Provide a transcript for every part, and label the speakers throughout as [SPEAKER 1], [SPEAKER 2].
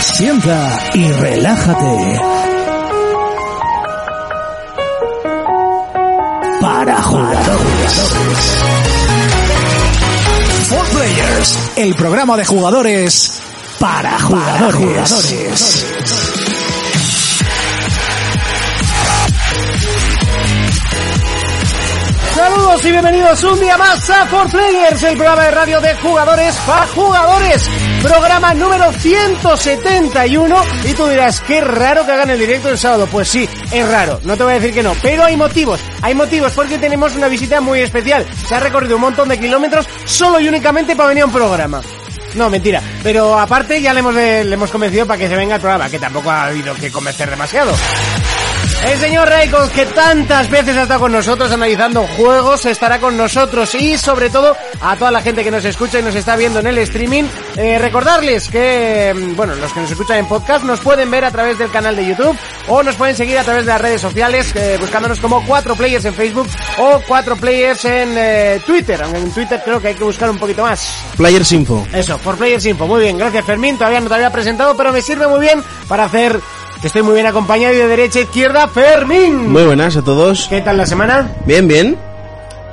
[SPEAKER 1] Sienta y relájate. Para jugadores. Four Players, el programa de jugadores para jugadores.
[SPEAKER 2] Saludos y bienvenidos un día más a For Players, el programa de radio de jugadores para jugadores. Programa número 171 y tú dirás, qué raro que hagan el directo el sábado. Pues sí, es raro, no te voy a decir que no, pero hay motivos. Hay motivos porque tenemos una visita muy especial. Se ha recorrido un montón de kilómetros solo y únicamente para venir a un programa. No, mentira. Pero aparte ya le hemos, eh, le hemos convencido para que se venga el programa, que tampoco ha habido que convencer demasiado. El señor Raikos, que tantas veces ha estado con nosotros analizando juegos, estará con nosotros y sobre todo a toda la gente que nos escucha y nos está viendo en el streaming. eh, recordarles que, mm, bueno, los que nos escuchan en podcast nos pueden ver a través del canal de YouTube o nos pueden seguir a través de las redes sociales eh, buscándonos como 4Players en Facebook o 4Players en eh, Twitter. Aunque en Twitter creo que hay que buscar un poquito más.
[SPEAKER 3] Players Info.
[SPEAKER 2] Eso, por Players Info. Muy bien, gracias Fermín. Todavía no te había presentado, pero me sirve muy bien para hacer que estoy muy bien acompañado y de derecha a izquierda, Fermín.
[SPEAKER 3] Muy buenas a todos.
[SPEAKER 2] ¿Qué tal la semana?
[SPEAKER 3] Bien, bien.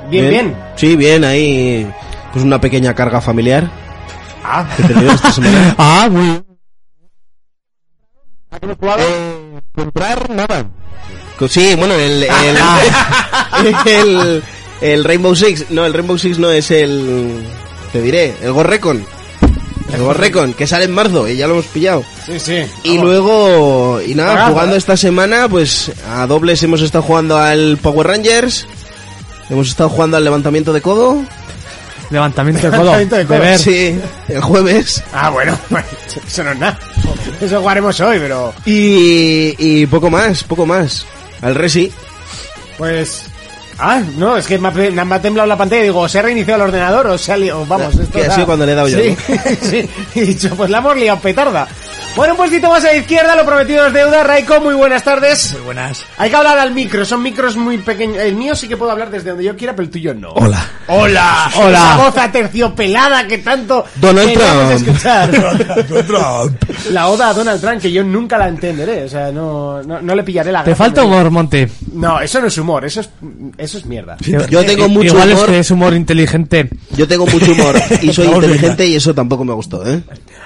[SPEAKER 2] Bien, bien.
[SPEAKER 3] Sí, bien, ahí. Pues una pequeña carga familiar.
[SPEAKER 2] Ah,
[SPEAKER 3] que he tenido esta semana.
[SPEAKER 4] Ah, muy bien. Eh, comprar nada.
[SPEAKER 3] Co- Sí, bueno, el. El, el, el Rainbow Six. No, el Rainbow Six no es el. Te diré, el Ghost Recon. El Ghost Recon, que sale en marzo y ya lo hemos pillado.
[SPEAKER 2] sí, sí.
[SPEAKER 3] Y luego, y nada,
[SPEAKER 2] Bravo,
[SPEAKER 3] jugando
[SPEAKER 2] eh.
[SPEAKER 3] esta semana, pues a dobles hemos estado jugando al Power Rangers, hemos estado jugando al levantamiento de codo,
[SPEAKER 4] Levantamiento de codo.
[SPEAKER 2] Levantamiento de codo,
[SPEAKER 4] Beber.
[SPEAKER 3] sí, el jueves,
[SPEAKER 2] Ah, bueno, eso no es nada. Eso jugaremos hoy, pero
[SPEAKER 3] y, y poco más, poco más. Al Resi,
[SPEAKER 2] pues... Ah, no, es que me ha, me ha temblado la pantalla y digo, se ha reiniciado el ordenador o se ha liado, vamos,
[SPEAKER 3] Ah,
[SPEAKER 2] esto
[SPEAKER 3] que ha
[SPEAKER 2] da-
[SPEAKER 3] sido cuando le he dado yo,
[SPEAKER 2] Sí, sí, y he dicho, pues la hemos liado petarda. Bueno, un puestito más a la izquierda, lo prometido es deuda, Raiko, muy buenas tardes.
[SPEAKER 4] Muy buenas.
[SPEAKER 2] Hay que hablar al micro, son micros muy pequeños. El mío sí que puedo hablar desde donde yo quiera, pero el tuyo no.
[SPEAKER 3] Hola.
[SPEAKER 2] Hola.
[SPEAKER 4] Hola.
[SPEAKER 2] Esa voz aterciopelada que tanto
[SPEAKER 3] Donald
[SPEAKER 2] queremos
[SPEAKER 3] Trump.
[SPEAKER 2] escuchar. La oda a Donald Trump, que yo nunca la entenderé. O sea, no, no, no le pillaré la
[SPEAKER 4] Te
[SPEAKER 2] gracia.
[SPEAKER 4] falta humor, Monty.
[SPEAKER 2] No, eso no es humor, eso es, eso es mierda.
[SPEAKER 3] yo tengo mucho
[SPEAKER 4] Igual
[SPEAKER 3] humor,
[SPEAKER 4] es que es humor inteligente.
[SPEAKER 3] yo tengo mucho humor y soy
[SPEAKER 4] Vamos,
[SPEAKER 3] inteligente y eso tampoco me gustó, ¿eh?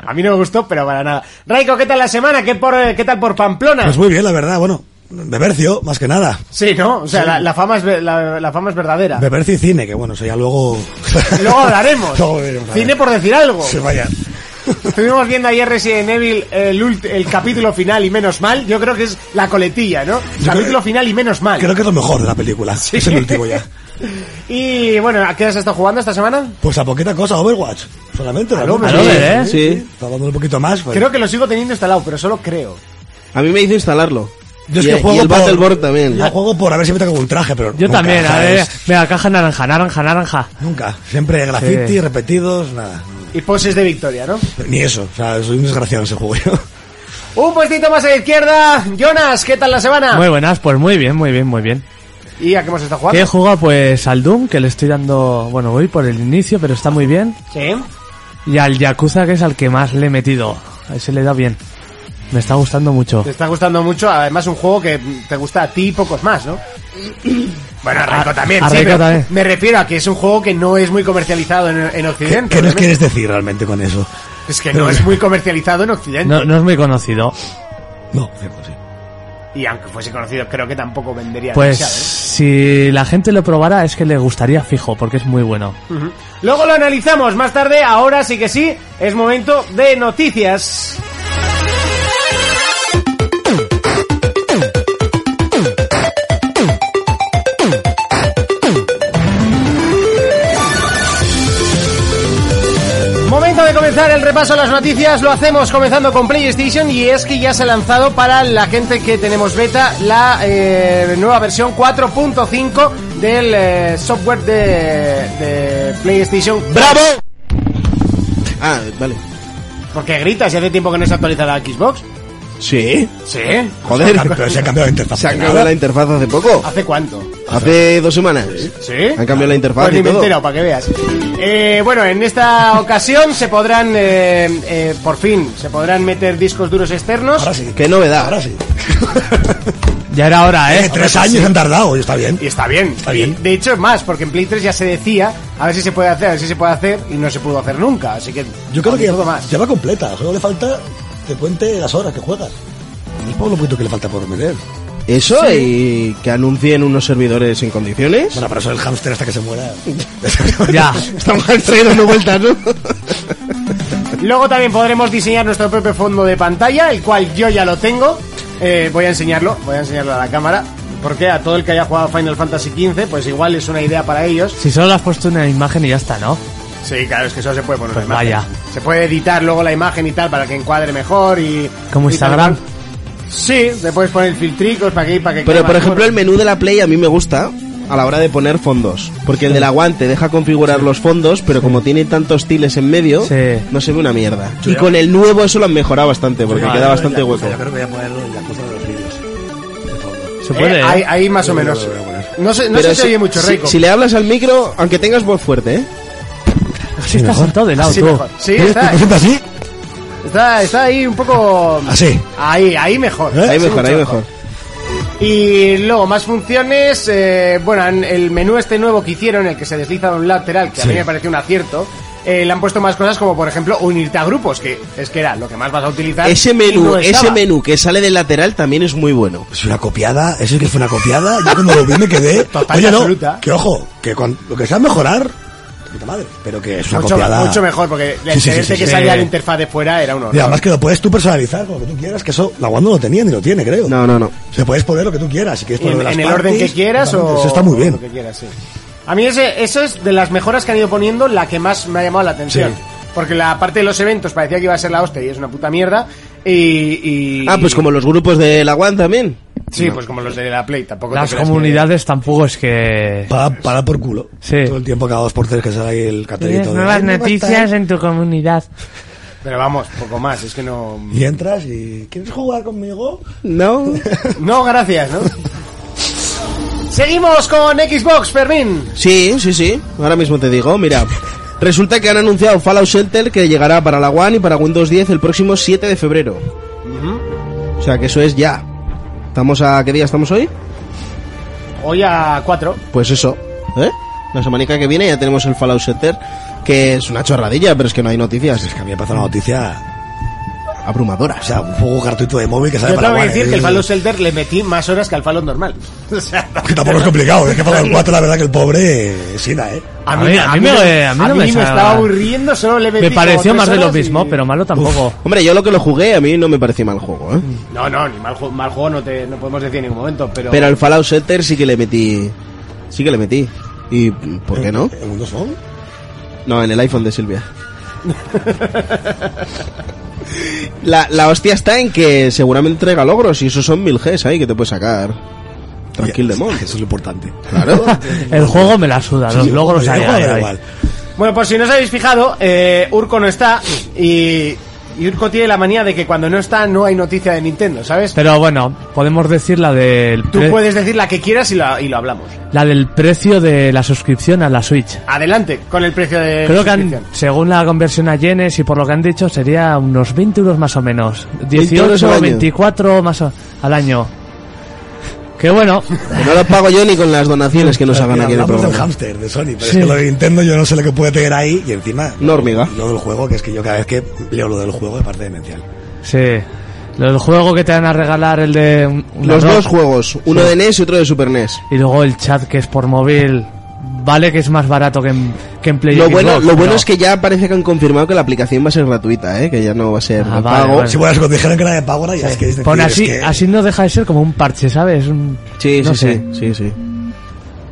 [SPEAKER 2] A mí no me gustó, pero para nada. Raiko, ¿qué tal la semana? ¿Qué, por, eh, qué tal por Pamplona?
[SPEAKER 5] Pues muy bien, la verdad, bueno, Bebercio, más que nada.
[SPEAKER 2] Sí, ¿no? O sea, la, la fama es, ve- la, la fama es verdadera.
[SPEAKER 5] Bebercio y cine, que bueno, eso ya luego...
[SPEAKER 2] Luego hablaremos.
[SPEAKER 5] Luego veremos, a ver.
[SPEAKER 2] Cine por decir algo.
[SPEAKER 5] Se vaya.
[SPEAKER 2] Estuvimos viendo ayer Resident Evil el, ult- el capítulo final y menos mal. Yo creo que es la coletilla, ¿no? capítulo final y menos mal.
[SPEAKER 5] Creo que es lo mejor de la película, es el último ya.
[SPEAKER 2] Y bueno, ¿a qué has estado jugando esta semana?
[SPEAKER 5] Pues a poquita cosa, Overwatch, solamente.
[SPEAKER 2] Al
[SPEAKER 5] la verdad.
[SPEAKER 4] Al Over,
[SPEAKER 5] Sí,
[SPEAKER 3] ¿eh?
[SPEAKER 5] sí, Está dando un poquito más. pues.
[SPEAKER 2] Creo que lo sigo teniendo instalado, pero solo creo.
[SPEAKER 3] A mí me hizo instalarlo.
[SPEAKER 5] Yo es
[SPEAKER 3] y,
[SPEAKER 5] que
[SPEAKER 3] y
[SPEAKER 5] juego
[SPEAKER 3] el
[SPEAKER 5] por-
[SPEAKER 3] Battleborn también.
[SPEAKER 5] Yo juego por a ver si me tengo un traje, pero
[SPEAKER 4] Yo
[SPEAKER 5] nunca,
[SPEAKER 4] también, a
[SPEAKER 5] ¿sabes?
[SPEAKER 4] ver. Venga, caja naranja, naranja, naranja.
[SPEAKER 5] Nunca, siempre graffiti,
[SPEAKER 4] Sí.
[SPEAKER 5] repetidos, nada.
[SPEAKER 2] Y poses de victoria, ¿no?
[SPEAKER 5] Ni eso, o sea, soy un desgraciado en ese juego yo.
[SPEAKER 2] Un puestito más a la izquierda. Jonas, ¿qué tal la semana?
[SPEAKER 4] Muy buenas, pues muy bien, muy bien, muy bien.
[SPEAKER 2] ¿Y a qué hemos estado
[SPEAKER 4] Que he
[SPEAKER 2] jugando?
[SPEAKER 4] jugado pues al Doom, que le estoy dando, bueno, voy por el inicio, pero está muy bien.
[SPEAKER 2] Sí.
[SPEAKER 4] Y al Yakuza, que es al que más le he metido. A ese le da bien. Me está gustando mucho.
[SPEAKER 2] Te está gustando mucho. Además, un juego que te gusta a ti y pocos más, ¿no? Bueno, a Raiko también,
[SPEAKER 4] a
[SPEAKER 2] sí,
[SPEAKER 4] Raiko
[SPEAKER 2] pero
[SPEAKER 4] también.
[SPEAKER 2] Me refiero a que es un juego que no es muy comercializado en, en
[SPEAKER 5] ¿Qué,
[SPEAKER 2] Occidente.
[SPEAKER 5] qué nos
[SPEAKER 2] obviamente.
[SPEAKER 5] quieres decir realmente con eso?
[SPEAKER 2] Es que no es muy comercializado en Occidente.
[SPEAKER 4] No, no es muy conocido.
[SPEAKER 5] No, cierto, sí.
[SPEAKER 2] Y aunque fuese conocido, creo que tampoco vendería
[SPEAKER 4] Pues
[SPEAKER 2] demasiado, ¿eh?
[SPEAKER 4] si la gente lo probara es que le gustaría fijo, porque es muy bueno.
[SPEAKER 2] ¿eh? Ujú. Luego lo analizamos más tarde, ahora sí que sí, es momento de noticias. Momento de comenzar el repaso a las noticias, lo hacemos comenzando con PlayStation y es que ya se ha lanzado para la gente que tenemos beta la eh, nueva versión 4.5 del eh, software de, de PlayStation.
[SPEAKER 3] ¡Bravo! Ah, vale.
[SPEAKER 2] Porque gritas y hace tiempo que no se actualiza la Xbox.
[SPEAKER 3] Sí.
[SPEAKER 2] ¿Sí?
[SPEAKER 3] Joder.
[SPEAKER 5] Pero se ha cambiado la interfaz.
[SPEAKER 3] Se han cambiado la interfaz hace poco.
[SPEAKER 2] ¿Hace cuánto?
[SPEAKER 3] Hace dos semanas.
[SPEAKER 2] ¿Sí?
[SPEAKER 3] Han cambiado la interfaz.
[SPEAKER 2] Pues ni
[SPEAKER 3] y
[SPEAKER 2] me
[SPEAKER 3] todo.
[SPEAKER 2] entero, para que veas. Eh, bueno, en esta ocasión se podrán, eh, eh, por fin, se podrán meter discos duros externos.
[SPEAKER 5] Ahora sí.
[SPEAKER 3] Qué novedad.
[SPEAKER 5] Ahora sí.
[SPEAKER 4] Ya era hora,
[SPEAKER 5] Eh,
[SPEAKER 4] ¿eh?
[SPEAKER 5] tres años han tardado, y está bien.
[SPEAKER 2] Y está bien.
[SPEAKER 5] Está bien.
[SPEAKER 2] Y, De hecho, es más, porque en Play 3 ya se decía, a ver si se puede hacer, a ver si se puede hacer, y no se pudo hacer nunca. Así que,
[SPEAKER 5] Yo creo que
[SPEAKER 2] todo
[SPEAKER 5] ya,
[SPEAKER 2] más.
[SPEAKER 5] ya va completa. Solo le falta que cuente las horas que juegas. Y es por lo poquito que le falta por meter.
[SPEAKER 3] Eso y que anuncien unos servidores en condiciones.
[SPEAKER 5] Bueno, pero eso el hámster hasta que se muera.
[SPEAKER 4] Ya.
[SPEAKER 3] Estamos al tren dando vueltas, ¿no?
[SPEAKER 2] Luego también podremos diseñar nuestro propio fondo de pantalla, el cual yo ya lo tengo. Eh, voy a enseñarlo, voy a enseñarlo a la cámara. Porque a todo el que haya jugado Final Fantasy XV, pues igual es una idea para ellos.
[SPEAKER 4] Si solo le has puesto una imagen y ya está, ¿no?
[SPEAKER 2] Sí, claro, es que eso se puede poner
[SPEAKER 4] Pues
[SPEAKER 2] una imagen.
[SPEAKER 4] vaya.
[SPEAKER 2] Se puede editar luego la imagen y tal para que encuadre mejor y...
[SPEAKER 4] Como
[SPEAKER 2] y tal,
[SPEAKER 4] Instagram.
[SPEAKER 2] tal. Sí, le puedes poner filtricos para que... Para que quede
[SPEAKER 3] Pero por
[SPEAKER 2] mejor.
[SPEAKER 3] ejemplo el menú de la Play a mí me gusta a la hora de poner fondos. Porque el del aguante deja configurar los fondos, pero como tiene tantos tiles en medio,
[SPEAKER 4] Sí.
[SPEAKER 3] no se ve una mierda. Y con el nuevo eso lo han mejorado bastante,
[SPEAKER 2] Ah,
[SPEAKER 3] porque queda bastante hueco.
[SPEAKER 5] Yo creo que voy a poner el Yakuza de los vídeos.
[SPEAKER 4] Se
[SPEAKER 2] Eh,
[SPEAKER 4] puede, ¿eh?
[SPEAKER 2] ahí, ahí más o
[SPEAKER 5] Yo
[SPEAKER 2] menos.
[SPEAKER 5] lo voy a poner.
[SPEAKER 2] No se, no
[SPEAKER 3] Pero
[SPEAKER 2] se te oye mucho,
[SPEAKER 3] si,
[SPEAKER 2] Reiko.
[SPEAKER 3] si le hablas al micro, aunque tengas voz fuerte, ¿eh?
[SPEAKER 4] Sí, está sentado de lado,
[SPEAKER 2] Sí,
[SPEAKER 4] tú.
[SPEAKER 2] mejor. Sí,
[SPEAKER 5] ¿Eh?
[SPEAKER 2] está,
[SPEAKER 5] ¿Te presenta así?
[SPEAKER 2] está, está ahí un poco...
[SPEAKER 5] Así.
[SPEAKER 2] Ahí, ahí mejor.
[SPEAKER 5] ¿Eh?
[SPEAKER 3] Ahí
[SPEAKER 2] Sí,
[SPEAKER 3] mejor,
[SPEAKER 2] mucho
[SPEAKER 3] ahí mejor.
[SPEAKER 2] Y luego más funciones. eh, bueno, en el menú este nuevo que hicieron, el que se desliza de un lateral, que a mí me pareció un acierto. eh, le han puesto más cosas como, por ejemplo, unirte a grupos, que es que era lo que más vas a utilizar.
[SPEAKER 3] Ese
[SPEAKER 2] y
[SPEAKER 3] menú,
[SPEAKER 2] no estaba.
[SPEAKER 3] ese menú que sale del lateral también es muy bueno.
[SPEAKER 5] Es una copiada, eso es que fue una copiada. Yo cuando lo vi me quedé.
[SPEAKER 2] Total y
[SPEAKER 5] Oye, no,
[SPEAKER 2] absoluta.
[SPEAKER 5] que ojo, que con lo que sea mejorar, puta madre, pero que es una
[SPEAKER 2] Mucho,
[SPEAKER 5] copiada.
[SPEAKER 2] mucho mejor, porque el
[SPEAKER 5] Sí, sí, sí,
[SPEAKER 2] tener
[SPEAKER 5] sí,
[SPEAKER 2] que
[SPEAKER 5] sí.
[SPEAKER 2] salía la interfaz de fuera era un horror.
[SPEAKER 5] Y además que lo puedes tú personalizar con lo que tú quieras, que eso la Wanda no lo tenía ni lo tiene, creo.
[SPEAKER 3] No, no, no.
[SPEAKER 5] Se puedes poner lo que tú quieras, si quieres
[SPEAKER 2] en,
[SPEAKER 5] poner las
[SPEAKER 2] en el orden que
[SPEAKER 5] parties,
[SPEAKER 2] quieras o
[SPEAKER 5] Eso está muy
[SPEAKER 2] lo que
[SPEAKER 5] bien.
[SPEAKER 2] quieras, sí. A mí ese, eso es de las mejoras que han ido poniendo la que más me ha llamado la atención.
[SPEAKER 5] Sí.
[SPEAKER 2] Porque la parte de los eventos parecía que iba a ser la hostia y es una puta mierda. Y, y-
[SPEAKER 3] Ah, pues como los grupos del aguante también.
[SPEAKER 2] Sí, pues como los de la Play, tampoco
[SPEAKER 4] Las
[SPEAKER 2] te creas que-
[SPEAKER 4] comunidades tampoco es que...
[SPEAKER 5] Para, para por culo.
[SPEAKER 4] Sí.
[SPEAKER 5] Todo el tiempo cada dos por tres que sale ahí el cartelito. de, "Ay, ¿dónde estás?".
[SPEAKER 4] en tu comunidad.
[SPEAKER 2] Pero vamos, poco más, es que no...
[SPEAKER 5] Y entras y. ¿Quieres jugar conmigo?
[SPEAKER 3] No.
[SPEAKER 2] No, gracias, ¿no? Seguimos con Xbox, Fermín.
[SPEAKER 3] Sí, sí, sí. Ahora mismo te digo, mira. Resulta que han anunciado Fallout Shelter que llegará para la One y para Windows 10 el próximo 7 de febrero. O sea que eso es ya. ¿Estamos a qué día estamos hoy?
[SPEAKER 2] Hoy a 4.
[SPEAKER 3] Pues eso, ¿eh? La semanica que viene ya tenemos el Fallout Shelter, que es una chorradilla, pero es que no hay noticias
[SPEAKER 5] Es que a mí me pasa una noticia. O
[SPEAKER 3] abrumadoras.
[SPEAKER 5] sea, un juego gratuito de móvil que sale
[SPEAKER 2] Yo
[SPEAKER 5] para
[SPEAKER 2] tengo que
[SPEAKER 5] One,
[SPEAKER 2] decir
[SPEAKER 5] ¿eh?
[SPEAKER 2] que el Fallout Shelter le metí más horas que al Fallout normal. O sea,
[SPEAKER 5] Que tampoco es complicado, es que Fallout 4 la verdad que el pobre eh, sida, eh.
[SPEAKER 4] A mí- a mí me- a mí no me
[SPEAKER 2] me
[SPEAKER 4] sabe
[SPEAKER 2] estaba
[SPEAKER 4] nada.
[SPEAKER 2] aburriendo, solo le metí
[SPEAKER 4] Me pareció
[SPEAKER 2] como
[SPEAKER 4] más
[SPEAKER 2] tres
[SPEAKER 4] de lo
[SPEAKER 2] horas y-
[SPEAKER 4] mismo, pero malo tampoco.
[SPEAKER 3] Hombre, yo lo que lo jugué a mí no me pareció mal juego, ¿eh?
[SPEAKER 2] No, no, ni mal, ju- mal juego no, te, no podemos decir en ningún momento, pero...
[SPEAKER 3] Pero al Fallout Shelter sí que le metí... Sí que le metí. ¿Y por qué no?
[SPEAKER 5] ¿En Windows Phone?
[SPEAKER 3] No, en el iPhone de Silvia. la, la hostia está en que seguramente entrega logros y esos son mil Gs ahí que te puedes sacar. Tranquil de mon.
[SPEAKER 5] Eso es lo importante.
[SPEAKER 3] Claro.
[SPEAKER 4] El juego me la suda, los logros
[SPEAKER 5] Oye,
[SPEAKER 4] ahí,
[SPEAKER 5] juega, me
[SPEAKER 4] ahí,
[SPEAKER 5] pues da
[SPEAKER 4] ahí.
[SPEAKER 5] igual.
[SPEAKER 2] Bueno, por si no os habéis fijado, eh, Urco no está y, y Urco tiene la manía de que cuando no está no hay noticia de Nintendo, ¿sabes?
[SPEAKER 4] Pero bueno, podemos decir la del,
[SPEAKER 2] Tú
[SPEAKER 5] Eh.
[SPEAKER 4] pre-
[SPEAKER 2] puedes decir la que quieras y, la- y lo hablamos.
[SPEAKER 4] la del precio de la suscripción a la Switch.
[SPEAKER 2] Adelante, con el precio de
[SPEAKER 4] Creo que han,
[SPEAKER 2] suscripción.
[SPEAKER 4] según la conversión a yenes y por lo que han dicho, sería unos 20 euros más o menos.
[SPEAKER 3] 20 euros al
[SPEAKER 4] 18
[SPEAKER 3] año.
[SPEAKER 4] 24 más o- al año. Que bueno,
[SPEAKER 3] Que no lo pago yo ni con las donaciones que nos hagan
[SPEAKER 5] Mira,
[SPEAKER 3] aquí en el
[SPEAKER 5] hablamos del
[SPEAKER 3] programa.
[SPEAKER 5] hámster de Sony, pero
[SPEAKER 4] Sí.
[SPEAKER 5] es que lo de Nintendo yo no sé lo que puede tener ahí y encima.
[SPEAKER 3] Una hormiga.
[SPEAKER 5] Lo del juego, que es que yo cada vez que leo lo del juego me parece demencial.
[SPEAKER 4] sí. Lo del juego que te van a regalar, el de... un- una
[SPEAKER 3] Los
[SPEAKER 4] ro-
[SPEAKER 3] dos juegos, uno de NES y otro de Super E NES.
[SPEAKER 4] Y luego el chat que es por móvil. Vale que es más barato que en, que en Play
[SPEAKER 3] Lo
[SPEAKER 4] Xbox,
[SPEAKER 3] bueno, lo bueno
[SPEAKER 4] pero-
[SPEAKER 3] es que ya parece que han confirmado que la aplicación va a ser gratuita, ¿eh? que ya no va a ser
[SPEAKER 4] Ah,
[SPEAKER 3] de
[SPEAKER 4] vale,
[SPEAKER 3] pago.
[SPEAKER 4] vale.
[SPEAKER 5] Si fueras cuando dijeron que era de pago, ahora ya es que es decir,
[SPEAKER 4] Pon así,
[SPEAKER 5] es que-
[SPEAKER 4] así no deja de ser como un parche, ¿sabes? Un,
[SPEAKER 3] Sí,
[SPEAKER 4] no
[SPEAKER 3] sí,
[SPEAKER 4] sé,
[SPEAKER 3] sí, sí, sí.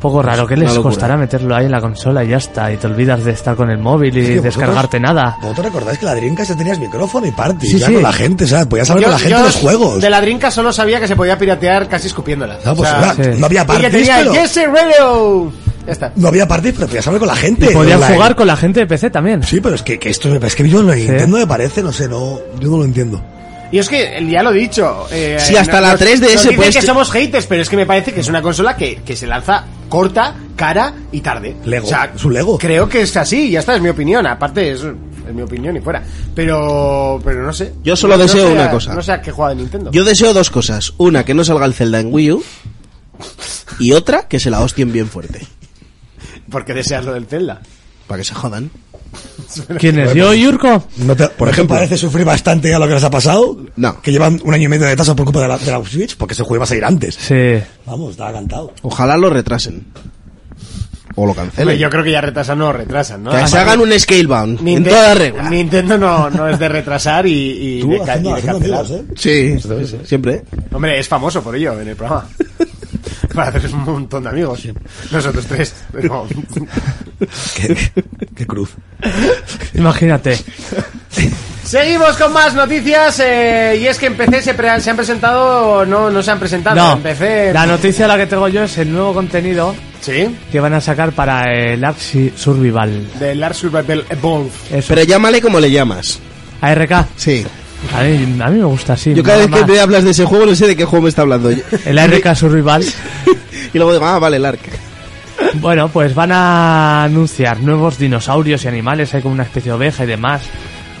[SPEAKER 4] Un poco raro. ¿Qué
[SPEAKER 3] Una
[SPEAKER 4] les
[SPEAKER 3] locura.
[SPEAKER 4] costará meterlo ahí en la consola y ya está? Y te olvidas de estar con el móvil y
[SPEAKER 5] es que vosotros-
[SPEAKER 4] descargarte nada.
[SPEAKER 5] Vosotros recordáis que la Dreamcast ya tenías micrófono y party,
[SPEAKER 4] Sí,
[SPEAKER 5] ya
[SPEAKER 4] sí.
[SPEAKER 5] con la gente, ¿sabes? Podías hablar con la gente de los juegos.
[SPEAKER 2] De la drinka solo sabía que se podía piratear casi escupiéndola.
[SPEAKER 5] No, pues
[SPEAKER 2] O sea,
[SPEAKER 5] era-
[SPEAKER 4] sí.
[SPEAKER 5] no había
[SPEAKER 2] y que
[SPEAKER 5] parties,
[SPEAKER 2] tenía
[SPEAKER 5] pero...
[SPEAKER 2] Yes, Radio. Ya está.
[SPEAKER 5] No había parties, pero podías hablar con la gente.
[SPEAKER 4] Y podías
[SPEAKER 5] online.
[SPEAKER 4] jugar con la gente de PC también.
[SPEAKER 5] Sí, pero es que, que esto es que yo en Nintendo me parece, no sé, no, yo no lo entiendo.
[SPEAKER 2] Y es que, ya lo he dicho. eh,
[SPEAKER 3] Sí, hasta la
[SPEAKER 2] nos-
[SPEAKER 3] 3DS
[SPEAKER 2] nos dicen
[SPEAKER 3] puedes-
[SPEAKER 2] que somos haters, pero es que me parece que es una consola que, que se lanza corta, cara y tarde.
[SPEAKER 5] Lego,
[SPEAKER 2] O sea,
[SPEAKER 5] es un Lego.
[SPEAKER 2] Creo que es así, ya está, es mi opinión. Aparte, es, es mi opinión y fuera. Pero, pero no sé.
[SPEAKER 3] Yo solo
[SPEAKER 2] No- no
[SPEAKER 3] deseo
[SPEAKER 2] sé a-
[SPEAKER 3] una cosa.
[SPEAKER 2] No sé a qué juega Nintendo.
[SPEAKER 3] Yo deseo dos cosas. Una, que no salga el Zelda en Wii U. Y otra, que se la hostien bien fuerte.
[SPEAKER 2] Porque deseas lo del Zelda.
[SPEAKER 3] Para que se jodan.
[SPEAKER 4] ¿Quién es? ¿Yo, Yurko?
[SPEAKER 5] No te- por ejemplo, parece sufrir bastante a lo que les ha pasado.
[SPEAKER 3] No.
[SPEAKER 5] Que llevan un año y medio de tasa por culpa de la, de la Switch, porque ese juego iba a salir antes.
[SPEAKER 4] Sí.
[SPEAKER 5] Vamos, estaba cantado.
[SPEAKER 3] Ojalá lo retrasen. O lo
[SPEAKER 2] Hombre,
[SPEAKER 3] cancelen.
[SPEAKER 2] yo creo que ya retrasan no retrasan, ¿no?
[SPEAKER 3] Que se hagan un scalebound. en
[SPEAKER 2] Ninte-
[SPEAKER 3] toda regla.
[SPEAKER 2] Nintendo no, no es de retrasar y, y
[SPEAKER 5] Tú,
[SPEAKER 2] de, ca-
[SPEAKER 5] haciendo,
[SPEAKER 2] y de
[SPEAKER 5] haciendo
[SPEAKER 2] cancelar.
[SPEAKER 5] amigos, ¿eh?
[SPEAKER 3] Sí, siempre. ¿eh?
[SPEAKER 2] Hombre, es famoso por ello en el programa. Para hacer un montón de amigos. Nosotros tres. pero-
[SPEAKER 5] Qué, qué cruz.
[SPEAKER 4] Imagínate.
[SPEAKER 2] Seguimos con más noticias. eh, y es que en PC se, pre- se han presentado. No, no se han presentado.
[SPEAKER 4] No,
[SPEAKER 2] En PC.
[SPEAKER 4] la noticia la que tengo yo es el nuevo contenido
[SPEAKER 2] Sí.
[SPEAKER 4] que van a sacar para el Ark Su- Survival.
[SPEAKER 2] De Lars Survival Evolved.
[SPEAKER 4] Eso.
[SPEAKER 3] Pero llámale como le llamas.
[SPEAKER 4] ARK.
[SPEAKER 3] Sí.
[SPEAKER 4] A mí, a mí me gusta así.
[SPEAKER 3] Yo cada
[SPEAKER 4] nada
[SPEAKER 3] vez que
[SPEAKER 4] más.
[SPEAKER 3] me hablas de ese juego no sé de qué juego me está hablando. Y
[SPEAKER 4] El ARK Survival.
[SPEAKER 3] luego digo, ah, vale, el Ark.
[SPEAKER 4] Bueno, pues van a anunciar nuevos dinosaurios y animales, hay como una especie de oveja y demás.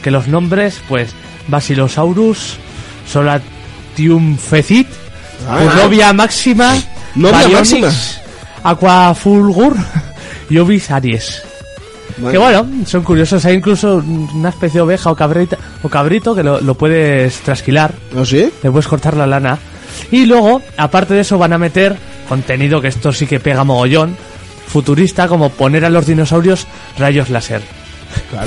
[SPEAKER 4] Que los nombres, pues, Basilosaurus, Solatium fecit,
[SPEAKER 3] Ah.
[SPEAKER 4] Pues Novia máxima,
[SPEAKER 3] Novia
[SPEAKER 4] Baryonyx,
[SPEAKER 3] máxima.
[SPEAKER 4] Aquafulgur y Obis aries. Que bueno, son curiosos, hay incluso una especie de oveja o, cabrita, o cabrito que lo- lo puedes trasquilar
[SPEAKER 3] ¿No ¿Ah, sí?
[SPEAKER 4] le puedes cortar la lana. Y luego, aparte de eso, van a meter contenido que esto sí que pega mogollón, futurista, como poner a los dinosaurios rayos láser.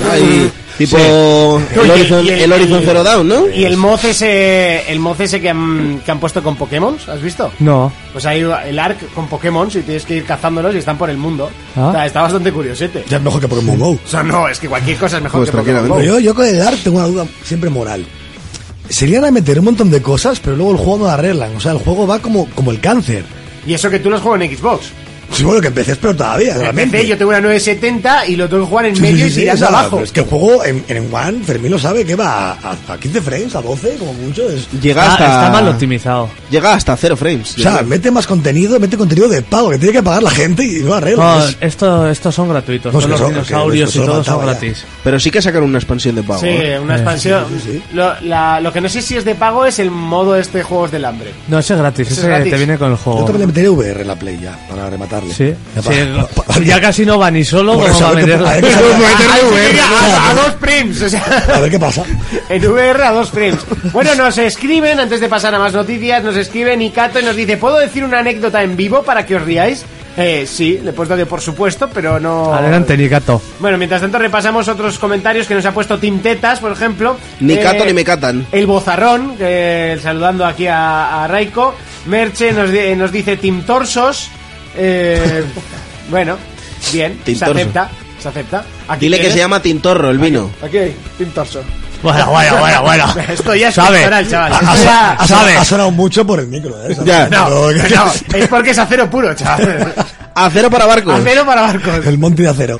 [SPEAKER 3] Ahí, tipo Ah, el,
[SPEAKER 2] Y-
[SPEAKER 3] Horizon,
[SPEAKER 2] y el-
[SPEAKER 3] el Horizon Zero Dawn, ¿no?
[SPEAKER 2] Y el moz ese. El moz ese que han, que han puesto con Pokémon. ¿Has visto?
[SPEAKER 4] No.
[SPEAKER 2] Pues hay el arc con Pokémon y tienes que ir cazándolos y están por el mundo.
[SPEAKER 4] Ah.
[SPEAKER 2] O sea, está bastante curiosete.
[SPEAKER 5] Ya es mejor que Pokémon GO.
[SPEAKER 2] O sea, no, es que cualquier cosa es mejor
[SPEAKER 3] Pues
[SPEAKER 2] que Pokémon.
[SPEAKER 5] Pero
[SPEAKER 3] tranquilamente.
[SPEAKER 2] Go.
[SPEAKER 5] yo, yo con el arte tengo una duda siempre moral. Se le van a meter un montón de cosas, pero luego el juego no lo arreglan. O sea, el juego va como, como el cáncer.
[SPEAKER 2] Y eso que tú los juegas en Xbox.
[SPEAKER 5] Sí, bueno, que empecé, pero todavía.
[SPEAKER 2] En
[SPEAKER 5] realmente.
[SPEAKER 2] PC yo tengo una 970 y lo tengo que jugar en
[SPEAKER 5] Sí, sí,
[SPEAKER 2] medio y
[SPEAKER 5] sí,
[SPEAKER 2] tiras
[SPEAKER 5] o sea,
[SPEAKER 2] abajo.
[SPEAKER 5] pero Es que el juego en, en One, Fermín lo sabe, que va a, a- a 15 frames, a 12, como mucho. es-
[SPEAKER 3] Llega
[SPEAKER 4] Está,
[SPEAKER 3] hasta.
[SPEAKER 4] Ah, está mal optimizado.
[SPEAKER 3] Llega hasta cero frames.
[SPEAKER 5] o sea, mete más contenido, mete contenido de pago, que tiene que pagar la gente y no arregla.
[SPEAKER 4] No,
[SPEAKER 5] Es-
[SPEAKER 4] esto, estos son gratuitos,
[SPEAKER 5] Pues
[SPEAKER 4] todos
[SPEAKER 5] que
[SPEAKER 4] los
[SPEAKER 5] son- que-
[SPEAKER 4] dinosaurios
[SPEAKER 5] que
[SPEAKER 4] y todos son
[SPEAKER 5] faltaba ya.
[SPEAKER 4] gratis.
[SPEAKER 3] Pero sí que sacaron una expansión de pago.
[SPEAKER 2] Sí,
[SPEAKER 3] ¿eh?
[SPEAKER 2] una expansión.
[SPEAKER 5] sí, sí, sí.
[SPEAKER 2] Lo, la- lo que no sé si es de pago es el modo este de juegos del hambre.
[SPEAKER 4] No, ese es gratis,
[SPEAKER 2] Ese es
[SPEAKER 4] ese
[SPEAKER 2] gratis.
[SPEAKER 4] te viene con el
[SPEAKER 5] Yo
[SPEAKER 4] juego.
[SPEAKER 5] también le meteré VR en la Play ya, para rematarle.
[SPEAKER 4] Sí,
[SPEAKER 5] Ya
[SPEAKER 4] sí,
[SPEAKER 5] pa- pa- pa-
[SPEAKER 4] ya casi no va ni solo,
[SPEAKER 5] Por
[SPEAKER 4] como
[SPEAKER 5] eso,
[SPEAKER 4] va a
[SPEAKER 5] a ver qué-
[SPEAKER 4] meter-
[SPEAKER 5] a ver qué sale.
[SPEAKER 4] Como meter-
[SPEAKER 5] Ah,
[SPEAKER 2] en
[SPEAKER 5] sí,
[SPEAKER 2] VR, a,
[SPEAKER 5] claro.
[SPEAKER 2] a dos frames, o
[SPEAKER 5] A
[SPEAKER 2] sea,
[SPEAKER 5] ver qué pasa.
[SPEAKER 2] en VR a dos frames. Bueno, nos escriben, antes de pasar a más noticias, nos escriben Ikato y nos dice, ¿puedo decir una anécdota en vivo para que os riáis? Eh, sí, le he puesto de por supuesto, pero no...
[SPEAKER 4] Adelante, Nicato.
[SPEAKER 2] Bueno, mientras tanto repasamos otros comentarios que nos ha puesto Tim Tetas, por ejemplo. Eh,
[SPEAKER 3] Ni cato ni me catan.
[SPEAKER 2] El Bozarrón, eh, saludando aquí a, a Raiko. Merche nos, di- eh, nos dice Tim Torsos. Eh, bueno, bien,
[SPEAKER 3] Team
[SPEAKER 2] se
[SPEAKER 3] Torso.
[SPEAKER 2] acepta. Se acepta. Aquí
[SPEAKER 3] Dile que
[SPEAKER 2] tienes.
[SPEAKER 3] se llama Tintorro el vino.
[SPEAKER 2] Aquí, hay, Team Torso.
[SPEAKER 4] Bueno, bueno, bueno, bueno.
[SPEAKER 2] Esto ya es
[SPEAKER 4] Sabe.
[SPEAKER 2] cultural, chaval.
[SPEAKER 5] Ha,
[SPEAKER 2] Esto
[SPEAKER 5] ha-
[SPEAKER 2] ya-
[SPEAKER 5] ha- ha-
[SPEAKER 4] sabe.
[SPEAKER 5] ha sonado mucho por el micro, ¿eh?
[SPEAKER 3] Ya.
[SPEAKER 2] No,
[SPEAKER 5] Pero-
[SPEAKER 2] no, es porque es acero puro, chaval.
[SPEAKER 3] Acero para barcos.
[SPEAKER 2] Acero para barcos.
[SPEAKER 5] El monte de acero.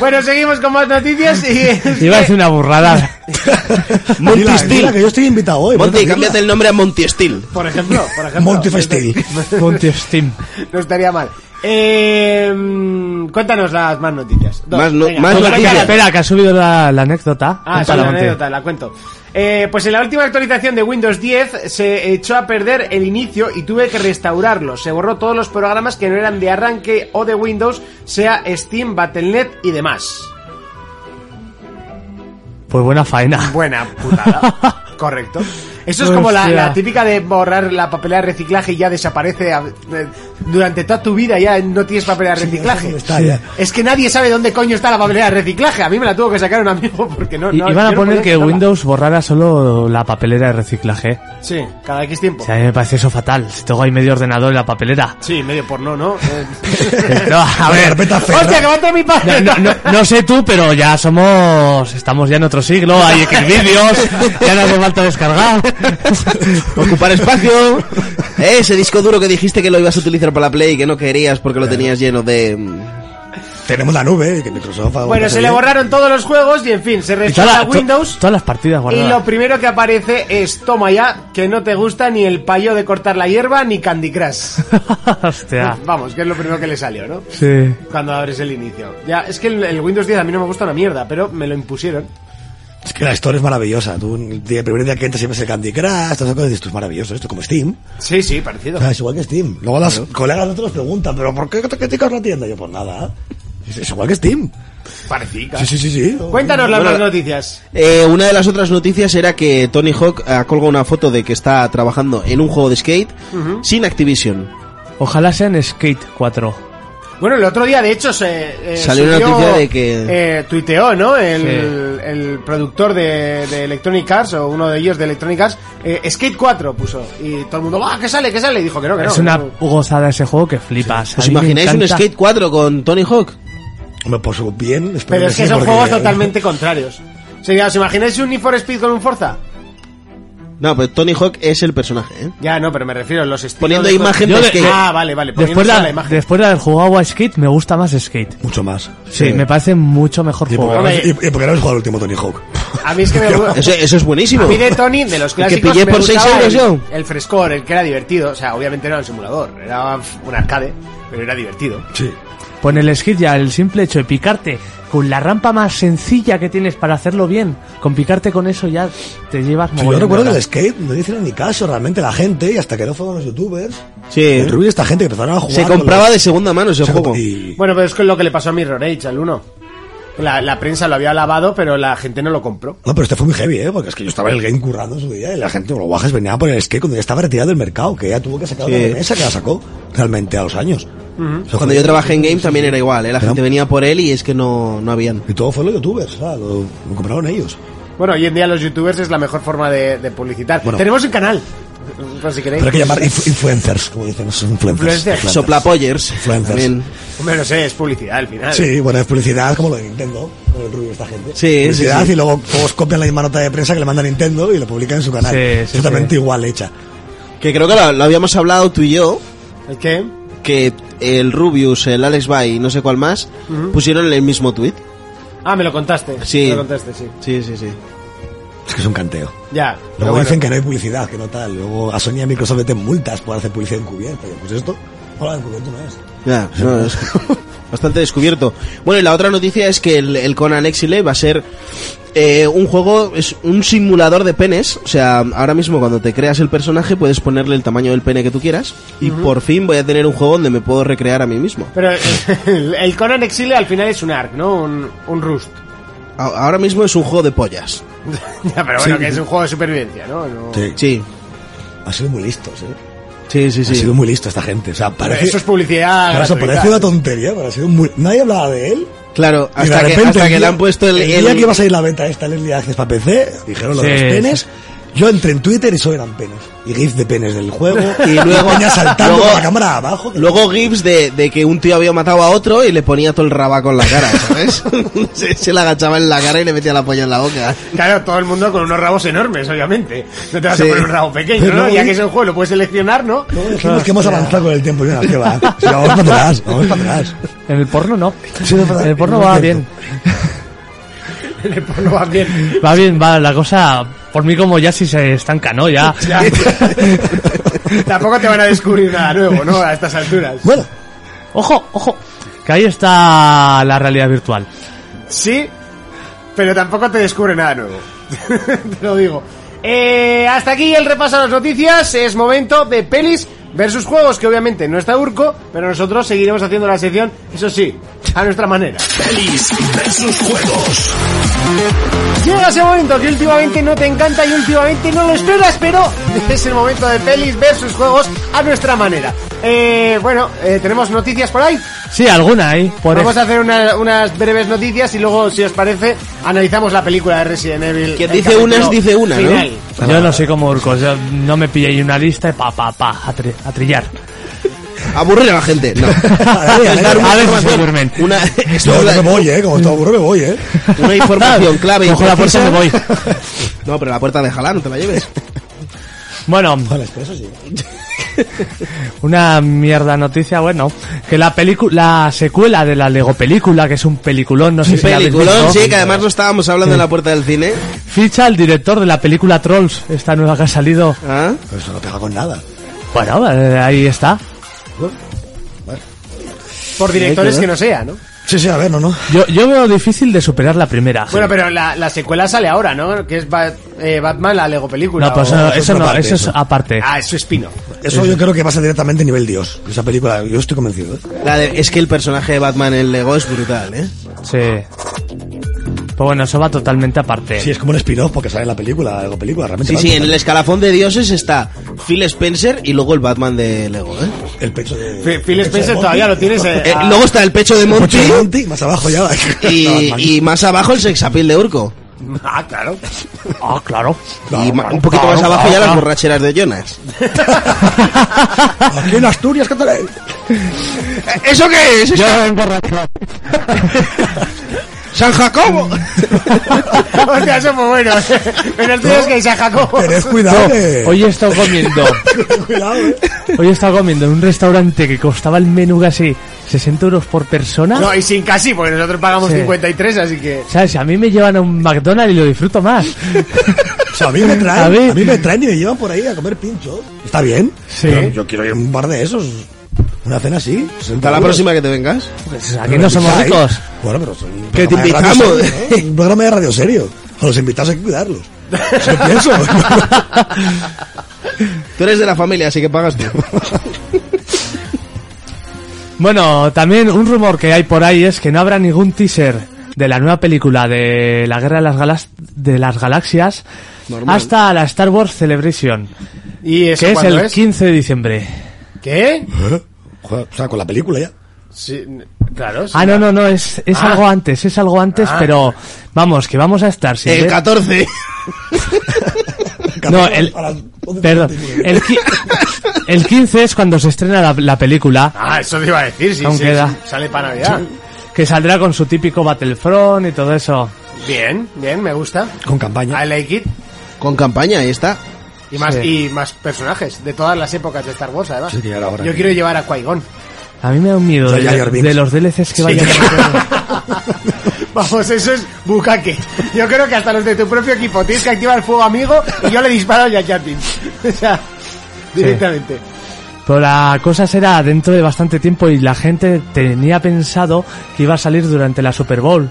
[SPEAKER 2] Bueno, seguimos con más noticias y... es
[SPEAKER 4] Iba a
[SPEAKER 2] que-
[SPEAKER 4] decir una burrada.
[SPEAKER 3] Monty
[SPEAKER 5] Dila,
[SPEAKER 3] Steel.
[SPEAKER 5] dila que yo estoy invitado hoy. ¿eh?
[SPEAKER 3] Monty,
[SPEAKER 5] ¿puedes
[SPEAKER 3] cámbiate
[SPEAKER 5] decirla?
[SPEAKER 3] el nombre a Monty Steel.
[SPEAKER 2] Por ejemplo, por ejemplo.
[SPEAKER 5] Monty Festil.
[SPEAKER 4] Monty Steam.
[SPEAKER 2] No estaría mal. Eh, mm, cuéntanos las más noticias. Dos,
[SPEAKER 3] Más no-
[SPEAKER 2] venga.
[SPEAKER 3] más
[SPEAKER 2] Venga,
[SPEAKER 3] noticias.
[SPEAKER 2] venga.
[SPEAKER 4] Espera, que ha subido la, la anécdota.
[SPEAKER 2] Ah, sí,
[SPEAKER 4] Cuéntala,
[SPEAKER 2] la
[SPEAKER 4] Monty.
[SPEAKER 2] anécdota, la cuento. Eh, pues en la última actualización de Windows 10 se echó a perder el inicio y tuve que restaurarlo. Se borró todos los programas que no eran de arranque o de Windows, sea Steam, Battle.net y demás.
[SPEAKER 4] Pues buena faena.
[SPEAKER 2] Buena putada. Correcto. Eso es como la,
[SPEAKER 4] Hostia.
[SPEAKER 2] la típica de borrar la papelera de reciclaje y ya desaparece a- eh, durante toda tu vida, ya no tienes papelera de
[SPEAKER 5] Sí,
[SPEAKER 2] reciclaje.
[SPEAKER 5] ¿dónde está ya?
[SPEAKER 2] Es que nadie sabe dónde coño está la papelera de reciclaje. A mí me la tuvo que sacar un amigo porque no.
[SPEAKER 4] Y,
[SPEAKER 2] no-
[SPEAKER 4] iban
[SPEAKER 2] yo
[SPEAKER 4] a
[SPEAKER 2] no
[SPEAKER 4] poner
[SPEAKER 2] podía
[SPEAKER 4] que
[SPEAKER 2] quitarla.
[SPEAKER 4] Windows borrara solo la papelera de reciclaje.
[SPEAKER 2] Sí, cada X tiempo.
[SPEAKER 4] O sea, a mí me parece eso fatal. Si tengo ahí medio ordenador y la papelera.
[SPEAKER 2] Sí, medio porno, ¿no? Eh,
[SPEAKER 4] No, a ver.
[SPEAKER 5] Carpeta cerrada.
[SPEAKER 2] ¡Hostia, que va a entrar mi
[SPEAKER 4] No,
[SPEAKER 2] padre!
[SPEAKER 4] no, no- no sé tú, pero ya somos. Estamos ya en otro siglo. Hay X vídeos. Ya no hace falta descargar.
[SPEAKER 3] Ocupar espacio. Eh, Ese disco duro que dijiste que lo ibas a utilizar para la Play y que no querías porque lo tenías lleno de. mm,
[SPEAKER 5] Tenemos la nube, que Microsoft... haga
[SPEAKER 2] Bueno,
[SPEAKER 5] cosas
[SPEAKER 2] se le
[SPEAKER 5] bien.
[SPEAKER 2] borraron todos los juegos y en fin, se
[SPEAKER 4] Y toda-
[SPEAKER 2] restaura
[SPEAKER 4] to-
[SPEAKER 2] Windows.
[SPEAKER 4] todas las partidas
[SPEAKER 2] Y
[SPEAKER 4] guardadas.
[SPEAKER 2] lo primero que aparece es, toma ya, que no te gusta ni el payo de cortar la hierba ni Candy Crush.
[SPEAKER 4] Hostia.
[SPEAKER 2] Vamos, que es lo primero que le salió, ¿no?
[SPEAKER 4] Sí.
[SPEAKER 2] Cuando abres el inicio. Ya, es que el, el Windows 10 a mí no me gusta una mierda, pero me lo impusieron.
[SPEAKER 5] Es que la Store es maravillosa. Tú, el día- el primer día que entras siempre es el Candy Crush, todas esas cosas, y dices, esto es maravilloso, esto como Steam.
[SPEAKER 2] Sí, sí, parecido.
[SPEAKER 5] O sea, es igual que Steam. Luego las colegas de otros preguntan, ¿pero por qué te criticas la tienda? Y yo, pues nada. Es, es igual que Steam.
[SPEAKER 2] Parecica.
[SPEAKER 5] Sí, sí, sí, sí.
[SPEAKER 2] Cuéntanos las
[SPEAKER 3] Bueno,
[SPEAKER 2] más
[SPEAKER 3] la-
[SPEAKER 2] noticias.
[SPEAKER 3] Eh, una de las otras noticias era que Tony Hawk ha colgado una foto de que está trabajando en un juego de skate sin Activision.
[SPEAKER 4] Ojalá sean Skate 4.
[SPEAKER 2] Bueno, el otro día, de hecho, se, eh,
[SPEAKER 3] Salió una
[SPEAKER 2] subió,
[SPEAKER 3] noticia de que-
[SPEAKER 2] eh, tuiteó, ¿no? El, el productor de, de Electronic Arts, o uno de ellos de Electronic Arts, eh, Skate 4 puso. Y todo el mundo, ¡ah, que sale, que sale! Y dijo que no, que no.
[SPEAKER 4] es una
[SPEAKER 2] que no.
[SPEAKER 4] gozada ese juego que flipas.
[SPEAKER 3] ¿Os
[SPEAKER 4] A mí me
[SPEAKER 3] imagináis un
[SPEAKER 4] encanta.
[SPEAKER 3] Skate 4 con Tony Hawk?
[SPEAKER 5] Hombre, pues bien. espero
[SPEAKER 2] Pero es que
[SPEAKER 5] sí,
[SPEAKER 2] son
[SPEAKER 5] porque-
[SPEAKER 2] juegos totalmente contrarios. Sería, ¿os imagináis un Need for Speed con un Forza?
[SPEAKER 3] No, pero Tony Hawk es el personaje, ¿eh?
[SPEAKER 2] Ya, no, pero me refiero a los estilos.
[SPEAKER 3] Poniendo
[SPEAKER 2] de-
[SPEAKER 3] imagen de
[SPEAKER 4] Yo de-
[SPEAKER 3] skate.
[SPEAKER 2] Ah, vale, vale.
[SPEAKER 4] Después,
[SPEAKER 2] poniéndose
[SPEAKER 4] la,
[SPEAKER 2] la imagen.
[SPEAKER 4] después de haber jugado a Skate, me gusta más Skate.
[SPEAKER 5] Mucho más.
[SPEAKER 4] Sí, me parece mucho mejor
[SPEAKER 5] Y porque,
[SPEAKER 4] juego.
[SPEAKER 5] no,
[SPEAKER 2] Hombre.
[SPEAKER 5] y- y porque no habéis jugado al último Tony Hawk.
[SPEAKER 2] A mí es que me
[SPEAKER 3] Eso, eso es buenísimo.
[SPEAKER 2] A mí de Tony, de los
[SPEAKER 3] Y que
[SPEAKER 2] clásicos,
[SPEAKER 3] pillé
[SPEAKER 2] me
[SPEAKER 3] por seis
[SPEAKER 2] gustaba
[SPEAKER 3] euros
[SPEAKER 2] el,
[SPEAKER 3] yo.
[SPEAKER 2] el frescor, el que era divertido. O sea, obviamente no era un simulador, era un arcade, pero era divertido.
[SPEAKER 5] Sí.
[SPEAKER 4] Pon el skate ya, el simple hecho de picarte con la rampa más sencilla que tienes para hacerlo bien. Con picarte con eso ya te llevas
[SPEAKER 5] Sí, yo
[SPEAKER 4] mogollón de
[SPEAKER 5] recuerdo que
[SPEAKER 4] horas.
[SPEAKER 5] el skate no le hicieron ni caso realmente la gente y hasta que no fueron los youtubers.
[SPEAKER 3] Sí.
[SPEAKER 5] Youtubers y esta gente que empezaron a jugar.
[SPEAKER 3] Se
[SPEAKER 5] con
[SPEAKER 3] compraba
[SPEAKER 5] los-
[SPEAKER 3] de segunda mano ese
[SPEAKER 5] se comp-
[SPEAKER 3] juego.
[SPEAKER 5] y-
[SPEAKER 2] Bueno, pero es con lo que le pasó a Mirror Age, al 1. La, la prensa lo había alabado, pero la gente no lo compró.
[SPEAKER 5] No, pero este fue muy heavy, ¿eh? Porque es que yo estaba en el game currando en su día y la gente, los guajes, venía por el skate cuando ya estaba retirado del mercado, que ya tuvo que sacar
[SPEAKER 3] Sí.
[SPEAKER 5] una mesa que la sacó realmente a los años. O sea,
[SPEAKER 3] Cuando
[SPEAKER 5] fue-
[SPEAKER 3] yo trabajé en Game también era igual, ¿eh? La gente venía por él y es que no, no habían.
[SPEAKER 5] Y todo fue los youtubers, o sea, lo, lo compraron ellos.
[SPEAKER 2] Bueno, hoy en día los youtubers es la mejor forma de, de publicitar.
[SPEAKER 5] Bueno.
[SPEAKER 2] Tenemos un canal, por si queréis.
[SPEAKER 5] Pero hay que llamar inf- influencers, como dicen, son influencers.
[SPEAKER 2] Influencers.
[SPEAKER 5] influencers.
[SPEAKER 3] Soplapoyers.
[SPEAKER 5] Influencers.
[SPEAKER 3] también.
[SPEAKER 2] Hombre, no sé, es publicidad al final.
[SPEAKER 5] Sí, bueno, es publicidad como lo de Nintendo, como el rubio esta gente.
[SPEAKER 3] Sí, sí,
[SPEAKER 5] publicidad
[SPEAKER 3] sí.
[SPEAKER 5] y luego todos copian la misma nota de prensa que le manda Nintendo y la publican en su canal.
[SPEAKER 4] Sí, sí,
[SPEAKER 5] Exactamente igual hecha.
[SPEAKER 3] Que creo que lo, lo habíamos hablado tú y yo,
[SPEAKER 2] ¿El qué?
[SPEAKER 3] que el Rubius, el Alex Bay y no sé cuál más, pusieron el mismo tweet.
[SPEAKER 2] Ah, me lo contaste.
[SPEAKER 3] Sí.
[SPEAKER 2] Me lo contaste, sí.
[SPEAKER 3] Sí, sí, sí.
[SPEAKER 5] Es que es un canteo.
[SPEAKER 2] Ya. pero
[SPEAKER 5] Luego
[SPEAKER 2] bueno.
[SPEAKER 5] dicen que no hay publicidad, que no tal. Luego a Sony y a Microsoft meten multas por hacer publicidad encubierta. Y yo, Pues esto, hola, encubierto no es.
[SPEAKER 3] Ya, no, es bastante descubierto. Bueno, y la otra noticia es que el, el Conan Exile va a ser eh, un juego, es un simulador de penes. O sea, ahora mismo cuando te creas el personaje puedes ponerle el tamaño del pene que tú quieras. Y por fin voy a tener un juego donde me puedo recrear a mí mismo.
[SPEAKER 2] Pero el, el Conan Exile al final es un ARC, ¿no? Un, un Rust.
[SPEAKER 3] A- ahora mismo es un juego de pollas.
[SPEAKER 2] Ya, pero bueno, que es un juego de supervivencia, ¿no? No-
[SPEAKER 3] Sí,
[SPEAKER 5] Ha sido muy listos, eh.
[SPEAKER 3] sí, sí,
[SPEAKER 5] Ha
[SPEAKER 3] sí.
[SPEAKER 5] sido muy listo esta gente. O sea, parece.
[SPEAKER 2] Eso es publicidad.
[SPEAKER 5] Claro, eso
[SPEAKER 2] gratuita.
[SPEAKER 5] parece una tontería, pero ha sido muy. Nadie hablaba de él.
[SPEAKER 3] Claro,
[SPEAKER 5] y de
[SPEAKER 3] hasta que,
[SPEAKER 5] repente
[SPEAKER 3] hasta
[SPEAKER 5] el
[SPEAKER 3] que
[SPEAKER 5] día-
[SPEAKER 3] le han puesto el...
[SPEAKER 5] día
[SPEAKER 3] el-
[SPEAKER 5] que iba a salir la beta esta, el Early Access para PC, dijeron lo de
[SPEAKER 4] Sí,
[SPEAKER 5] los penes. Yo entré en Twitter y solo eran penes. Y gif de penes del juego. Y luego. peña saltando
[SPEAKER 3] luego-
[SPEAKER 5] con la cámara abajo. que-
[SPEAKER 3] Luego GIFs de, de que un tío había matado a otro y le ponía todo el rabaco en la cara, ¿sabes? se, se le agachaba en la cara y le metía la polla en la boca.
[SPEAKER 2] Claro, todo el mundo con unos rabos enormes, obviamente. No te vas a
[SPEAKER 3] Sí.
[SPEAKER 2] poner un rabo pequeño,
[SPEAKER 5] Pero
[SPEAKER 2] ¿no?
[SPEAKER 5] luego
[SPEAKER 2] Ya
[SPEAKER 5] di-
[SPEAKER 2] que es un juego, lo puedes seleccionar, ¿no?
[SPEAKER 5] Luego dijimos que hemos avanzado con el tiempo. Y nada, que va. Si vamos para atrás, vamos para atrás.
[SPEAKER 4] En el porno no.
[SPEAKER 5] Sí, es verdad.
[SPEAKER 4] en el porno
[SPEAKER 5] Es
[SPEAKER 4] va
[SPEAKER 5] cierto.
[SPEAKER 4] bien.
[SPEAKER 2] Pues lo vas bien.
[SPEAKER 4] Va bien, va la cosa. Por mí, como ya si se estanca, ¿no? Ya.
[SPEAKER 2] Ya. Tampoco te van a descubrir nada nuevo, ¿no? A estas alturas.
[SPEAKER 5] Bueno,
[SPEAKER 4] ¡Ojo, ojo! Que ahí está la realidad virtual.
[SPEAKER 2] Sí, pero tampoco te descubre nada nuevo. te lo digo. Eh, hasta aquí el repaso a las noticias. Es momento de pelis versus juegos, que obviamente no está Urco, pero nosotros seguiremos haciendo la sección, eso sí, a nuestra manera.
[SPEAKER 1] Pelis versus juegos.
[SPEAKER 2] Llega ese momento que últimamente no te encanta y últimamente no lo esperas, pero es el momento de pelis versus juegos a nuestra manera. Eh, bueno, eh, tenemos noticias por ahí.
[SPEAKER 4] Sí, alguna ahí. Por
[SPEAKER 2] Vamos a hacer una- unas breves noticias y luego, si os parece, analizamos la película de Resident Evil.
[SPEAKER 3] Quien
[SPEAKER 2] el
[SPEAKER 3] dice
[SPEAKER 2] capítulo
[SPEAKER 3] unas, dice una, ¿no?
[SPEAKER 2] final.
[SPEAKER 4] Yo no soy como Urcos, yo no me pilléis una lista y pa, pa, pa, a, tri- a trillar.
[SPEAKER 3] Aburrir a la gente, no. Dar una
[SPEAKER 4] A veces
[SPEAKER 3] información-
[SPEAKER 4] se duermen.
[SPEAKER 3] Una, esto
[SPEAKER 5] yo
[SPEAKER 3] es
[SPEAKER 5] me
[SPEAKER 3] la-
[SPEAKER 5] voy, ¿eh? Como estoy aburro, me voy, ¿eh?
[SPEAKER 3] una información clave. y
[SPEAKER 4] Cojo la puerta y me voy.
[SPEAKER 3] precisa. No, pero la puerta déjala, no te la lleves.
[SPEAKER 4] Bueno,
[SPEAKER 5] Vale, pero eso pues sí.
[SPEAKER 4] Una mierda noticia, bueno, que la película, la secuela de la Lego película, que es un peliculón, no sé si la habéis
[SPEAKER 3] Peliculón,
[SPEAKER 4] visto,
[SPEAKER 3] sí, que además no estábamos hablando en la puerta del cine.
[SPEAKER 4] ficha al director de la película Trolls, esta nueva que ha salido.
[SPEAKER 3] ¿Ah?
[SPEAKER 5] Pero eso no pega con nada.
[SPEAKER 4] Bueno, eh, ahí está.
[SPEAKER 2] Por directores
[SPEAKER 3] Sí,
[SPEAKER 2] que no sea, ¿no?
[SPEAKER 5] Sí, sí, a ver, no, no.
[SPEAKER 4] Yo, yo veo difícil de superar la primera.
[SPEAKER 2] Bueno, pero la, la secuela sale ahora, ¿no? Que es Bat- eh, Batman, la Lego película. oh,
[SPEAKER 4] no, pues
[SPEAKER 2] o-
[SPEAKER 4] eso,
[SPEAKER 5] es
[SPEAKER 4] eso
[SPEAKER 5] otra
[SPEAKER 4] no,
[SPEAKER 5] parte,
[SPEAKER 4] eso es
[SPEAKER 5] eso.
[SPEAKER 4] aparte.
[SPEAKER 2] Ah, eso es Pino.
[SPEAKER 5] Eso yo creo que pasa directamente a nivel Dios. Esa película, yo estoy convencido. ¿eh?
[SPEAKER 3] La de- es que el personaje de Batman en Lego es brutal, ¿eh?
[SPEAKER 4] Sí. Pues bueno, eso va totalmente aparte.
[SPEAKER 5] Sí, es como un spin-off porque sale en la película, algo película, realmente.
[SPEAKER 3] Sí,
[SPEAKER 5] va
[SPEAKER 3] sí, en
[SPEAKER 5] total.
[SPEAKER 3] el escalafón de dioses está Phil Spencer y luego el Batman de Lego, ¿eh?
[SPEAKER 5] el pecho de.
[SPEAKER 2] Phil-
[SPEAKER 5] el
[SPEAKER 2] Phil
[SPEAKER 5] pecho de
[SPEAKER 2] Spencer
[SPEAKER 5] Monty.
[SPEAKER 2] todavía lo tienes. eh,
[SPEAKER 3] Eh,
[SPEAKER 2] ah,
[SPEAKER 3] luego está el pecho de
[SPEAKER 5] El pecho de
[SPEAKER 3] Monty
[SPEAKER 5] Monty, más abajo ya.
[SPEAKER 3] y, y más abajo el sexapil de Urco.
[SPEAKER 2] ah, claro.
[SPEAKER 4] Ah, claro.
[SPEAKER 3] Y ma- un poquito más abajo ya las borracheras de Jonas.
[SPEAKER 5] Aquí en Asturias, ¿qué tal?
[SPEAKER 3] ¿Eso qué es? ¡San Jacobo!
[SPEAKER 2] Hostia, eso fue bueno. Pero el tuyo es que se Jacobo.
[SPEAKER 5] Tened cuidado. eh.
[SPEAKER 4] Hoy he estado comiendo.
[SPEAKER 5] cuidado. eh.
[SPEAKER 4] Hoy he estado comiendo en un restaurante que costaba el menú casi 60 euros por persona.
[SPEAKER 2] No, y sin casi, porque nosotros pagamos
[SPEAKER 4] Sí.
[SPEAKER 2] 53, así que.
[SPEAKER 4] ¿Sabes? A mí me llevan a un McDonald's y lo disfruto más.
[SPEAKER 5] O sea, a mí me traen,
[SPEAKER 4] A
[SPEAKER 5] a
[SPEAKER 4] ver.
[SPEAKER 5] mí me traen y me llevan por ahí a comer pinchos. Está bien.
[SPEAKER 4] Sí.
[SPEAKER 5] Pero Yo quiero ir a un bar de esos. Una cena así.
[SPEAKER 3] Hasta la próxima que te vengas.
[SPEAKER 4] pues, Aquí no somos
[SPEAKER 5] Ahí.
[SPEAKER 4] ricos.
[SPEAKER 5] Bueno, pero son un
[SPEAKER 3] Que te
[SPEAKER 5] programa de radio
[SPEAKER 3] invitamos.
[SPEAKER 5] serio, ¿no? Un programa de radio serio. A los invitados hay que cuidarlos. Eso pienso.
[SPEAKER 3] Tú eres de la familia, así que pagas tú.
[SPEAKER 4] Bueno, también un rumor que hay por ahí es que no habrá ningún teaser de la nueva película de la Guerra de las, Galas- de las Galaxias
[SPEAKER 3] Normal.
[SPEAKER 4] hasta la Star Wars Celebration,
[SPEAKER 2] ¿Y eso
[SPEAKER 4] que es
[SPEAKER 2] cuándo
[SPEAKER 4] el 15 de diciembre.
[SPEAKER 2] ¿Qué?
[SPEAKER 5] ¿Eh? Joder, o sea, con la película ya.
[SPEAKER 2] Sí, n- claro. sí.
[SPEAKER 4] Ah, no, no, no, es, es
[SPEAKER 2] Ah.
[SPEAKER 4] algo antes, es algo antes,
[SPEAKER 5] Ah.
[SPEAKER 4] pero vamos, que vamos a estar sin
[SPEAKER 3] El
[SPEAKER 4] ver-
[SPEAKER 3] 14.
[SPEAKER 4] No, el,
[SPEAKER 5] A las once
[SPEAKER 4] perdón,
[SPEAKER 5] treinta y nueve.
[SPEAKER 4] el, qui- el 15 es cuando se estrena la, la película,
[SPEAKER 2] Ah, eso te iba a decir, sí,
[SPEAKER 4] Aún
[SPEAKER 2] sí,
[SPEAKER 4] queda.
[SPEAKER 2] sí, Sale para Navidad.
[SPEAKER 4] que saldrá con su típico Battlefront y todo eso.
[SPEAKER 2] Bien, bien, me gusta.
[SPEAKER 5] Con campaña.
[SPEAKER 2] I like it.
[SPEAKER 3] Con campaña, ahí está.
[SPEAKER 2] Y más,
[SPEAKER 4] Sí.
[SPEAKER 2] y más personajes de todas las épocas de Star Wars, además.
[SPEAKER 5] Sí, que ahora- ahora
[SPEAKER 2] Yo
[SPEAKER 5] que-
[SPEAKER 2] quiero llevar a Qui-Gon.
[SPEAKER 4] A mí me da un miedo
[SPEAKER 5] Ya,
[SPEAKER 4] de,
[SPEAKER 5] ya, Jar Binks.
[SPEAKER 4] de los DLCs que vayan a
[SPEAKER 2] Vamos, eso es bucaque. Yo creo que hasta los de tu propio equipo tienes que activar el fuego amigo y yo le disparo a Jack O sea, directamente.
[SPEAKER 4] Pero la cosa será dentro de bastante tiempo y la gente tenía pensado que iba a salir durante la Super Bowl,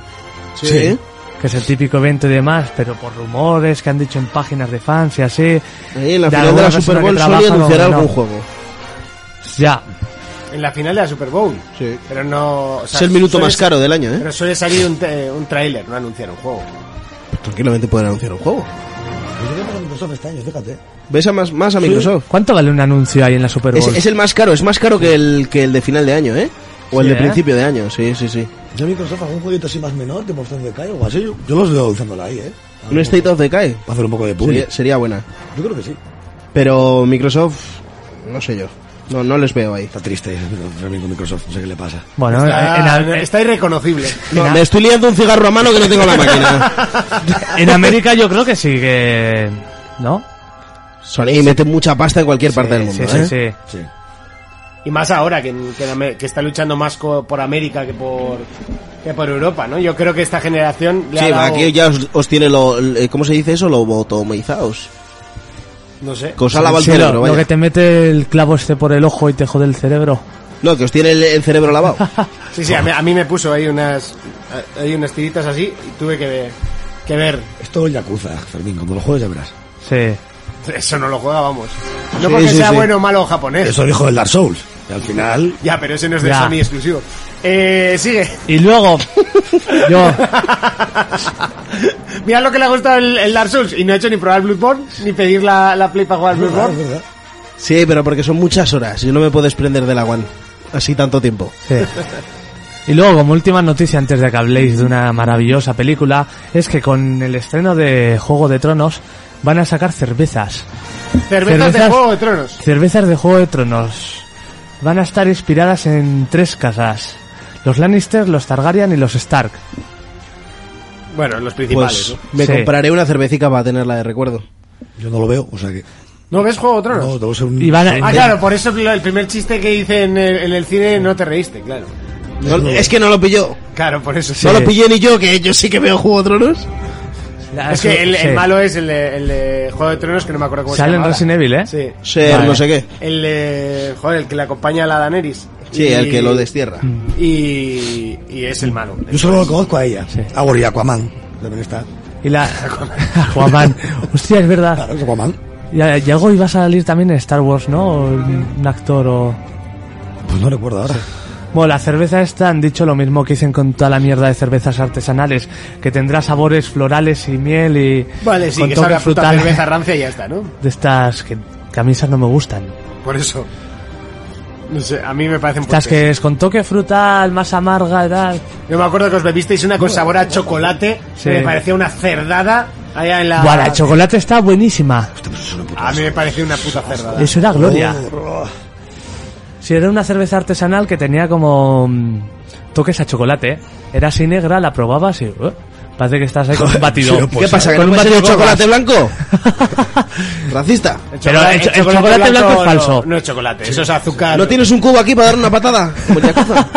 [SPEAKER 3] Sí.
[SPEAKER 4] que es el típico evento y demás, pero por rumores que han dicho en páginas de fans y así.
[SPEAKER 3] Ahí en la
[SPEAKER 4] de
[SPEAKER 3] final de la
[SPEAKER 4] alguna persona
[SPEAKER 3] Super
[SPEAKER 4] que
[SPEAKER 3] Bowl
[SPEAKER 4] trabaja,
[SPEAKER 3] Sony
[SPEAKER 4] no,
[SPEAKER 3] anunciará
[SPEAKER 4] no.
[SPEAKER 3] algún juego.
[SPEAKER 4] Ya,
[SPEAKER 2] En la final de la Super Bowl.
[SPEAKER 3] Sí.
[SPEAKER 2] Pero no. o sea,
[SPEAKER 3] es el minuto
[SPEAKER 2] suele
[SPEAKER 3] más
[SPEAKER 2] ser-
[SPEAKER 3] caro del año, ¿eh?
[SPEAKER 2] Pero suele salir un, te- un tráiler, no anunciar un juego.
[SPEAKER 3] Tranquilamente pueden anunciar un juego.
[SPEAKER 5] Yo creo que con Microsoft este año, fíjate.
[SPEAKER 3] ¿Ves a más, más a Microsoft?
[SPEAKER 4] ¿cuánto vale un anuncio ahí en la Super
[SPEAKER 3] Es,
[SPEAKER 4] Bowl?
[SPEAKER 3] es el más caro, es más caro que el, que el de final de año, ¿eh? O el
[SPEAKER 4] Sí,
[SPEAKER 3] de
[SPEAKER 4] ¿eh?
[SPEAKER 3] principio de año, sí, sí, sí.
[SPEAKER 5] Yo Microsoft algún jueguito así más menor, tipo opción de Kai o algo así. Yo, yo los veo usándolo ahí, ¿eh?
[SPEAKER 3] Un State of Decay
[SPEAKER 5] Para hacer un poco de publi.
[SPEAKER 3] sería, sería buena.
[SPEAKER 5] Yo creo que sí.
[SPEAKER 3] Pero Microsoft, no sé yo. No, no les veo ahí.
[SPEAKER 5] Está triste eh, el amigo Microsoft, no sé qué le pasa.
[SPEAKER 4] Bueno,
[SPEAKER 3] Ah,
[SPEAKER 4] en- eh, en,
[SPEAKER 2] Está,
[SPEAKER 4] Am-
[SPEAKER 2] está irreconocible.
[SPEAKER 3] No, me estoy liando un cigarro a mano que no tengo la máquina.
[SPEAKER 4] en América yo creo que sí que... ¿No?
[SPEAKER 3] Sony mete mucha pasta en cualquier parte del mundo,
[SPEAKER 4] sí, sí,
[SPEAKER 3] ¿eh?
[SPEAKER 4] sí.
[SPEAKER 5] Sí.
[SPEAKER 2] Y más ahora, que, que, en Amer- que está luchando más co- por América que por, que por Europa, ¿no? Yo creo que esta generación le ha
[SPEAKER 3] Sí,
[SPEAKER 2] dado-
[SPEAKER 3] aquí ya os, os tiene lo... el- ¿Cómo se dice eso? Lo botomizaos.
[SPEAKER 2] No sé.
[SPEAKER 3] Cosa lava el
[SPEAKER 4] Sí,
[SPEAKER 3] cerebro,
[SPEAKER 4] lo,
[SPEAKER 3] vaya.
[SPEAKER 4] lo que te mete el clavo este por el ojo y te jode el cerebro.
[SPEAKER 3] No, que os tiene el, el cerebro lavado.
[SPEAKER 2] Sí, sí, a mí, a mí me puso ahí unas, a- ahí unas tiritas así y tuve que ver, que ver.
[SPEAKER 5] Es todo el Yakuza, Fermín. Cuando lo juegues ya verás.
[SPEAKER 4] Sí.
[SPEAKER 2] Eso no lo jugábamos. No
[SPEAKER 3] Sí,
[SPEAKER 2] porque
[SPEAKER 3] sí,
[SPEAKER 2] sea
[SPEAKER 3] sí.
[SPEAKER 2] bueno o malo japonés.
[SPEAKER 5] Eso dijo el Dark Souls. Y al final...
[SPEAKER 2] Ya, pero ese no es de
[SPEAKER 4] Ya.
[SPEAKER 2] Sony exclusivo. Eh, sigue.
[SPEAKER 4] Y luego, yo,
[SPEAKER 2] Mirad lo que le ha gustado el, el Dark Souls y no ha hecho ni probar Bloodborne, ni pedir la, la Play para jugar al
[SPEAKER 5] Es
[SPEAKER 2] Bloodborne.
[SPEAKER 5] verdad.
[SPEAKER 3] Sí, pero porque son muchas horas. Yo no me puedo desprender de la One. Así tanto tiempo.
[SPEAKER 4] Sí. Y luego, como última noticia antes de que habléis de una maravillosa película, es que con el estreno de Juego de Tronos van a sacar cervezas.
[SPEAKER 2] Cervezas de
[SPEAKER 4] Cervezas.
[SPEAKER 2] Juego de Tronos.
[SPEAKER 4] Cervezas de Juego de Tronos. Van a estar inspiradas en tres casas. Los Lannister, los Targaryen y los Stark.
[SPEAKER 2] Bueno, los principales.
[SPEAKER 3] Pues
[SPEAKER 2] ¿no?
[SPEAKER 3] me
[SPEAKER 4] Sí.
[SPEAKER 3] compraré una cervecita para tenerla de recuerdo.
[SPEAKER 5] Yo no lo veo, o sea que...
[SPEAKER 2] ¿No ves Juego de Tronos?
[SPEAKER 5] No, debo ser un-
[SPEAKER 4] Y van a-
[SPEAKER 2] Ah, claro, por eso el primer chiste que hice en el, en el cine no te reíste, claro.
[SPEAKER 3] No- es que no lo pilló.
[SPEAKER 2] Claro, por eso.
[SPEAKER 3] No lo pillé ni yo, que yo sí que veo Juego de Tronos.
[SPEAKER 4] La-
[SPEAKER 2] Es que el, el
[SPEAKER 4] Ah, sí.
[SPEAKER 2] malo es el, de- el de Juego de Tronos que no me acuerdo cómo se
[SPEAKER 4] Sale en
[SPEAKER 2] llama. ahora.
[SPEAKER 4] Resident Evil, ¿eh?
[SPEAKER 2] Sí.
[SPEAKER 3] Ser
[SPEAKER 4] Vale.
[SPEAKER 3] no sé qué.
[SPEAKER 2] El de. Joder, el que le acompaña a la Daenerys.
[SPEAKER 3] Sí,
[SPEAKER 2] Y- Mm.
[SPEAKER 3] el que lo destierra.
[SPEAKER 2] Y, y es el malo.
[SPEAKER 5] Yo solo lo conozco a ella. Ah, bueno, y Aquaman. También está.
[SPEAKER 4] Y la... Aquaman. Hostia, es verdad.
[SPEAKER 5] Claro, es Aquaman.
[SPEAKER 4] Y, y algo iba a salir también en Star Wars, ¿no? O Un actor o...
[SPEAKER 5] Pues no recuerdo ahora.
[SPEAKER 4] Bueno, la cerveza esta han dicho lo mismo que dicen con toda la mierda de cervezas artesanales, que tendrá sabores florales y miel y
[SPEAKER 2] Vale, sí,
[SPEAKER 4] con
[SPEAKER 2] que
[SPEAKER 4] toques
[SPEAKER 2] sabe a puta
[SPEAKER 4] frutales
[SPEAKER 2] cerveza rancia y ya está, ¿no?
[SPEAKER 4] de estas que, que a mí esas no me gustan.
[SPEAKER 2] Por eso. No sé, a mí me parecen
[SPEAKER 4] Estas
[SPEAKER 2] puentes.
[SPEAKER 4] que es con toque frutal, más amarga y tal.
[SPEAKER 2] Yo me acuerdo que os bebisteis una con sabor a chocolate.
[SPEAKER 4] Sí.
[SPEAKER 2] Que me parecía una cerdada allá en la.
[SPEAKER 4] Buah, la de chocolate está buenísima.
[SPEAKER 2] A mí me parecía una puta cerdada.
[SPEAKER 4] Eso era gloria.
[SPEAKER 5] Oh, oh.
[SPEAKER 4] Si era una cerveza artesanal que tenía como mm, toques a chocolate. Era así negra, la probabas y... eh, parece que estás ahí con un batido.
[SPEAKER 5] sí, pues,
[SPEAKER 3] ¿Qué pasa? ¿Que no me salió chocolate blanco? ¿Racista?
[SPEAKER 2] El
[SPEAKER 4] Pero el cho- el chocolate blanco es falso.
[SPEAKER 2] No, no es chocolate, eso es azúcar.
[SPEAKER 3] ¿No tienes un cubo aquí para dar una patada? Pues Como Yakuza.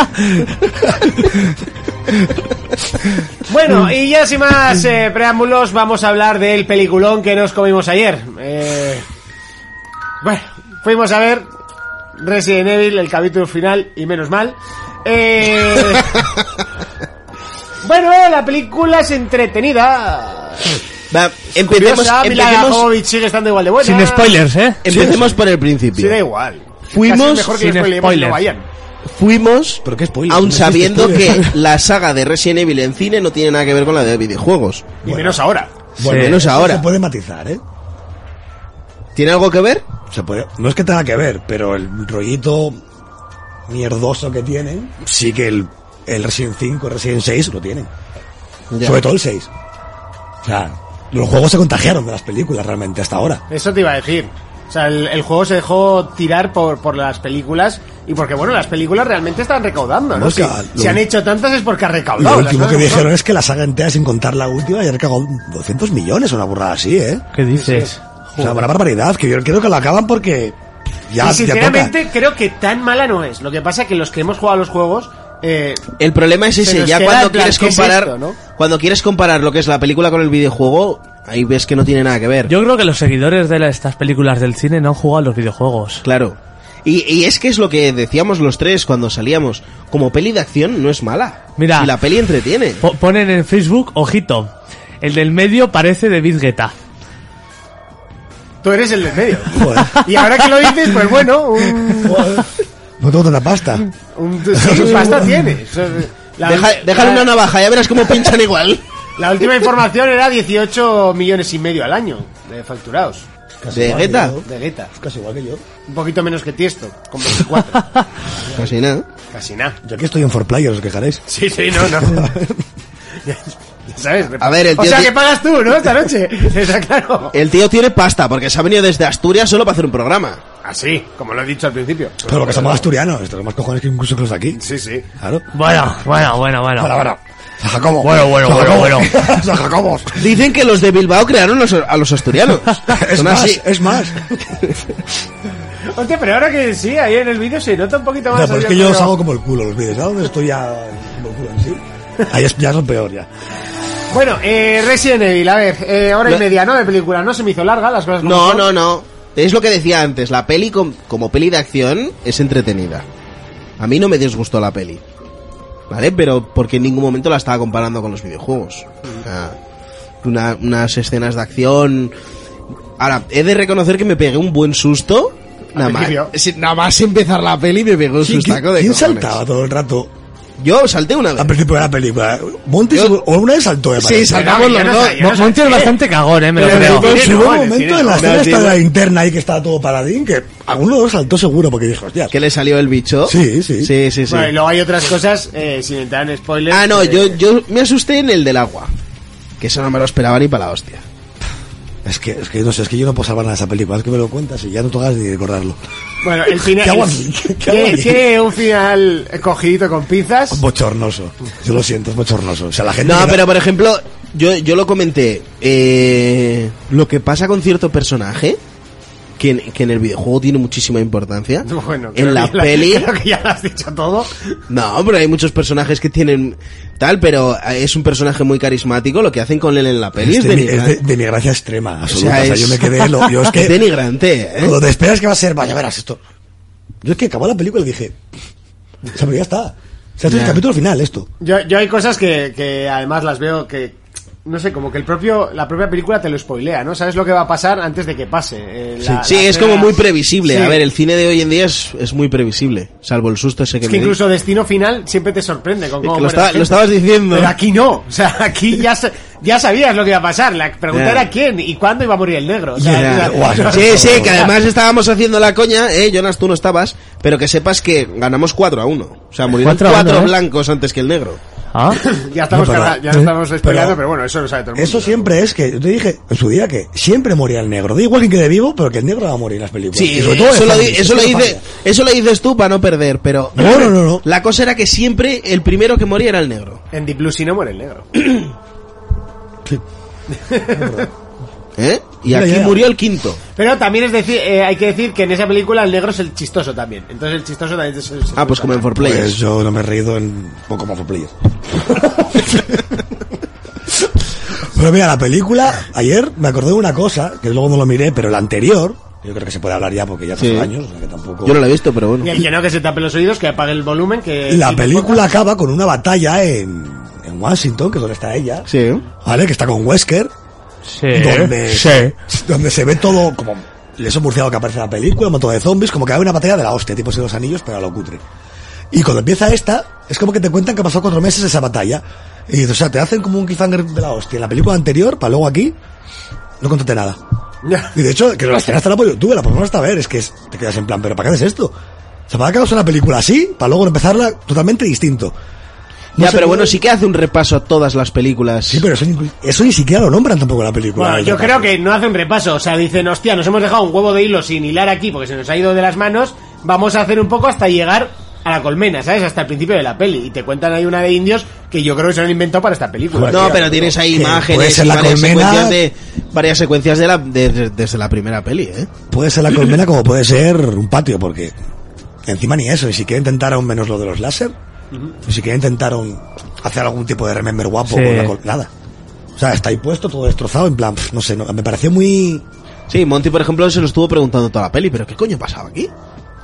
[SPEAKER 2] Bueno, y ya sin más eh, preámbulos, vamos a hablar del peliculón que nos comimos ayer. Eh, bueno, fuimos a ver Resident Evil, el capítulo final, y menos mal. Eh, bueno, eh, la película es entretenida.
[SPEAKER 3] Va, empecemos,
[SPEAKER 2] Curiosa, Mila
[SPEAKER 3] empecemos,
[SPEAKER 2] Jovovich sigue estando igual de buena.
[SPEAKER 4] Sin spoilers, ¿eh?
[SPEAKER 3] empecemos por el
[SPEAKER 2] Sí,
[SPEAKER 3] principio.
[SPEAKER 2] da igual.
[SPEAKER 3] Fuimos
[SPEAKER 2] Casi es mejor que
[SPEAKER 4] sin
[SPEAKER 2] los spoilers,
[SPEAKER 4] spoilers.
[SPEAKER 2] no vayan.
[SPEAKER 3] Fuimos,
[SPEAKER 5] Pero qué spoiler.
[SPEAKER 3] aun
[SPEAKER 5] no existe
[SPEAKER 3] sabiendo que
[SPEAKER 5] spoiler.
[SPEAKER 3] la saga de Resident Evil en cine no tiene nada que ver con la de videojuegos.
[SPEAKER 2] Y menos ahora.
[SPEAKER 5] Bueno,
[SPEAKER 4] Sí.
[SPEAKER 5] menos
[SPEAKER 3] Eso
[SPEAKER 5] ahora.
[SPEAKER 3] se
[SPEAKER 5] Se puede matizar, ¿eh?
[SPEAKER 3] ¿Tiene algo que ver?
[SPEAKER 5] Se puede... No es que tenga que ver, pero el rollito mierdoso que tienen, sí que el, el Resident 5, Resident 6 lo tienen.
[SPEAKER 3] Ya.
[SPEAKER 5] Sobre todo el 6. O sea, los juegos se contagiaron de las películas realmente hasta ahora.
[SPEAKER 2] Eso te iba a decir. O sea, el, el juego se dejó tirar por, por las películas y porque, bueno, las películas realmente están recaudando, ¿no?
[SPEAKER 5] Vamos,
[SPEAKER 2] Si,
[SPEAKER 5] que a-
[SPEAKER 2] si
[SPEAKER 5] lo-
[SPEAKER 2] han hecho tantas es porque ha
[SPEAKER 5] Lo
[SPEAKER 2] recaudado. las
[SPEAKER 5] último que
[SPEAKER 2] cosas como
[SPEAKER 5] dijeron es que la saga entera, sin contar la última, ya ha recagado 200 millones, una burrada así, ¿eh?
[SPEAKER 4] ¿Qué dices?
[SPEAKER 5] O sea, una barbaridad, que yo creo que lo acaban porque ya,
[SPEAKER 2] son. Y
[SPEAKER 5] ya toca.
[SPEAKER 2] sinceramente creo que tan mala no es. Lo que pasa es que los que hemos jugado a los juegos... Eh,
[SPEAKER 3] El problema es
[SPEAKER 2] Se
[SPEAKER 3] ese,
[SPEAKER 2] nos
[SPEAKER 3] ya
[SPEAKER 2] queda
[SPEAKER 3] cuando
[SPEAKER 2] en plan,
[SPEAKER 3] quieres
[SPEAKER 2] ¿qué es
[SPEAKER 3] comparar,
[SPEAKER 2] esto, no?
[SPEAKER 3] cuando quieres comparar lo que es la película con el videojuego, ahí ves que no tiene nada que ver.
[SPEAKER 4] Yo creo que los seguidores de la- estas películas del cine no han jugado a los videojuegos.
[SPEAKER 3] Claro. Y, y es que es lo que decíamos los tres cuando salíamos. Como peli de acción no es mala.
[SPEAKER 4] Mira.
[SPEAKER 3] Y la peli entretiene.
[SPEAKER 4] Po- ponen en Facebook, ojito, el del medio parece de Guetta.
[SPEAKER 2] tú eres el del medio.
[SPEAKER 5] Joder.
[SPEAKER 2] y ahora que lo dices, pues bueno, un,
[SPEAKER 5] No tengo tanta pasta.
[SPEAKER 2] un, sí, pasta tienes. O sea, La,
[SPEAKER 3] Deja- déjale
[SPEAKER 2] la-
[SPEAKER 3] una navaja, ya verás cómo pinchan igual.
[SPEAKER 2] la última información era 18 millones y medio al año de facturados
[SPEAKER 3] ¿De
[SPEAKER 5] igual que
[SPEAKER 3] Guetta?
[SPEAKER 5] yo.
[SPEAKER 2] de gueta.
[SPEAKER 5] Casi igual que yo.
[SPEAKER 2] Un poquito menos que Tiesto, con 24.
[SPEAKER 3] Casi nada.
[SPEAKER 2] Casi nada.
[SPEAKER 5] Yo aquí estoy en For Players, os quejaréis.
[SPEAKER 2] Sí, sí, no, no. Ya ¿Sabes?
[SPEAKER 3] A ver, el
[SPEAKER 2] O
[SPEAKER 3] tío
[SPEAKER 2] sea,
[SPEAKER 3] ti- Eh,
[SPEAKER 2] que pagas tú, ¿no? Esta noche. Está claro.
[SPEAKER 3] El tío tiene pasta porque se ha venido desde Asturias solo para hacer un programa.
[SPEAKER 2] Así, como lo he dicho al principio.
[SPEAKER 5] Pero porque somos asturianos, tenemos más cojones que incluso que los de aquí.
[SPEAKER 2] Sí, sí.
[SPEAKER 5] Claro.
[SPEAKER 4] Bueno, bueno, bueno, bueno.
[SPEAKER 5] Bueno, bueno. San Jacobo.
[SPEAKER 4] Bueno, bueno,
[SPEAKER 5] San
[SPEAKER 4] bueno,
[SPEAKER 5] Jacobo.
[SPEAKER 4] bueno.
[SPEAKER 5] San Jacobo.
[SPEAKER 3] Dicen que los de Bilbao crearon los- a los asturianos.
[SPEAKER 5] Es
[SPEAKER 3] Son
[SPEAKER 5] más,
[SPEAKER 3] así.
[SPEAKER 5] es más.
[SPEAKER 2] Hostia, pero ahora que sí, ahí en el vídeo se nota un poquito
[SPEAKER 5] O
[SPEAKER 2] más.
[SPEAKER 5] sea, pero es
[SPEAKER 2] ahí
[SPEAKER 5] que
[SPEAKER 2] el
[SPEAKER 5] yo
[SPEAKER 2] color.
[SPEAKER 5] salgo como el culo los vídeos. ¿Sabes dónde estoy ya como el culo en sí? Ahí es, ya son peor ya.
[SPEAKER 2] Bueno, eh, Resident Evil, a ver, eh, hora y
[SPEAKER 3] No-
[SPEAKER 2] media, ¿no? De película, ¿no? Se me hizo larga las cosas. como
[SPEAKER 3] No,
[SPEAKER 2] son.
[SPEAKER 3] no, no. Es lo que decía antes. La peli, com- como peli de acción, es entretenida. A mí no me disgustó la peli. ¿Vale? Pero porque en ningún momento la estaba comparando con los videojuegos. O sea, una- unas escenas de acción. Ahora, he de reconocer que me pegué un buen susto. Nada más,
[SPEAKER 2] principio.
[SPEAKER 3] sí, nada más empezar la peli me pegó un
[SPEAKER 5] ¿Quién,
[SPEAKER 3] sustaco de
[SPEAKER 5] quién
[SPEAKER 3] cojones.
[SPEAKER 5] saltaba todo el rato
[SPEAKER 3] Yo salté una
[SPEAKER 5] al
[SPEAKER 3] vez.
[SPEAKER 5] principio de la película? Monty
[SPEAKER 3] Yo-
[SPEAKER 5] o una vez saltó, me
[SPEAKER 3] Sí,
[SPEAKER 5] parece.
[SPEAKER 2] Pero,
[SPEAKER 3] saltamos
[SPEAKER 2] ya
[SPEAKER 3] los
[SPEAKER 2] no
[SPEAKER 3] dos.
[SPEAKER 2] sabía.
[SPEAKER 4] Mo- Monty es bastante cagón, eh, me lo
[SPEAKER 2] Pero-
[SPEAKER 4] creo.
[SPEAKER 2] pero-
[SPEAKER 5] Pero si hubo
[SPEAKER 2] no,
[SPEAKER 5] un
[SPEAKER 2] en el
[SPEAKER 5] momento
[SPEAKER 2] cine
[SPEAKER 5] en
[SPEAKER 2] no.
[SPEAKER 5] la escena
[SPEAKER 3] No,
[SPEAKER 5] esta
[SPEAKER 3] tío.
[SPEAKER 5] de la interna ahí que estaba todo paradín, que alguno de los saltó seguro porque dijo, hostias.
[SPEAKER 3] Que le salió el bicho.
[SPEAKER 5] Sí, sí.
[SPEAKER 3] Sí, sí, sí.
[SPEAKER 2] Bueno, y luego hay otras cosas, eh, sin entrar en spoilers.
[SPEAKER 3] Ah, no,
[SPEAKER 2] eh,
[SPEAKER 3] yo, yo me asusté en el del agua. Que eso no me lo esperaba ni para la hostia.
[SPEAKER 5] Es que, es que no sé, es que yo no puedo salvar nada de esa película, es que me lo cuentas y ya no tocas ni recordarlo.
[SPEAKER 2] Bueno, el final.
[SPEAKER 5] ¿Qué hago
[SPEAKER 2] el-
[SPEAKER 5] aquí? ¿Qué hago
[SPEAKER 2] Tiene
[SPEAKER 5] aquí?
[SPEAKER 2] tiene un final cogidito con pinzas.
[SPEAKER 5] Bochornoso. Yo lo siento, es bochornoso. O sea, la gente.
[SPEAKER 3] No,
[SPEAKER 5] que
[SPEAKER 3] pero por ejemplo, yo, yo lo comenté. eh, lo que pasa con cierto personaje que en, que en el videojuego tiene muchísima importancia.
[SPEAKER 2] Bueno, creo
[SPEAKER 3] en la
[SPEAKER 2] que
[SPEAKER 3] peli.
[SPEAKER 2] creo que ya lo has dicho todo.
[SPEAKER 3] No, pero hay muchos personajes que tienen tal, pero es un personaje muy carismático. Lo que hacen con él en la peli
[SPEAKER 5] Es
[SPEAKER 3] es,
[SPEAKER 5] de, mi- es
[SPEAKER 3] denigrante.
[SPEAKER 5] de- de mi gracia extrema, absoluta.
[SPEAKER 3] ¿eh? O
[SPEAKER 5] O
[SPEAKER 3] sea,
[SPEAKER 5] sea,
[SPEAKER 3] es-
[SPEAKER 5] yo me quedé. Lo, yo es
[SPEAKER 3] Es
[SPEAKER 5] que.
[SPEAKER 3] denigrante, ¿eh?
[SPEAKER 5] Lo te esperas que va a ser, vaya, verás esto. Yo es que acabó la película y dije. O sea, pero ya está. O sea, esto es el capítulo final, esto.
[SPEAKER 2] Yo, yo hay cosas que, que además las veo que no sé, como que el propio la propia película te lo spoilea, ¿no? Sabes lo que va a pasar antes de que pase. eh, la-
[SPEAKER 3] Sí,
[SPEAKER 2] la
[SPEAKER 3] es
[SPEAKER 2] escena-
[SPEAKER 3] como muy previsible.
[SPEAKER 2] Sí.
[SPEAKER 3] A ver, el cine de hoy en día es, es muy previsible. Salvo el susto ese que,
[SPEAKER 2] es que
[SPEAKER 3] me di.
[SPEAKER 2] incluso destino final siempre te sorprende con
[SPEAKER 3] Que
[SPEAKER 2] cómo
[SPEAKER 3] lo,
[SPEAKER 2] muere
[SPEAKER 3] estaba-
[SPEAKER 2] la
[SPEAKER 3] lo
[SPEAKER 2] gente.
[SPEAKER 3] estabas diciendo.
[SPEAKER 2] Pero aquí no, o sea, aquí ya, sa- ya sabías lo que iba a pasar. La pregunta
[SPEAKER 3] Ya.
[SPEAKER 2] era quién y cuándo iba a morir el negro. o sea,
[SPEAKER 3] Ya.
[SPEAKER 2] tú-
[SPEAKER 5] Guau.
[SPEAKER 3] Sí, sí, que además estábamos haciendo la coña, eh, Jonas, tú no estabas, pero que sepas que ganamos 4 a 1. O sea, murieron
[SPEAKER 4] Cuatro a
[SPEAKER 3] 4
[SPEAKER 4] uno, ¿eh?
[SPEAKER 3] blancos antes que el negro.
[SPEAKER 4] ¿Ah?
[SPEAKER 2] ya estamos,
[SPEAKER 5] No, pero-
[SPEAKER 2] carga- ya estamos
[SPEAKER 5] pero-
[SPEAKER 2] spoileando, pero, bueno, eso lo sabe todo el mundo.
[SPEAKER 5] Eso siempre es que yo te dije en su día que siempre moría el negro. Da igual que quede vivo, pero que el negro va a morir en las películas.
[SPEAKER 3] Sí,
[SPEAKER 5] Y sobre todo en
[SPEAKER 3] eso, lo,
[SPEAKER 5] Zombies,
[SPEAKER 3] di-
[SPEAKER 5] es
[SPEAKER 3] eso
[SPEAKER 5] que
[SPEAKER 3] lo
[SPEAKER 5] no
[SPEAKER 3] dice,
[SPEAKER 5] falla.
[SPEAKER 3] eso lo dices tú para no perder, pero...
[SPEAKER 5] No, no, no, no.
[SPEAKER 3] La cosa era que siempre el primero que moría era el negro.
[SPEAKER 2] En Deep Blue si no muere el negro.
[SPEAKER 3] ¿Eh? Y
[SPEAKER 5] Ya,
[SPEAKER 3] aquí
[SPEAKER 5] ya.
[SPEAKER 3] murió el quinto.
[SPEAKER 2] Pero también es decir, eh, hay que decir que en esa película el negro es el chistoso también. Entonces el chistoso también es el
[SPEAKER 3] Ah, pues como en For
[SPEAKER 5] Pues
[SPEAKER 3] Players.
[SPEAKER 5] yo no me he reído en poco más de player. pero Pues mira, la película, ayer me acordé de una cosa, que luego no lo miré, pero la anterior, yo creo que se puede hablar ya porque ya pasó
[SPEAKER 3] Sí.
[SPEAKER 5] años, o sea que tampoco.
[SPEAKER 3] Yo no la he visto, pero bueno.
[SPEAKER 2] Y el que no, que se tape los oídos, que apague el volumen, que... pues
[SPEAKER 5] La
[SPEAKER 2] y-
[SPEAKER 5] película acaba con una batalla en, en Washington, que es donde está ella,
[SPEAKER 3] Sí. ¿eh?
[SPEAKER 5] ¿vale? Que está con Wesker,
[SPEAKER 4] Sí.
[SPEAKER 5] donde,
[SPEAKER 4] Eh, Sí.
[SPEAKER 5] donde se ve todo como el eso murciélago que aparece en la película, un montón de zombies, como que hay una batalla de la hostia, tipo de los anillos, pero a lo cutre. Y cuando empieza esta, es como que te cuentan que pasó cuatro meses esa batalla. Y o sea, te hacen como un cliffhanger de la hostia. En la película anterior, para luego aquí, no contate nada. Y de hecho, que la escena está en apoyo tú, la podemos hasta ver, es que es- te quedas en plan, pero ¿para qué haces esto? O sea, ¿para qué hagas una película así? Para luego empezarla totalmente distinto. No
[SPEAKER 3] Ya,
[SPEAKER 5] sé
[SPEAKER 3] pero
[SPEAKER 5] cómo-
[SPEAKER 3] bueno, sí que hace un repaso a todas las películas.
[SPEAKER 5] Sí, pero eso, ni- eso ni siquiera lo nombran tampoco en la película.
[SPEAKER 2] Bueno, yo
[SPEAKER 5] Tampoco.
[SPEAKER 2] creo que no hace un repaso. O sea, dicen, hostia, nos hemos dejado un huevo de hilo sin hilar aquí porque se nos ha ido de las manos. Vamos a hacer un poco hasta llegar a la colmena, ¿sabes? Hasta el principio de la peli. Y te cuentan ahí una de indios que yo creo que se han inventado para esta película.
[SPEAKER 3] No, pero tienes ahí
[SPEAKER 5] que puede
[SPEAKER 3] imágenes
[SPEAKER 5] ser
[SPEAKER 3] y
[SPEAKER 5] la
[SPEAKER 3] varias
[SPEAKER 5] colmena.
[SPEAKER 3] secuencias de varias secuencias de la de- de- desde la primera peli, ¿eh?
[SPEAKER 5] Puede ser la colmena como puede ser un patio, porque encima ni eso, ni siquiera intentaron menos lo de los láser, ni siquiera intentaron hacer algún tipo de remember guapo
[SPEAKER 4] Sí.
[SPEAKER 5] con la col- nada. O sea, está ahí puesto, todo destrozado, en plan, pf, no sé, no- me pareció muy...
[SPEAKER 3] Sí, Monty por ejemplo se lo estuvo preguntando toda la peli, pero ¿qué coño pasaba aquí?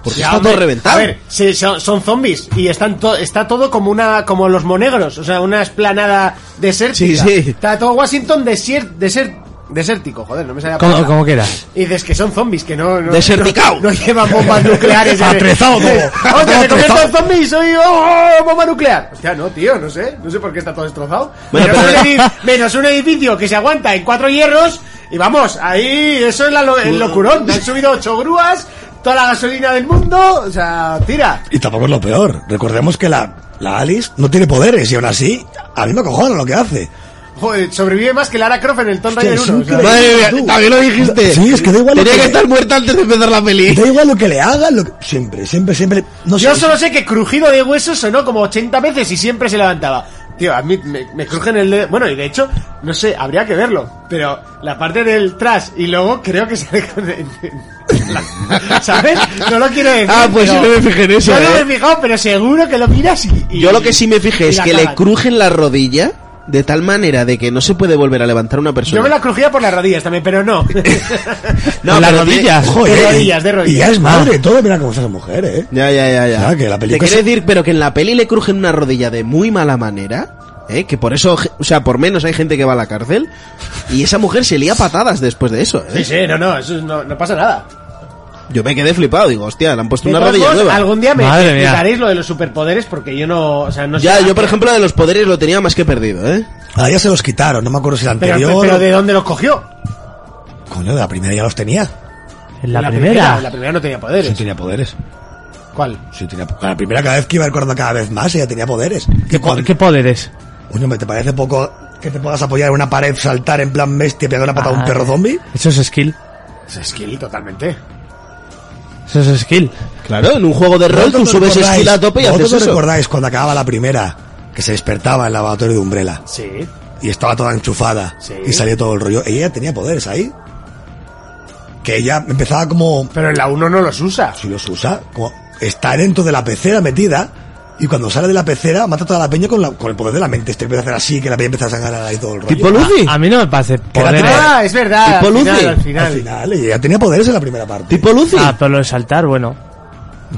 [SPEAKER 3] Porque
[SPEAKER 2] Ya,
[SPEAKER 3] está
[SPEAKER 2] hombre,
[SPEAKER 3] todo reventado.
[SPEAKER 2] A ver, sí, son, son zombies y están to- está todo como una como los monegros, o sea, una esplanada desértica.
[SPEAKER 3] Sí, sí.
[SPEAKER 2] Está todo Washington desier- deser- desértico, joder, no me salía la
[SPEAKER 4] Como,
[SPEAKER 2] palabra.
[SPEAKER 4] como quieras.
[SPEAKER 2] Y dices que son zombies, que no... no
[SPEAKER 3] Deserticao.
[SPEAKER 2] No, no llevan bombas nucleares.
[SPEAKER 5] Atrezado todo.
[SPEAKER 2] ¡Oye, me convierto en
[SPEAKER 5] Atrezado.
[SPEAKER 2] zombie y soy oh, oh, bomba nuclear! Hostia, no, tío, no sé. No sé por qué está todo destrozado.
[SPEAKER 3] Bueno,
[SPEAKER 2] menos,
[SPEAKER 3] pero-
[SPEAKER 2] un edi- menos un edificio que se aguanta en cuatro hierros y vamos, ahí, eso es la lo- el locurón. Han subido ocho grúas, toda la gasolina del mundo, o sea, tira.
[SPEAKER 5] Y tampoco es lo peor, recordemos que la, la Alice no tiene poderes y aún así, a mí me acojona lo que hace.
[SPEAKER 2] Joder, sobrevive más que Lara Croft en el Tomb
[SPEAKER 5] Hostia,
[SPEAKER 2] Raider
[SPEAKER 5] es
[SPEAKER 2] 1. o sea.
[SPEAKER 5] increíble.
[SPEAKER 3] Madre mía,
[SPEAKER 5] Tú.
[SPEAKER 3] también lo dijiste.
[SPEAKER 5] Sí, es que da igual lo
[SPEAKER 3] Tenía que
[SPEAKER 5] que-
[SPEAKER 3] estar muerta antes de empezar la peli.
[SPEAKER 5] Da igual lo que le hagan, lo que- siempre, siempre, siempre... No
[SPEAKER 2] Yo
[SPEAKER 5] sé,
[SPEAKER 2] solo sé que crujido de huesos sonó como 80 veces y siempre se levantaba. Tío, a mí me, me crujen el dedo. Bueno, y de hecho, no sé, habría que verlo. Pero la parte del trash y luego creo que se ¿Sabes? No lo quiero decir.
[SPEAKER 3] Ah, pues
[SPEAKER 2] pero-
[SPEAKER 3] yo no me fijé en eso,
[SPEAKER 2] Yo no
[SPEAKER 3] ¿eh?
[SPEAKER 2] me he fijado, pero seguro que lo miras y. y-
[SPEAKER 3] Yo lo que sí me fijé
[SPEAKER 2] y
[SPEAKER 3] es
[SPEAKER 2] la
[SPEAKER 3] que le
[SPEAKER 2] cagan.
[SPEAKER 3] crujen la rodilla de tal manera de que no se puede volver a levantar una persona.
[SPEAKER 2] Yo me la crujía por las rodillas también, pero no.
[SPEAKER 3] No,
[SPEAKER 4] Con las
[SPEAKER 3] pero tiene-
[SPEAKER 4] rodillas.
[SPEAKER 5] joder,
[SPEAKER 2] de rodillas, de rodillas. Ah.
[SPEAKER 5] Y ya es madre, todo mira cómo está esa mujer, eh.
[SPEAKER 3] Ya, ya, ya, ya.
[SPEAKER 5] Ah, que la película
[SPEAKER 3] Te quiero
[SPEAKER 5] se-
[SPEAKER 3] decir, pero que en la peli le crujen una rodilla de muy mala manera, ¿eh? que por eso, o sea, por menos hay gente que va a la cárcel, y esa mujer se lía a patadas después de eso,
[SPEAKER 2] Sí,
[SPEAKER 3] ¿eh?
[SPEAKER 2] sí, no, no, eso no, no pasa nada.
[SPEAKER 3] Yo me quedé flipado, digo, hostia, le han puesto
[SPEAKER 2] De
[SPEAKER 3] una
[SPEAKER 2] todos
[SPEAKER 3] rodilla
[SPEAKER 2] modos,
[SPEAKER 3] nueva.
[SPEAKER 2] algún día me
[SPEAKER 4] Madre mía.
[SPEAKER 2] explicaréis lo de los superpoderes porque yo no. O sea, no
[SPEAKER 3] Ya,
[SPEAKER 2] sé-
[SPEAKER 3] yo por ejemplo de los poderes lo tenía más que perdido, ¿eh?
[SPEAKER 5] Ah, ya se los quitaron, no me acuerdo si la
[SPEAKER 2] Pero,
[SPEAKER 5] anterior...
[SPEAKER 2] pero
[SPEAKER 5] o-
[SPEAKER 2] ¿de dónde los cogió?
[SPEAKER 5] Coño, de la primera ya los tenía.
[SPEAKER 4] En la,
[SPEAKER 2] en La
[SPEAKER 4] primera.
[SPEAKER 2] primera no tenía poderes.
[SPEAKER 5] tenía poderes.
[SPEAKER 2] ¿Cuál?
[SPEAKER 5] Sí, tenía, a la primera cada vez que iba recordando cada vez más, ella tenía poderes.
[SPEAKER 4] ¿Qué, po- qué poderes?
[SPEAKER 5] Coño, ¿me te parece poco que te puedas apoyar en una pared, saltar en plan bestia, pegar una patada a
[SPEAKER 4] Ah.
[SPEAKER 5] un perro zombie?
[SPEAKER 4] Eso es skill.
[SPEAKER 2] Es skill totalmente.
[SPEAKER 4] Eso es skill.
[SPEAKER 3] Claro, en un juego de rol tú
[SPEAKER 5] ¿Vosotros
[SPEAKER 3] subes
[SPEAKER 5] recordáis-
[SPEAKER 3] esquila a tope y
[SPEAKER 5] ¿vosotros
[SPEAKER 3] haces eso.
[SPEAKER 5] recordáis cuando acababa la primera que se despertaba en el lavatorio de Umbrella
[SPEAKER 2] Sí.
[SPEAKER 5] y estaba toda enchufada
[SPEAKER 2] Sí.
[SPEAKER 5] y salía todo el rollo? Ella ya tenía poderes ahí. que ella empezaba como
[SPEAKER 2] Pero en la 1 no los usa.
[SPEAKER 5] si los usa, como está dentro de la pecera metida y cuando sale de la pecera mata a toda la peña con, la- con el poder de la mente. Este empieza a hacer así, que la peña empieza a sangrar ahí todo el rollo.
[SPEAKER 3] ¿Tipo Lucy?
[SPEAKER 4] A, a mí no me parece
[SPEAKER 5] la
[SPEAKER 4] poder. eh,
[SPEAKER 5] tiene-
[SPEAKER 2] Ah, es verdad.
[SPEAKER 3] Tipo
[SPEAKER 2] al final,
[SPEAKER 3] Lucy.
[SPEAKER 2] al final.
[SPEAKER 5] Al final, y ella tenía poderes en la primera parte.
[SPEAKER 3] ¿Tipo Lucy?
[SPEAKER 4] Ah, pero lo de saltar, bueno.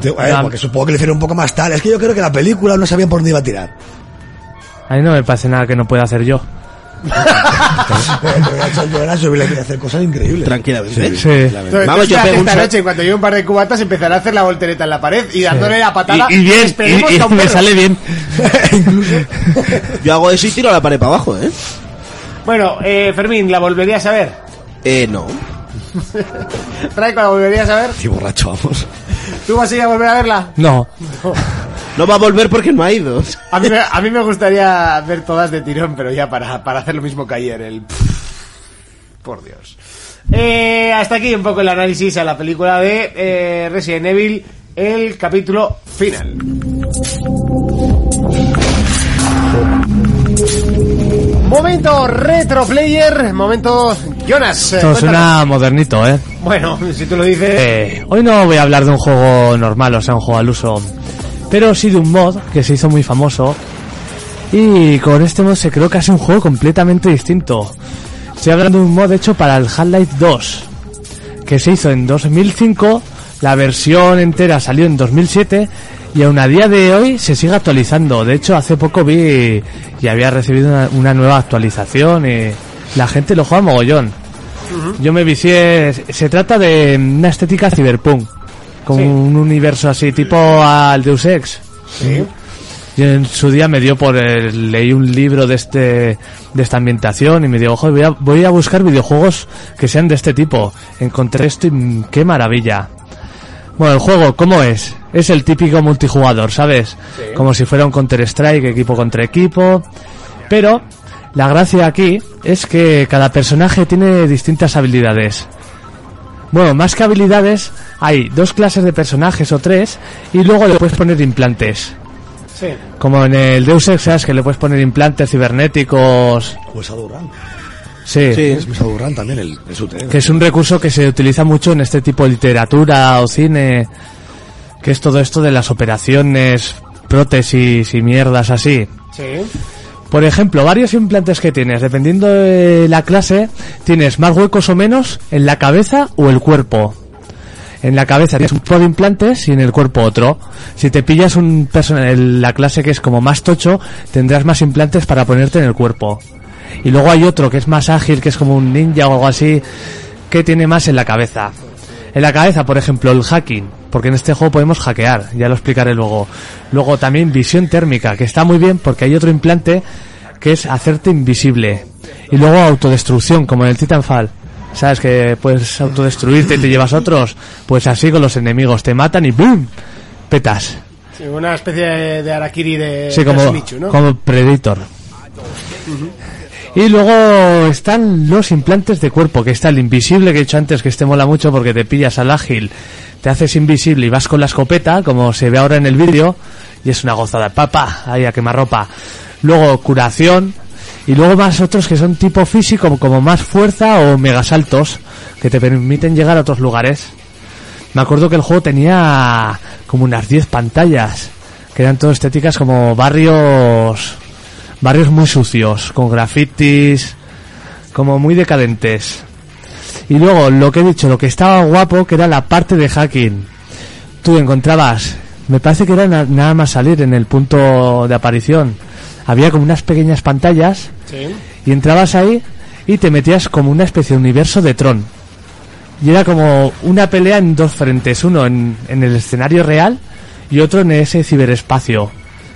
[SPEAKER 5] Te- eh,
[SPEAKER 4] la-
[SPEAKER 5] porque supongo que le hicieron un poco más tal. Es que yo creo que la película no sabían por dónde iba a tirar.
[SPEAKER 4] A mí no me parece nada que no pueda hacer yo.
[SPEAKER 5] Pero era Charles Jonas, yo le quería hacer cosas increíbles.
[SPEAKER 3] Tranquilamente.
[SPEAKER 4] Sí.
[SPEAKER 2] Entonces,
[SPEAKER 3] Vamos, yo
[SPEAKER 2] espérate,
[SPEAKER 3] pego un
[SPEAKER 2] esta
[SPEAKER 3] sa-
[SPEAKER 2] noche, cuando lleve un par de cubatas, empezará a hacer la voltereta en la pared y dándole la patada.
[SPEAKER 4] Y, y bien,
[SPEAKER 2] esperemos
[SPEAKER 4] y- y
[SPEAKER 2] que a un
[SPEAKER 4] me
[SPEAKER 2] perro.
[SPEAKER 4] sale bien.
[SPEAKER 3] Yo hago eso y tiro la pared para abajo, ¿eh?
[SPEAKER 2] Bueno, eh, Fermín, ¿la volverías a ver?
[SPEAKER 3] Eh, no.
[SPEAKER 2] Traico, ¿la volverías a ver?
[SPEAKER 5] Qué borracho vamos.
[SPEAKER 2] ¿Tú vas a ir a volver a verla?
[SPEAKER 4] No.
[SPEAKER 3] No va a volver porque no ha ido.
[SPEAKER 2] A mí, me- a mí me gustaría ver todas de tirón, pero ya para, para hacer lo mismo que ayer, el... Por Dios. Eh, hasta aquí un poco el análisis a la película de eh, Resident Evil, el capítulo final. Momento retro player, momento Jonas. eh,
[SPEAKER 4] Esto
[SPEAKER 2] cuéntanos.
[SPEAKER 4] suena modernito, ¿eh?
[SPEAKER 2] Bueno, si tú lo dices...
[SPEAKER 4] Eh, Hoy no voy a hablar de un juego normal, o sea, un juego al uso. Pero sí de un mod que se hizo muy famoso. Y con este mod se creó casi un juego completamente distinto. Estoy hablando de un mod hecho para el Half-Life 2. Que se hizo en 2005. La versión entera salió en 2007. Y aún a día de hoy se sigue actualizando. De hecho, hace poco vi y había recibido una, una nueva actualización. Y la gente lo juega mogollón. Yo me vicié. Se trata de una estética cyberpunk. Con
[SPEAKER 2] Sí.
[SPEAKER 4] un universo así, tipo al Deus Ex.
[SPEAKER 2] Sí.
[SPEAKER 4] Yo en su día me dio por el- leí un libro de este de esta ambientación y me digo, "Joder, voy a, voy a buscar videojuegos que sean de este tipo. Encontré esto y mm, qué maravilla. Bueno, el juego, ¿cómo es? Es el típico multijugador, ¿sabes? Como si fuera un Counter-Strike, equipo contra equipo. Pero la gracia aquí es que cada personaje tiene distintas habilidades. Bueno, más que habilidades, hay dos clases de personajes o tres y luego le puedes poner implantes.
[SPEAKER 2] Sí.
[SPEAKER 4] Como en el Deus Ex, ¿sabes? Que le puedes poner implantes cibernéticos.
[SPEAKER 5] Pues a Durán.
[SPEAKER 4] Sí.
[SPEAKER 5] Es pues a Durán también el, el sute, ¿eh?
[SPEAKER 4] Que es un recurso que se utiliza mucho en este tipo de literatura o cine. Que es todo esto de las operaciones, prótesis y mierdas así.
[SPEAKER 2] Sí.
[SPEAKER 4] Por ejemplo, varios implantes que tienes, dependiendo de la clase, tienes más huecos o menos en la cabeza o el cuerpo. En la cabeza tienes un tipo de implantes y en el cuerpo otro. Si te pillas un persona- en la clase que es como más tocho, tendrás más implantes para ponerte en el cuerpo. Y luego hay otro que es más ágil, que es como un ninja o algo así, que tiene más en la cabeza. En la cabeza, por ejemplo, el hacking, porque en este juego podemos hackear, ya lo explicaré luego. Luego también visión térmica, que está muy bien porque hay otro implante que es hacerte invisible. Y luego autodestrucción, como en el Titanfall. ¿Sabes que puedes autodestruirte y te llevas otros? Pues así con los enemigos, te matan y ¡boom! Petas.
[SPEAKER 2] Sí, una especie de, de Arakiri de
[SPEAKER 4] Sí, como,
[SPEAKER 2] Michu, eh, ¿no?
[SPEAKER 4] como Predator. Y luego están los implantes de cuerpo, que está el invisible que he dicho antes, que este mola mucho porque te pillas al ágil, te haces invisible y vas con la escopeta, como se ve ahora en el vídeo, y es una gozada. Papá, ahí a quemar ropa. Luego curación, y luego más otros que son tipo físico, como más fuerza o megasaltos, que te permiten llegar a otros lugares. Me acuerdo que el juego tenía como unas 10 pantallas, que eran todo estéticas como barrios barrios muy sucios, con grafitis, como muy decadentes. Y luego, lo que he dicho, lo que estaba guapo, que era la parte de hacking. Tú encontrabas, me parece que era na- nada más salir en el punto de aparición. Había como unas pequeñas pantallas
[SPEAKER 2] Sí.
[SPEAKER 4] y entrabas ahí y te metías como una especie de universo de Tron. Y era como una pelea en dos frentes, uno en, en el escenario real y otro en ese ciberespacio,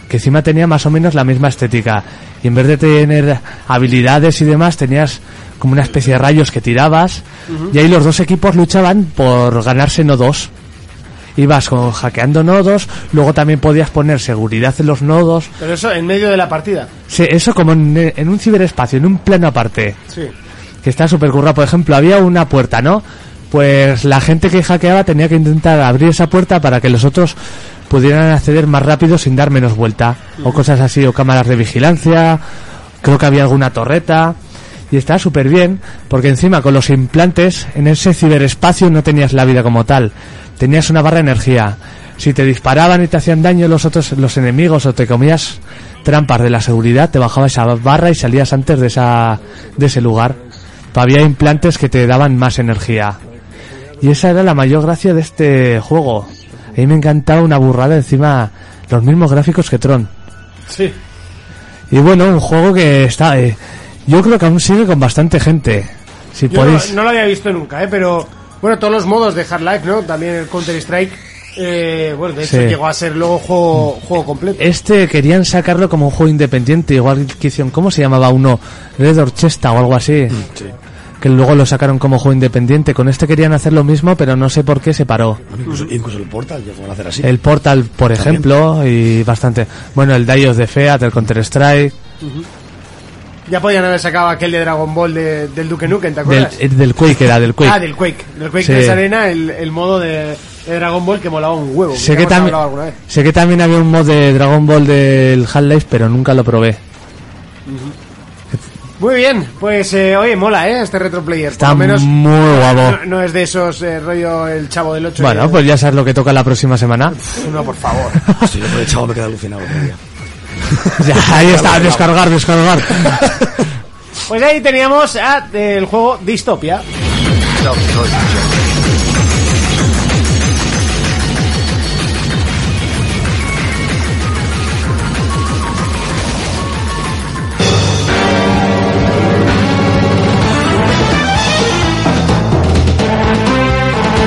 [SPEAKER 4] que encima tenía más o menos la misma estética. Y en vez de tener habilidades y demás, tenías como una especie de rayos que tirabas y ahí los dos equipos luchaban por ganarse nodos. Ibas con, hackeando nodos, luego también podías poner seguridad en los nodos.
[SPEAKER 2] Pero eso en medio de la partida.
[SPEAKER 4] Sí, eso como en, en un ciberespacio, en un plano aparte
[SPEAKER 2] Sí.
[SPEAKER 4] que está súper currado. Por ejemplo, había una puerta, ¿no? Pues la gente que hackeaba tenía que intentar abrir esa puerta para que los otros pudieran acceder más rápido sin dar menos vuelta. O cosas así, o cámaras de vigilancia, creo que había alguna torreta. y está súper bien, porque encima con los implantes en ese ciberespacio no tenías la vida como tal, tenías una barra de energía. Si te disparaban y te hacían daño los otros, los enemigos o te comías trampas de la seguridad, te bajaba esa barra y salías antes de esa, de ese lugar. Había implantes que te daban más energía. Y esa era la mayor gracia de este juego. A mí me encantaba una burrada encima los mismos gráficos que Tron.
[SPEAKER 2] Sí.
[SPEAKER 4] Y bueno, un juego que está... eh, yo creo que aún sigue con bastante gente. Si
[SPEAKER 2] Yo
[SPEAKER 4] podéis...
[SPEAKER 2] no, no lo había visto nunca, ¿eh? pero bueno, todos los modos de Hard Life, ¿no? También el Counter Strike. eh, bueno, de hecho
[SPEAKER 4] Sí.
[SPEAKER 2] llegó a ser luego juego, juego completo.
[SPEAKER 4] Este querían sacarlo como un juego independiente, igual que hicieron, ¿cómo se llamaba uno? Red Orchestra o algo así.
[SPEAKER 2] Mm.
[SPEAKER 4] Que luego lo sacaron como juego independiente. Con este querían hacer lo mismo, pero no sé por qué se paró.
[SPEAKER 5] Incluso, incluso el Portal ya fueron a hacer así.
[SPEAKER 4] El Portal, por ejemplo, y bastante. Bueno, el Dios de Feat, el Counter-Strike,
[SPEAKER 2] Ya podían haber sacado aquel de Dragon Ball de- del Duke Nukem, ¿te
[SPEAKER 4] del,
[SPEAKER 2] acuerdas?
[SPEAKER 4] eh, del Quake era, del Quake.
[SPEAKER 2] Ah, del Quake. Del Quake
[SPEAKER 4] Sí.
[SPEAKER 2] de esa arena, el, el modo de, de Dragon Ball que molaba un huevo.
[SPEAKER 4] sé,
[SPEAKER 2] ya
[SPEAKER 4] que
[SPEAKER 2] hemos
[SPEAKER 4] también,
[SPEAKER 2] hablado alguna vez.
[SPEAKER 4] sé que también había un mod de Dragon Ball del Half-Life, pero nunca lo probé.
[SPEAKER 2] Muy bien, pues eh, oye, mola, ¿eh? Este retroplayer.
[SPEAKER 4] Está
[SPEAKER 2] Por lo menos
[SPEAKER 4] muy guapo.
[SPEAKER 2] no, no es de esos eh, rollo el chavo del 8.
[SPEAKER 4] Bueno, pues ya sabes lo que toca la próxima semana.
[SPEAKER 2] No, por favor.
[SPEAKER 5] Sí, yo por el chavo me quedé alucinado otro día.
[SPEAKER 4] Ya, ahí está, descargar, descargar.
[SPEAKER 2] Pues ahí teníamos a, eh, el juego Distopia.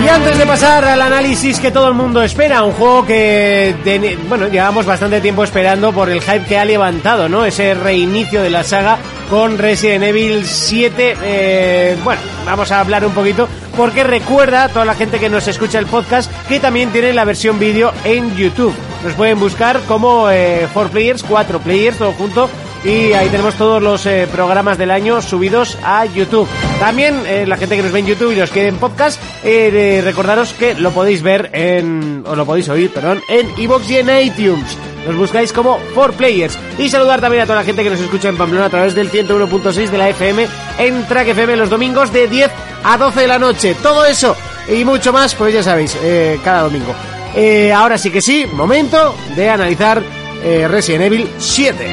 [SPEAKER 2] Y antes de pasar al análisis que todo el mundo espera, un juego que, de- bueno, llevamos bastante tiempo esperando por el hype que ha levantado, ¿no? Ese reinicio de la saga con Resident Evil 7. eh, bueno, vamos a hablar un poquito porque recuerda a toda la gente que nos escucha el podcast que también tiene la versión vídeo en YouTube. Nos pueden buscar como eh, 4players, 4players, todo junto y ahí tenemos todos los eh, programas del año subidos a YouTube. También eh, la gente que nos ve en YouTube y los que en podcast, eh, eh, recordaros que lo podéis ver en, o lo podéis oír, perdón, en iBox y en iTunes. Nos buscáis como 4Players. Y saludar también a toda la gente que nos escucha en Pamplona a través del 101.6 de la FM en Track FM los domingos de 10 a 12 de la noche. Todo eso y mucho más, pues ya sabéis, eh, cada domingo. Eh, ahora sí que sí, momento de analizar eh, Resident Evil 7.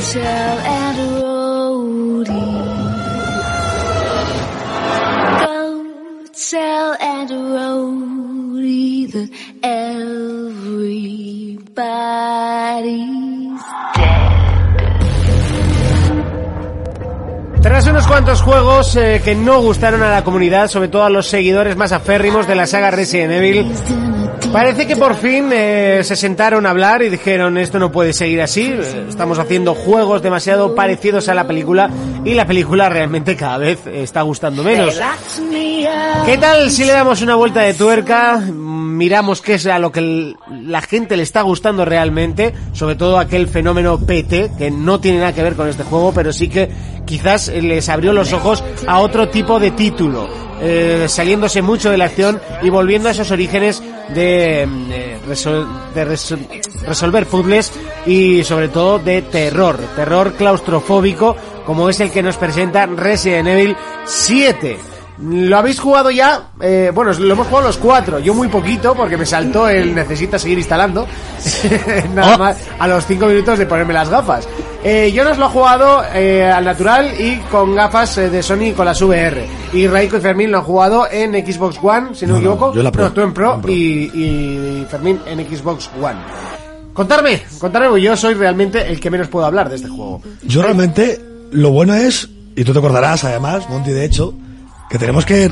[SPEAKER 6] Shell and Roddy. Go tell and Roddy that everybody's
[SPEAKER 2] Tras unos cuantos juegos eh, que no gustaron a la comunidad, sobre todo a los seguidores más aférrimos de la saga Resident Evil, parece que por fin eh, se sentaron a hablar y dijeron esto no puede seguir así, eh, estamos haciendo juegos demasiado parecidos a la película y la película realmente cada vez está gustando menos.
[SPEAKER 6] locked me up.
[SPEAKER 2] ¿Qué tal si le damos una vuelta de tuerca? Miramos qué es a lo que el- la gente le está gustando realmente, sobre todo aquel fenómeno PT, que no tiene nada que ver con este juego, pero sí que quizás les abrió los ojos a otro tipo de título, eh, saliéndose mucho de la acción y volviendo a esos orígenes de, mm, eh, resol- de resol- resolver puzzles y sobre todo de terror, terror claustrofóbico como es el que nos presenta Resident Evil 7. Lo habéis jugado ya, eh, bueno, lo hemos jugado los cuatro, yo muy poquito porque me saltó el necesita seguir instalando, nada
[SPEAKER 5] Oh.
[SPEAKER 2] más a los cinco minutos de ponerme las gafas. Eh, yo nos lo he jugado eh, al natural y con gafas eh, de Sony y con las VR. Y Raiko y Fermín lo han jugado en Xbox One, si
[SPEAKER 5] No,
[SPEAKER 2] no, me
[SPEAKER 5] no,
[SPEAKER 2] equivoco.
[SPEAKER 5] yo en la Pro.
[SPEAKER 2] No, tú en Pro,
[SPEAKER 5] En Pro.
[SPEAKER 2] Y, y Fermín en Xbox One. Contarme, contarme, porque yo soy realmente el que menos puedo hablar de este juego.
[SPEAKER 5] Yo realmente, lo bueno es, y tú te acordarás además, Monty, de hecho, que tenemos que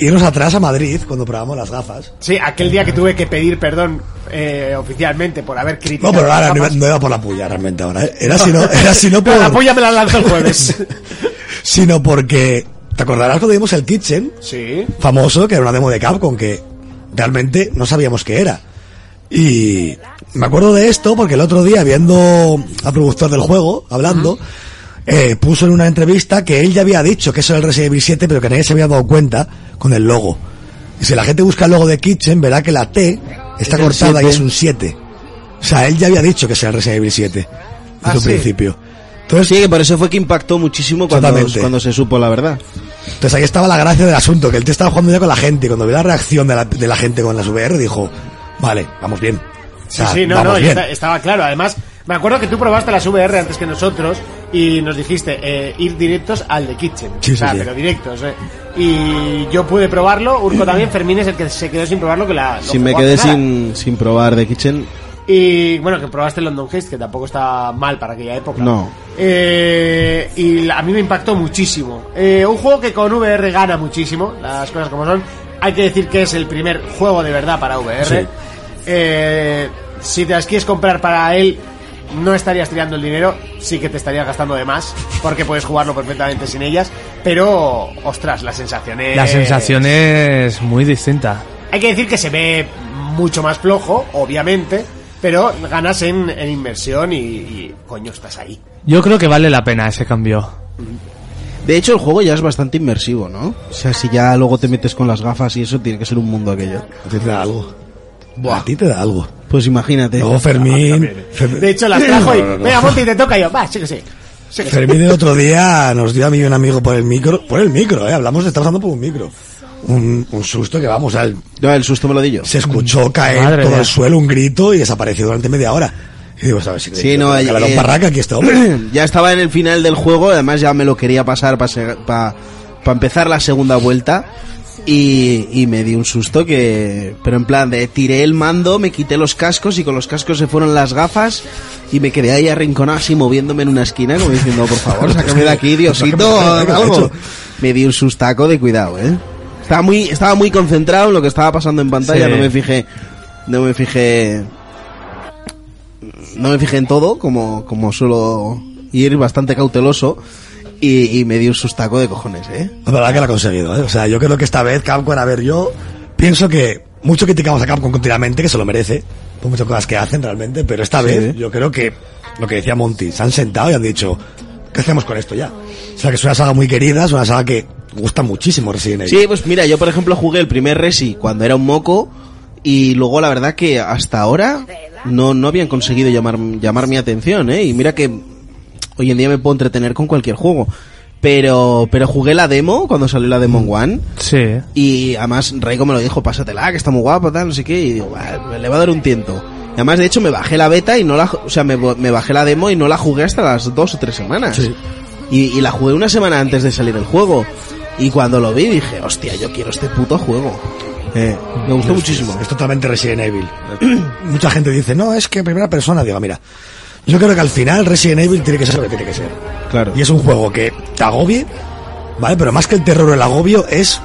[SPEAKER 5] irnos atrás a Madrid cuando probamos las gafas.
[SPEAKER 2] Sí, aquel día que tuve que pedir perdón eh, oficialmente por haber
[SPEAKER 5] No,
[SPEAKER 2] criticado.
[SPEAKER 5] pero
[SPEAKER 2] las
[SPEAKER 5] ahora no iba,
[SPEAKER 2] gafas.
[SPEAKER 5] no iba por la puya realmente ahora. ¿eh? Era sino, era sino por...
[SPEAKER 2] La polla me la lanzó el jueves.
[SPEAKER 5] sino porque te acordarás cuando vimos el Kitchen
[SPEAKER 2] sí.
[SPEAKER 5] famoso que era una demo de Capcom que realmente no sabíamos qué era y me acuerdo de esto porque el otro día viendo al productor del juego hablando eh, puso en una entrevista que él ya había dicho que eso era el Resident Evil 7 pero que nadie se había dado cuenta con el logo Y si la gente busca el logo de Kitchen, verá que la T está
[SPEAKER 3] Es el
[SPEAKER 5] cortada y
[SPEAKER 3] siete.
[SPEAKER 5] es un 7. O sea, él ya había dicho que sea el Resident Evil 7
[SPEAKER 2] Ah,
[SPEAKER 5] desde un
[SPEAKER 2] sí.
[SPEAKER 5] principio. Entonces,
[SPEAKER 3] Sí, que por eso fue que impactó muchísimo cuando,
[SPEAKER 5] Totalmente.
[SPEAKER 3] cuando se supo la verdad.
[SPEAKER 5] entonces ahí estaba la gracia del asunto, que él te estaba jugando ya con la gente y cuando vio la reacción de la, de la gente con las VR dijo, vale, vamos bien. O
[SPEAKER 2] Sí,
[SPEAKER 5] sea,
[SPEAKER 2] sí, no,
[SPEAKER 5] vamos
[SPEAKER 2] no, ya
[SPEAKER 5] bien.
[SPEAKER 2] está- eh, estaba claro. Además, me acuerdo que tú probaste las VR antes que nosotros y nos dijiste eh, ir directos al de Kitchen.
[SPEAKER 5] Sí,
[SPEAKER 2] o sea,
[SPEAKER 5] sí, sí.
[SPEAKER 2] pero directos. eh. Y yo pude probarlo, Urco también, Fermín es el que se quedó sin probarlo, que la... no
[SPEAKER 3] Si me
[SPEAKER 2] jugó hace
[SPEAKER 3] quedé
[SPEAKER 2] nada.
[SPEAKER 3] sin, sin probar The Kitchen,
[SPEAKER 2] Y bueno, que probaste London Heist, que tampoco está mal para aquella época.
[SPEAKER 3] No.
[SPEAKER 2] Eh, y la- a mí me impactó muchísimo. Eh, un juego que con VR gana muchísimo, las cosas como son. Hay que decir que es el primer juego de verdad para VR.
[SPEAKER 5] Sí.
[SPEAKER 2] Eh, si te las quieres comprar para él, no estarías tirando el dinero, sí que te estarías gastando de más, porque puedes jugarlo perfectamente sin ellas. Pero, ostras, las sensaciones.
[SPEAKER 4] La sensación
[SPEAKER 2] Eh.
[SPEAKER 4] es muy distinta.
[SPEAKER 2] Hay que decir que se ve mucho más flojo, obviamente, pero ganas en, en inversión y, y, coño, estás ahí.
[SPEAKER 4] Yo creo que vale la pena ese cambio.
[SPEAKER 3] De hecho, el juego ya es bastante inmersivo, ¿no? O sea, si ya luego te metes con las gafas y eso, tiene que ser un mundo aquello.
[SPEAKER 5] A ti te da algo. A ti te da algo.
[SPEAKER 3] Pues imagínate.
[SPEAKER 5] Luego Fermín...
[SPEAKER 2] eh.
[SPEAKER 5] Fer-
[SPEAKER 2] De hecho, las trajo y,
[SPEAKER 5] No, no, no.
[SPEAKER 2] venga, Monty, te toca Y yo. Va, sí que sí. Sí que sí.
[SPEAKER 5] Fermín el otro día nos dio a mí y un amigo por el micro, por el micro, eh, hablamos, estamos hablando por un micro. Un, un susto que vamos, o sea, el-
[SPEAKER 3] No, el susto me lo di yo.
[SPEAKER 5] se escuchó caer
[SPEAKER 4] Madre
[SPEAKER 5] todo
[SPEAKER 4] mía.
[SPEAKER 5] el suelo, un grito y desapareció durante media hora. Y digo, ¿sabes?
[SPEAKER 3] Sí, no,
[SPEAKER 5] hay.
[SPEAKER 3] eh,
[SPEAKER 5] un barraca aquí este hombre.
[SPEAKER 3] Ya estaba en el final del juego, además ya me lo quería pasar para empezar la segunda vuelta. Y, y me di un susto que... Pero en plan de tiré el mando, me quité los cascos y con los cascos se fueron las gafas y me quedé ahí arrinconado así moviéndome en una esquina como diciendo, por favor, sácame de aquí, Diosito,
[SPEAKER 5] Sácame de aquí,
[SPEAKER 3] algo.
[SPEAKER 5] macho.
[SPEAKER 3] Me di un sustaco de cuidado, eh. Estaba muy, estaba muy concentrado en lo que estaba pasando en pantalla,
[SPEAKER 4] Sí.
[SPEAKER 3] no me fijé, no me fijé no me fijé en todo, como, como suelo ir bastante cauteloso, y, y me dio un sustaco de cojones, ¿eh?
[SPEAKER 5] La verdad que lo ha conseguido, ¿eh? O sea, yo creo que esta vez Capcom, a ver, yo pienso que mucho criticamos a Capcom continuamente, que se lo merece, por muchas cosas que hacen realmente, pero esta vez
[SPEAKER 3] ¿eh?
[SPEAKER 5] yo creo que lo que decía Monty, se han sentado y han dicho, ¿qué hacemos con esto ya? O sea, que es una saga muy querida, es una saga que gusta muchísimo Resident Evil.
[SPEAKER 3] Sí, pues mira, yo por ejemplo jugué el primer Resi cuando era un moco, y luego la verdad que hasta ahora no, no habían conseguido llamar, llamar mi atención, ¿eh? Y mira que hoy en día me puedo entretener con cualquier juego. Pero, pero jugué la demo cuando salió la Demon One.
[SPEAKER 4] Sí.
[SPEAKER 3] Y además Reiko me lo dijo, pásatela, que está muy guapa, tal, no sé qué. Y digo, "Bah, me le va a dar un tiento. Y además, de hecho, me bajé la beta y no la... ju- O sea, me, bo- me bajé la demo y no la jugué hasta las dos o tres semanas. Y, y la jugué una semana antes de salir el juego. Y cuando lo vi dije, hostia, yo quiero este puto juego. Eh, me gustó muchísimo.
[SPEAKER 5] Es totalmente Resident Evil. Mucha gente dice, no, es que primera persona, digo, mira, yo creo que al final Resident Evil tiene que ser lo que tiene que ser.
[SPEAKER 3] Claro.
[SPEAKER 5] Y es un juego que te agobie, ¿vale? Pero más que el terror o el agobio es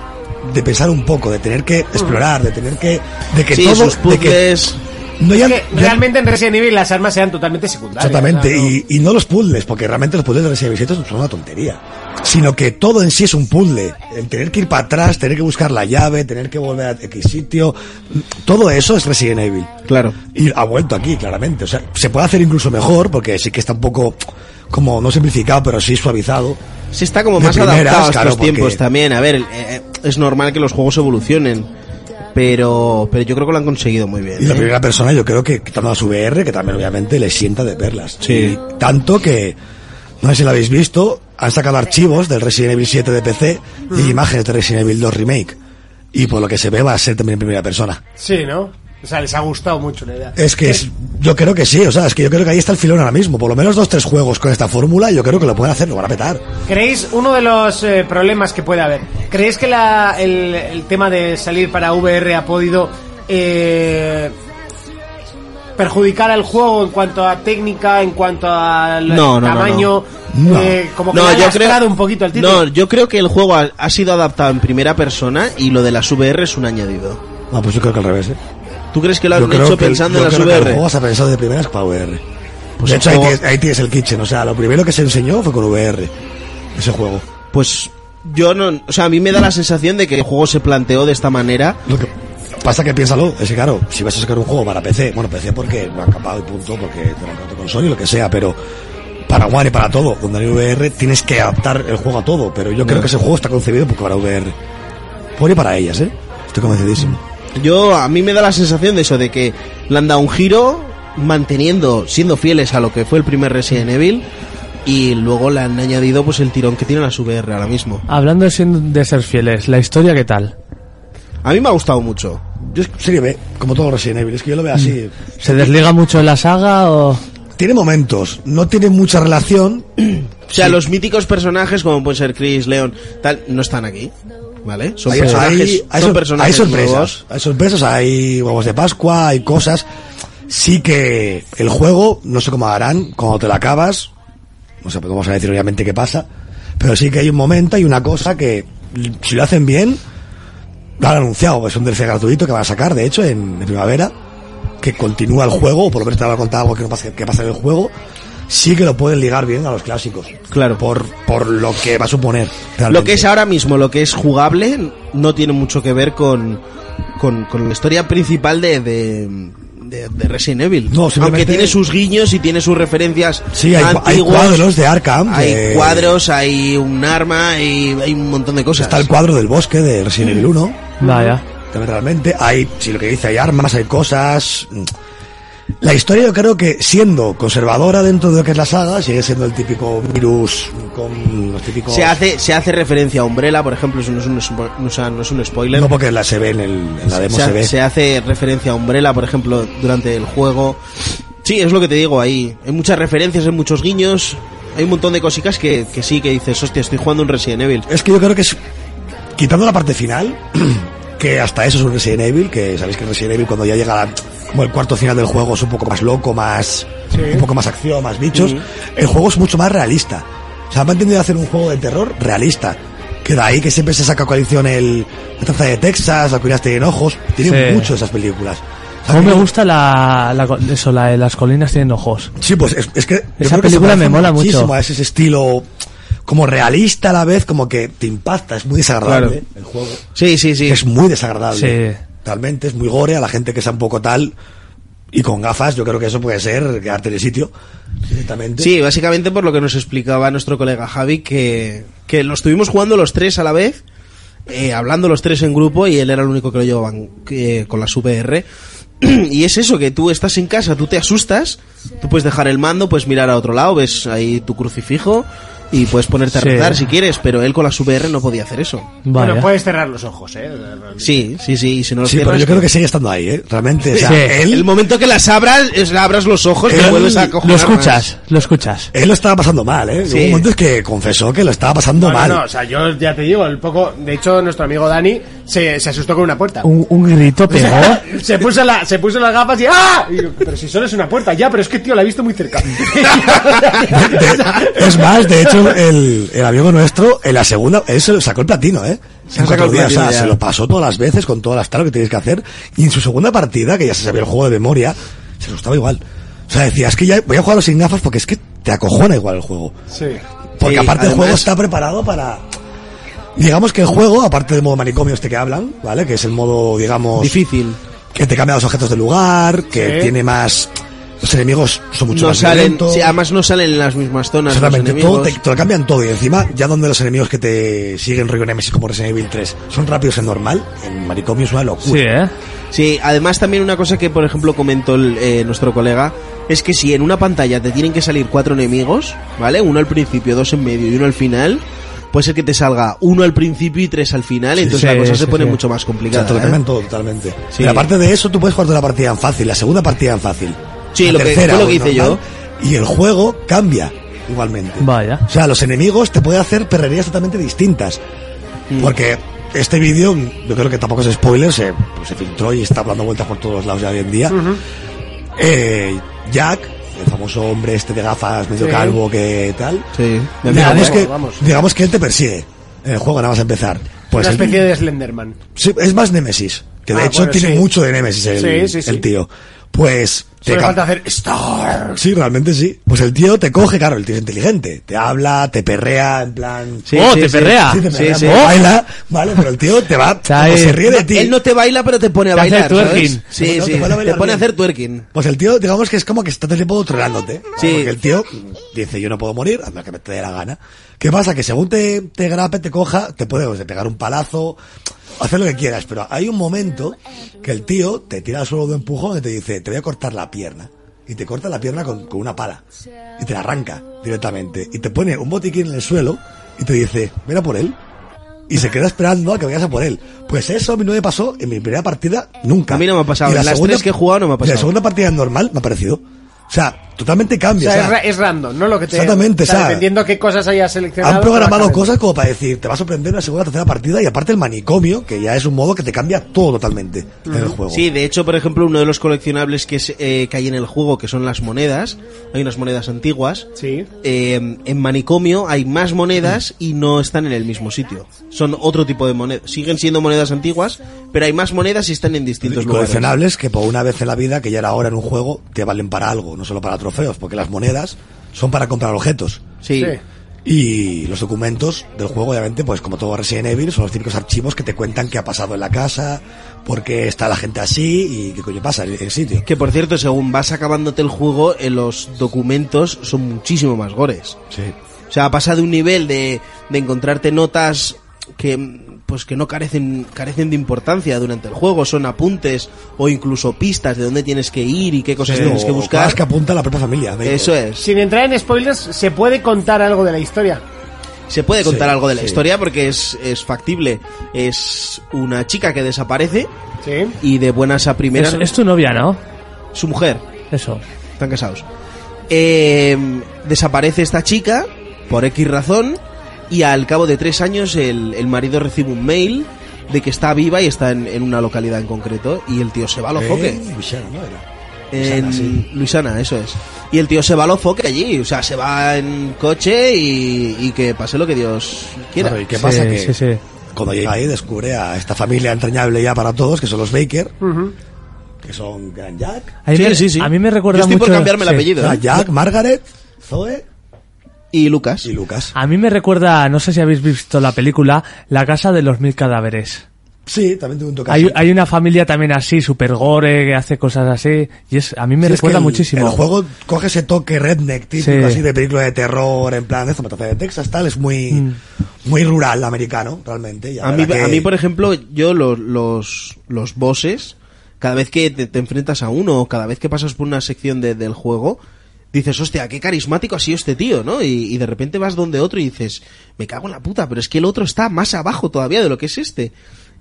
[SPEAKER 5] de pensar un poco, de tener que explorar, de tener que... De que
[SPEAKER 3] Sí,
[SPEAKER 5] todo...
[SPEAKER 3] sus
[SPEAKER 5] de que,
[SPEAKER 3] puzzles...
[SPEAKER 5] no, ya-
[SPEAKER 2] Que
[SPEAKER 5] ya-
[SPEAKER 2] realmente en Resident Evil las armas sean totalmente secundarias.
[SPEAKER 5] Exactamente,
[SPEAKER 2] o sea, ¿no?
[SPEAKER 5] y, y no los puzzles, porque realmente los puzzles de Resident Evil 7 son una tontería. Sino que todo en sí es un puzzle. El tener que ir para atrás, tener que buscar la llave, tener que volver a X sitio. Todo eso es Resident Evil.
[SPEAKER 3] Claro.
[SPEAKER 5] Y ha vuelto aquí, claramente. O sea, se puede hacer incluso mejor, porque sí que está un poco, como no simplificado, pero sí suavizado.
[SPEAKER 3] Sí está como
[SPEAKER 5] De
[SPEAKER 3] más
[SPEAKER 5] primeras,
[SPEAKER 3] adaptado a estos
[SPEAKER 5] claro, porque-
[SPEAKER 3] tiempos también. A ver, eh, eh, es normal que los juegos evolucionen. Pero, pero yo creo que lo han conseguido muy bien.
[SPEAKER 5] Y la
[SPEAKER 3] ¿eh?
[SPEAKER 5] primera persona, yo creo que quitando a su VR, que también obviamente le sienta de perlas.
[SPEAKER 3] Sí.
[SPEAKER 5] Y tanto que, no sé si lo habéis visto, han sacado archivos del Resident Evil 7 de PC
[SPEAKER 3] Mm.
[SPEAKER 5] y imágenes de Resident Evil 2 Remake. Y por lo que se ve va a ser también en primera persona.
[SPEAKER 2] Sí, ¿no? O sea, les ha gustado mucho la idea.
[SPEAKER 5] Es que es- yo creo que sí, o sea, es que yo creo que ahí está el filón ahora mismo. Por lo menos dos, tres juegos con esta fórmula, yo creo que lo pueden hacer, lo van a petar.
[SPEAKER 2] ¿Creéis uno de los eh, problemas que puede haber? ¿Creéis que la- el, el tema de salir para VR ha podido eh, perjudicar al juego en cuanto a técnica, en cuanto al
[SPEAKER 3] No, no, no,
[SPEAKER 2] tamaño?
[SPEAKER 5] no.
[SPEAKER 2] eh, como que le ha lastrado un poquito al título.
[SPEAKER 3] No, yo creo que el juego ha, ha sido adaptado en primera persona y lo de las VR es un añadido.
[SPEAKER 5] Ah, pues yo creo que al revés, ¿eh?
[SPEAKER 3] ¿Tú crees que lo
[SPEAKER 5] Yo
[SPEAKER 3] han
[SPEAKER 5] creo
[SPEAKER 3] hecho
[SPEAKER 5] que-
[SPEAKER 3] pensando
[SPEAKER 5] yo
[SPEAKER 3] en las
[SPEAKER 5] creo que el
[SPEAKER 3] VR?
[SPEAKER 5] juego se ha pensado de primeras para VR.
[SPEAKER 3] Pues
[SPEAKER 5] de
[SPEAKER 3] el
[SPEAKER 5] hecho, ahí
[SPEAKER 3] juego-
[SPEAKER 5] tienes, ahí tienes el kitchen, o sea, lo primero que se enseñó fue con VR, ese juego.
[SPEAKER 3] Pues yo no, o sea, a mí me da la sensación de que el juego se planteó de esta manera.
[SPEAKER 5] Lo que pasa que piénsalo, es que claro, si vas a sacar un juego para PC, bueno, PC porque lo han capado y punto, porque te lo han capado con Sony, lo que sea, pero para One y para todo, donde hay VR tienes pues, que adaptar el juego a todo, pero yo creo que ese juego está concebido porque para VR. Pone para ellas, ¿eh? Estoy convencidísimo.
[SPEAKER 3] Yo, a mí me da la sensación de eso, de que le han dado un giro manteniendo, siendo fieles a lo que fue el primer Resident Evil y luego le han añadido pues el tirón que tienen las VR ahora mismo.
[SPEAKER 4] Hablando de, siendo- de ser fieles, ¿la historia qué tal?
[SPEAKER 3] A mí me ha gustado mucho.
[SPEAKER 5] Yo es que sí que ve, como todo Resident Evil, es que yo lo veo así.
[SPEAKER 4] ¿Se desliga mucho de la saga o...?
[SPEAKER 5] Tiene momentos, no tiene mucha relación.
[SPEAKER 3] O sea, los míticos personajes como pueden ser Chris, Leon, tal, no están aquí. ¿Vale? Son
[SPEAKER 5] Hay,
[SPEAKER 3] personajes,
[SPEAKER 5] hay- hay
[SPEAKER 3] son
[SPEAKER 5] sor- hay
[SPEAKER 3] personajes
[SPEAKER 5] sorpresas.
[SPEAKER 3] nuevos.
[SPEAKER 5] Hay sorpresas, hay huevos de Pascua, hay cosas. Sí que el juego, no sé cómo harán, cuando te lo acabas, no sé, vamos a decir obviamente qué pasa, pero sí que hay un momento, hay una cosa que, si lo hacen bien, lo han anunciado, es un DLC gratuito que van a sacar, de hecho, en, en primavera, que continúa el juego, o por lo menos te van a contar algo que, no pasa, que pasa en el juego, sí que lo pueden ligar bien a los clásicos.
[SPEAKER 3] Claro.
[SPEAKER 5] Por, por lo que va a suponer.
[SPEAKER 3] Lo
[SPEAKER 5] realmente.
[SPEAKER 3] que es ahora mismo, lo que es jugable, no tiene mucho que ver con, con, con la historia principal de, de, de- de Resident Evil.
[SPEAKER 5] No, simplemente-
[SPEAKER 3] Aunque tiene sus guiños y tiene sus referencias
[SPEAKER 5] Sí, hay, hay
[SPEAKER 3] antiguas.
[SPEAKER 5] cuadros de Arkham.
[SPEAKER 3] Hay
[SPEAKER 5] de-
[SPEAKER 3] cuadros, hay un arma, hay, hay un montón de cosas.
[SPEAKER 5] Está el cuadro del bosque de Resident Evil 1.
[SPEAKER 4] Vaya.
[SPEAKER 5] También realmente hay, si lo que dice, hay armas, hay cosas. La historia yo creo que siendo conservadora dentro de lo que es la saga, sigue siendo el típico virus con los típicos...
[SPEAKER 3] Se hace, se hace referencia a Umbrella, por ejemplo, eso no es un, spo- no, o sea, no es un spoiler.
[SPEAKER 5] No porque la se ve en, el- en la demo
[SPEAKER 3] se,
[SPEAKER 5] se,
[SPEAKER 3] ha-
[SPEAKER 5] ve.
[SPEAKER 3] se hace referencia a Umbrella, por ejemplo, durante el juego. Sí, es lo que te digo ahí. Hay muchas referencias, hay muchos guiños. Hay un montón de cositas que, que sí, que dices, hostia, estoy jugando un Resident Evil.
[SPEAKER 5] Es que yo creo que es. Quitando la parte final, que hasta eso es un Resident Evil, que sabéis que Resident Evil cuando ya llega la- como el cuarto final del juego es un poco más loco, más. un poco más acción, más bichos. El juego es mucho más realista. O sea, me han entendido hacer un juego de terror realista. Que de ahí que siempre se saca a coalición el. La Taza de Texas, la Cuidad tienen ojos. Tiene
[SPEAKER 4] Sí.
[SPEAKER 5] mucho esas películas. O sea,
[SPEAKER 4] ¿Cómo me
[SPEAKER 5] que-
[SPEAKER 4] gusta la, la co- eso, la de las colinas tienen ojos?
[SPEAKER 5] Sí, pues es, es que. yo creo que se
[SPEAKER 4] película me
[SPEAKER 5] parece
[SPEAKER 4] mola
[SPEAKER 5] muchísimo
[SPEAKER 4] mucho.
[SPEAKER 5] a ese estilo. Como realista a la vez, como que te impacta, es muy desagradable el juego.
[SPEAKER 3] Sí, sí, sí.
[SPEAKER 5] que es muy desagradable.
[SPEAKER 4] Sí.
[SPEAKER 5] Realmente es muy gore a la gente que sea un poco tal y con gafas. Yo creo que eso puede ser quedarte de sitio directamente.
[SPEAKER 3] Sí, básicamente por lo que nos explicaba nuestro colega Javi, que, que lo estuvimos jugando los tres a la vez, eh, hablando los tres en grupo, y él era el único que lo llevaban eh, con la VR. Y es eso, que tú estás en casa, tú te asustas, tú puedes dejar el mando, puedes mirar a otro lado, ves ahí tu crucifijo y puedes ponerte a
[SPEAKER 4] Sí.
[SPEAKER 3] rezar si quieres, pero él con la VR no podía hacer eso.
[SPEAKER 4] Vaya.
[SPEAKER 2] Bueno, pues, puedes cerrar los ojos, ¿eh?
[SPEAKER 3] Sí, sí, sí, y si no lo
[SPEAKER 5] Sí, pero
[SPEAKER 3] cierras-
[SPEAKER 5] yo creo que sigue estando ahí, ¿eh? Realmente. o sea,
[SPEAKER 4] Sí.
[SPEAKER 3] El
[SPEAKER 5] él,
[SPEAKER 3] momento que las abras, es- abras los ojos, te
[SPEAKER 5] Él-
[SPEAKER 3] vuelves a
[SPEAKER 4] lo
[SPEAKER 3] acojonar más.
[SPEAKER 4] escuchas, lo escuchas.
[SPEAKER 5] él lo estaba pasando mal, ¿eh?
[SPEAKER 3] Sí.
[SPEAKER 5] Hubo momentos que confesó que lo estaba pasando
[SPEAKER 2] No, no,
[SPEAKER 5] mal.
[SPEAKER 2] no, o sea, yo ya te digo, el poco. De hecho, nuestro amigo Dani se, se asustó con una puerta.
[SPEAKER 4] Un, un grito pegó.
[SPEAKER 2] Se puso, la, se puso las gafas y ¡ah! Y yo, pero si solo es una puerta, ya, pero es que tío la he visto muy cerca.
[SPEAKER 5] De- es más, de hecho, el, el amigo nuestro, en la segunda, él se lo sacó el platino, ¿eh?
[SPEAKER 3] ha
[SPEAKER 5] En
[SPEAKER 3] sacado
[SPEAKER 5] cuatro
[SPEAKER 3] el
[SPEAKER 5] días,
[SPEAKER 3] platino
[SPEAKER 5] o sea,
[SPEAKER 3] ya.
[SPEAKER 5] se lo pasó todas las veces con todas las talas que tenías que hacer. Y en su segunda partida, que ya se sabía el juego de memoria, se lo estaba igual. O sea, decía, es que ya voy a jugarlo sin gafas porque es que te acojona igual el juego.
[SPEAKER 2] sí.
[SPEAKER 5] Porque
[SPEAKER 3] Sí,
[SPEAKER 5] aparte el
[SPEAKER 3] además-
[SPEAKER 5] juego está preparado para... Digamos que el juego, aparte del modo manicomio este que hablan, ¿vale? Que es el modo, digamos...
[SPEAKER 3] Difícil.
[SPEAKER 5] Que te cambia los objetos de lugar, que
[SPEAKER 2] Sí.
[SPEAKER 5] tiene más... Los enemigos son mucho
[SPEAKER 3] no
[SPEAKER 5] más
[SPEAKER 3] salen,
[SPEAKER 5] violentos.
[SPEAKER 3] sí, además no salen en las mismas zonas. los
[SPEAKER 5] Exactamente, todo te,
[SPEAKER 3] enemigos.
[SPEAKER 5] te lo cambian todo y encima ya donde los enemigos que te siguen rollo Nemesis como Resident Evil 3 son rápidos en normal, en manicomio es una
[SPEAKER 4] Sí,
[SPEAKER 5] locura.
[SPEAKER 4] ¿eh?
[SPEAKER 3] Sí, además también una cosa que por ejemplo comentó el, eh, nuestro colega es que si en una pantalla te tienen que salir cuatro enemigos, ¿vale? Uno al principio, dos en medio y uno al final. Puede ser que te salga uno al principio y tres al final, entonces
[SPEAKER 4] sí,
[SPEAKER 3] la cosa
[SPEAKER 4] sí,
[SPEAKER 3] se pone
[SPEAKER 4] sí.
[SPEAKER 3] mucho más
[SPEAKER 5] O sea,
[SPEAKER 3] complicada.
[SPEAKER 5] te lo
[SPEAKER 3] ¿eh?
[SPEAKER 5] cambian todo totalmente.
[SPEAKER 3] Sí.
[SPEAKER 5] Pero aparte de eso, tú puedes jugar toda la partida en fácil, la segunda partida en fácil.
[SPEAKER 3] Sí,
[SPEAKER 5] la
[SPEAKER 3] lo que-
[SPEAKER 5] tercera,
[SPEAKER 3] fue lo que
[SPEAKER 5] o
[SPEAKER 3] hice
[SPEAKER 5] normal, Y el juego cambia igualmente.
[SPEAKER 4] Vaya.
[SPEAKER 5] O sea, los enemigos te pueden hacer perrerías totalmente distintas.
[SPEAKER 2] Mm.
[SPEAKER 5] Porque este vídeo, yo creo que tampoco es spoiler, se, pues, se filtró y está dando vueltas por todos lados ya hoy en día. Eh, Jack, el famoso hombre este de gafas, medio
[SPEAKER 2] Sí.
[SPEAKER 5] calvo, que tal.
[SPEAKER 3] Sí, me
[SPEAKER 5] digamos,
[SPEAKER 2] vamos,
[SPEAKER 5] que,
[SPEAKER 2] vamos.
[SPEAKER 5] digamos que él te persigue en el juego, nada más empezar. Pues
[SPEAKER 2] una
[SPEAKER 5] él-
[SPEAKER 2] especie de Slenderman.
[SPEAKER 5] sí, es más Nemesis, que de
[SPEAKER 2] Ah,
[SPEAKER 5] hecho
[SPEAKER 2] bueno,
[SPEAKER 5] tiene
[SPEAKER 2] sí.
[SPEAKER 5] mucho de Nemesis el,
[SPEAKER 2] Sí, sí, sí.
[SPEAKER 5] el tío. Pues
[SPEAKER 2] Solo
[SPEAKER 5] ca-
[SPEAKER 2] falta hacer Star.
[SPEAKER 5] Sí, realmente sí. Pues el tío te coge, claro, el tío es inteligente. Te habla, te perrea, en plan...
[SPEAKER 3] Sí,
[SPEAKER 4] ¡Oh,
[SPEAKER 3] sí,
[SPEAKER 4] te
[SPEAKER 3] sí.
[SPEAKER 4] perrea!
[SPEAKER 5] Sí, te
[SPEAKER 3] sí,
[SPEAKER 5] perrea, Oh,
[SPEAKER 3] sí.
[SPEAKER 5] te baila, vale, pero el tío te va,
[SPEAKER 4] sea,
[SPEAKER 5] como
[SPEAKER 4] eh,
[SPEAKER 5] se ríe de
[SPEAKER 3] No,
[SPEAKER 5] ti.
[SPEAKER 3] Él no te baila, pero te pone a
[SPEAKER 4] Te hace
[SPEAKER 3] bailar. ¿sabes?
[SPEAKER 4] twerking.
[SPEAKER 3] Sí,
[SPEAKER 5] Bueno,
[SPEAKER 3] sí,
[SPEAKER 5] te pone a
[SPEAKER 3] te
[SPEAKER 5] bailar
[SPEAKER 3] pone a
[SPEAKER 5] bien.
[SPEAKER 3] hacer twerking.
[SPEAKER 5] Pues el tío, digamos que es como que está todo el tiempo trolándote.
[SPEAKER 3] Sí.
[SPEAKER 5] Porque el tío dice, yo no puedo morir, anda que me te dé la gana. ¿Qué pasa? Que según te, te grape, te coja, te puede pues, pegar un palazo. hacer lo que quieras, pero hay un momento que el tío te tira al suelo de empujón y te dice, te voy a cortar la pierna. Y te corta la pierna con, con una pala. Y te la arranca directamente. Y te pone un botiquín en el suelo y te dice, ven a por él. Y se queda esperando a que vayas a por él. Pues eso a mí no me pasó en mi primera partida nunca.
[SPEAKER 3] A mí no me ha pasado.
[SPEAKER 5] Y
[SPEAKER 3] En las tres que he jugado no me ha
[SPEAKER 5] y La
[SPEAKER 3] pasado.
[SPEAKER 5] segunda partida normal me ha parecido. O sea, totalmente
[SPEAKER 2] O
[SPEAKER 5] cambia.
[SPEAKER 2] sea,
[SPEAKER 5] o sea,
[SPEAKER 2] es, ra- es random, ¿no? Lo que te,
[SPEAKER 5] Exactamente,
[SPEAKER 2] o sea,
[SPEAKER 5] o sea,
[SPEAKER 2] dependiendo qué cosas hayas seleccionado.
[SPEAKER 5] Han programado
[SPEAKER 2] trabajas en-
[SPEAKER 5] cosas como para decir, te va a sorprender una segunda, tercera partida y aparte el manicomio, que ya es un modo que te cambia todo totalmente en el juego.
[SPEAKER 3] Sí, de hecho, por ejemplo, uno de los coleccionables que, es, eh, que hay en el juego, que son las monedas, hay unas monedas antiguas.
[SPEAKER 2] Sí.
[SPEAKER 3] Eh, en manicomio hay más monedas y no están en el mismo sitio. Son otro tipo de monedas. Siguen siendo monedas antiguas, pero hay más monedas y están en distintos
[SPEAKER 5] Y
[SPEAKER 3] lugares.
[SPEAKER 5] coleccionables que por una vez en la vida, que ya era hora en un juego, te valen para algo, no solo para trofeos, porque las monedas son para comprar objetos.
[SPEAKER 2] Sí.
[SPEAKER 3] Sí.
[SPEAKER 5] Y los documentos del juego, obviamente, pues como todo Resident Evil, son los típicos archivos que te cuentan qué ha pasado en la casa, por qué está la gente así y qué coño pasa en el sitio.
[SPEAKER 3] Que por cierto, según vas acabándote el juego, eh, los documentos son muchísimo más gores.
[SPEAKER 5] Sí.
[SPEAKER 3] O sea, pasa de un nivel de, de encontrarte notas que pues que no carecen carecen de importancia durante el juego, son apuntes o incluso pistas de dónde tienes que ir y qué cosas tienes que buscar.
[SPEAKER 5] eh, que apunta a la propia familia. me
[SPEAKER 3] Eso
[SPEAKER 5] dijo.
[SPEAKER 3] es.
[SPEAKER 2] Sin entrar en spoilers, se puede contar algo de la historia.
[SPEAKER 3] Se puede contar
[SPEAKER 5] Sí,
[SPEAKER 3] algo de la
[SPEAKER 5] sí.
[SPEAKER 3] historia porque es, es factible. Es una chica que desaparece
[SPEAKER 2] Sí.
[SPEAKER 3] y de buenas a primeras
[SPEAKER 4] Es, es tu novia, ¿no?
[SPEAKER 3] su mujer,
[SPEAKER 4] Eso.
[SPEAKER 3] están casados. Eh, desaparece esta chica por X razón y al cabo de tres años el, el marido recibe un mail de que está viva y está en, en una localidad en concreto y el tío se va a los foques.
[SPEAKER 5] Eh, Luciana, ¿no era?
[SPEAKER 3] En
[SPEAKER 5] Luisana, sí.
[SPEAKER 3] Luisana, eso es. Y el tío se va a los foques allí, o sea, se va en coche y, y que pase lo que Dios quiera.
[SPEAKER 5] Claro, ¿y qué
[SPEAKER 4] Sí,
[SPEAKER 5] pasa? que
[SPEAKER 4] sí, sí.
[SPEAKER 5] cuando llega ahí descubre a esta familia entrañable ya para todos, que son los Baker, que son Gran Jack,
[SPEAKER 4] A mí,
[SPEAKER 3] Sí,
[SPEAKER 4] me,
[SPEAKER 3] sí, sí.
[SPEAKER 4] a mí me recuerda
[SPEAKER 3] Yo estoy por
[SPEAKER 4] mucho.
[SPEAKER 3] cambiarme el
[SPEAKER 4] sí.
[SPEAKER 3] apellido.
[SPEAKER 5] o sea, Jack, Margaret, Zoe
[SPEAKER 3] Y Lucas.
[SPEAKER 5] y Lucas.
[SPEAKER 4] A mí me recuerda, no sé si habéis visto la película, La casa de los mil cadáveres.
[SPEAKER 5] Sí, también tuve un toque
[SPEAKER 4] Hay,
[SPEAKER 5] así.
[SPEAKER 4] hay una familia también así, super gore, que hace cosas así. Y es, a mí me
[SPEAKER 5] Sí, es
[SPEAKER 4] recuerda
[SPEAKER 5] que el-
[SPEAKER 4] muchísimo.
[SPEAKER 5] El juego coge ese toque redneck típico
[SPEAKER 4] Sí.
[SPEAKER 5] así de película de terror, en plan, esta matanza de Texas, tal, es muy,
[SPEAKER 4] Mm.
[SPEAKER 5] muy rural americano, realmente. y la
[SPEAKER 3] A mí,
[SPEAKER 5] verdad que-
[SPEAKER 3] a mí, por ejemplo, yo los, los, los bosses, cada vez que te, te enfrentas a uno o cada vez que pasas por una sección de- del juego, dices, hostia, qué carismático ha sido este tío, ¿no? Y, y de repente vas donde otro y dices, me cago en la puta, pero es que el otro está más abajo todavía de lo que es este.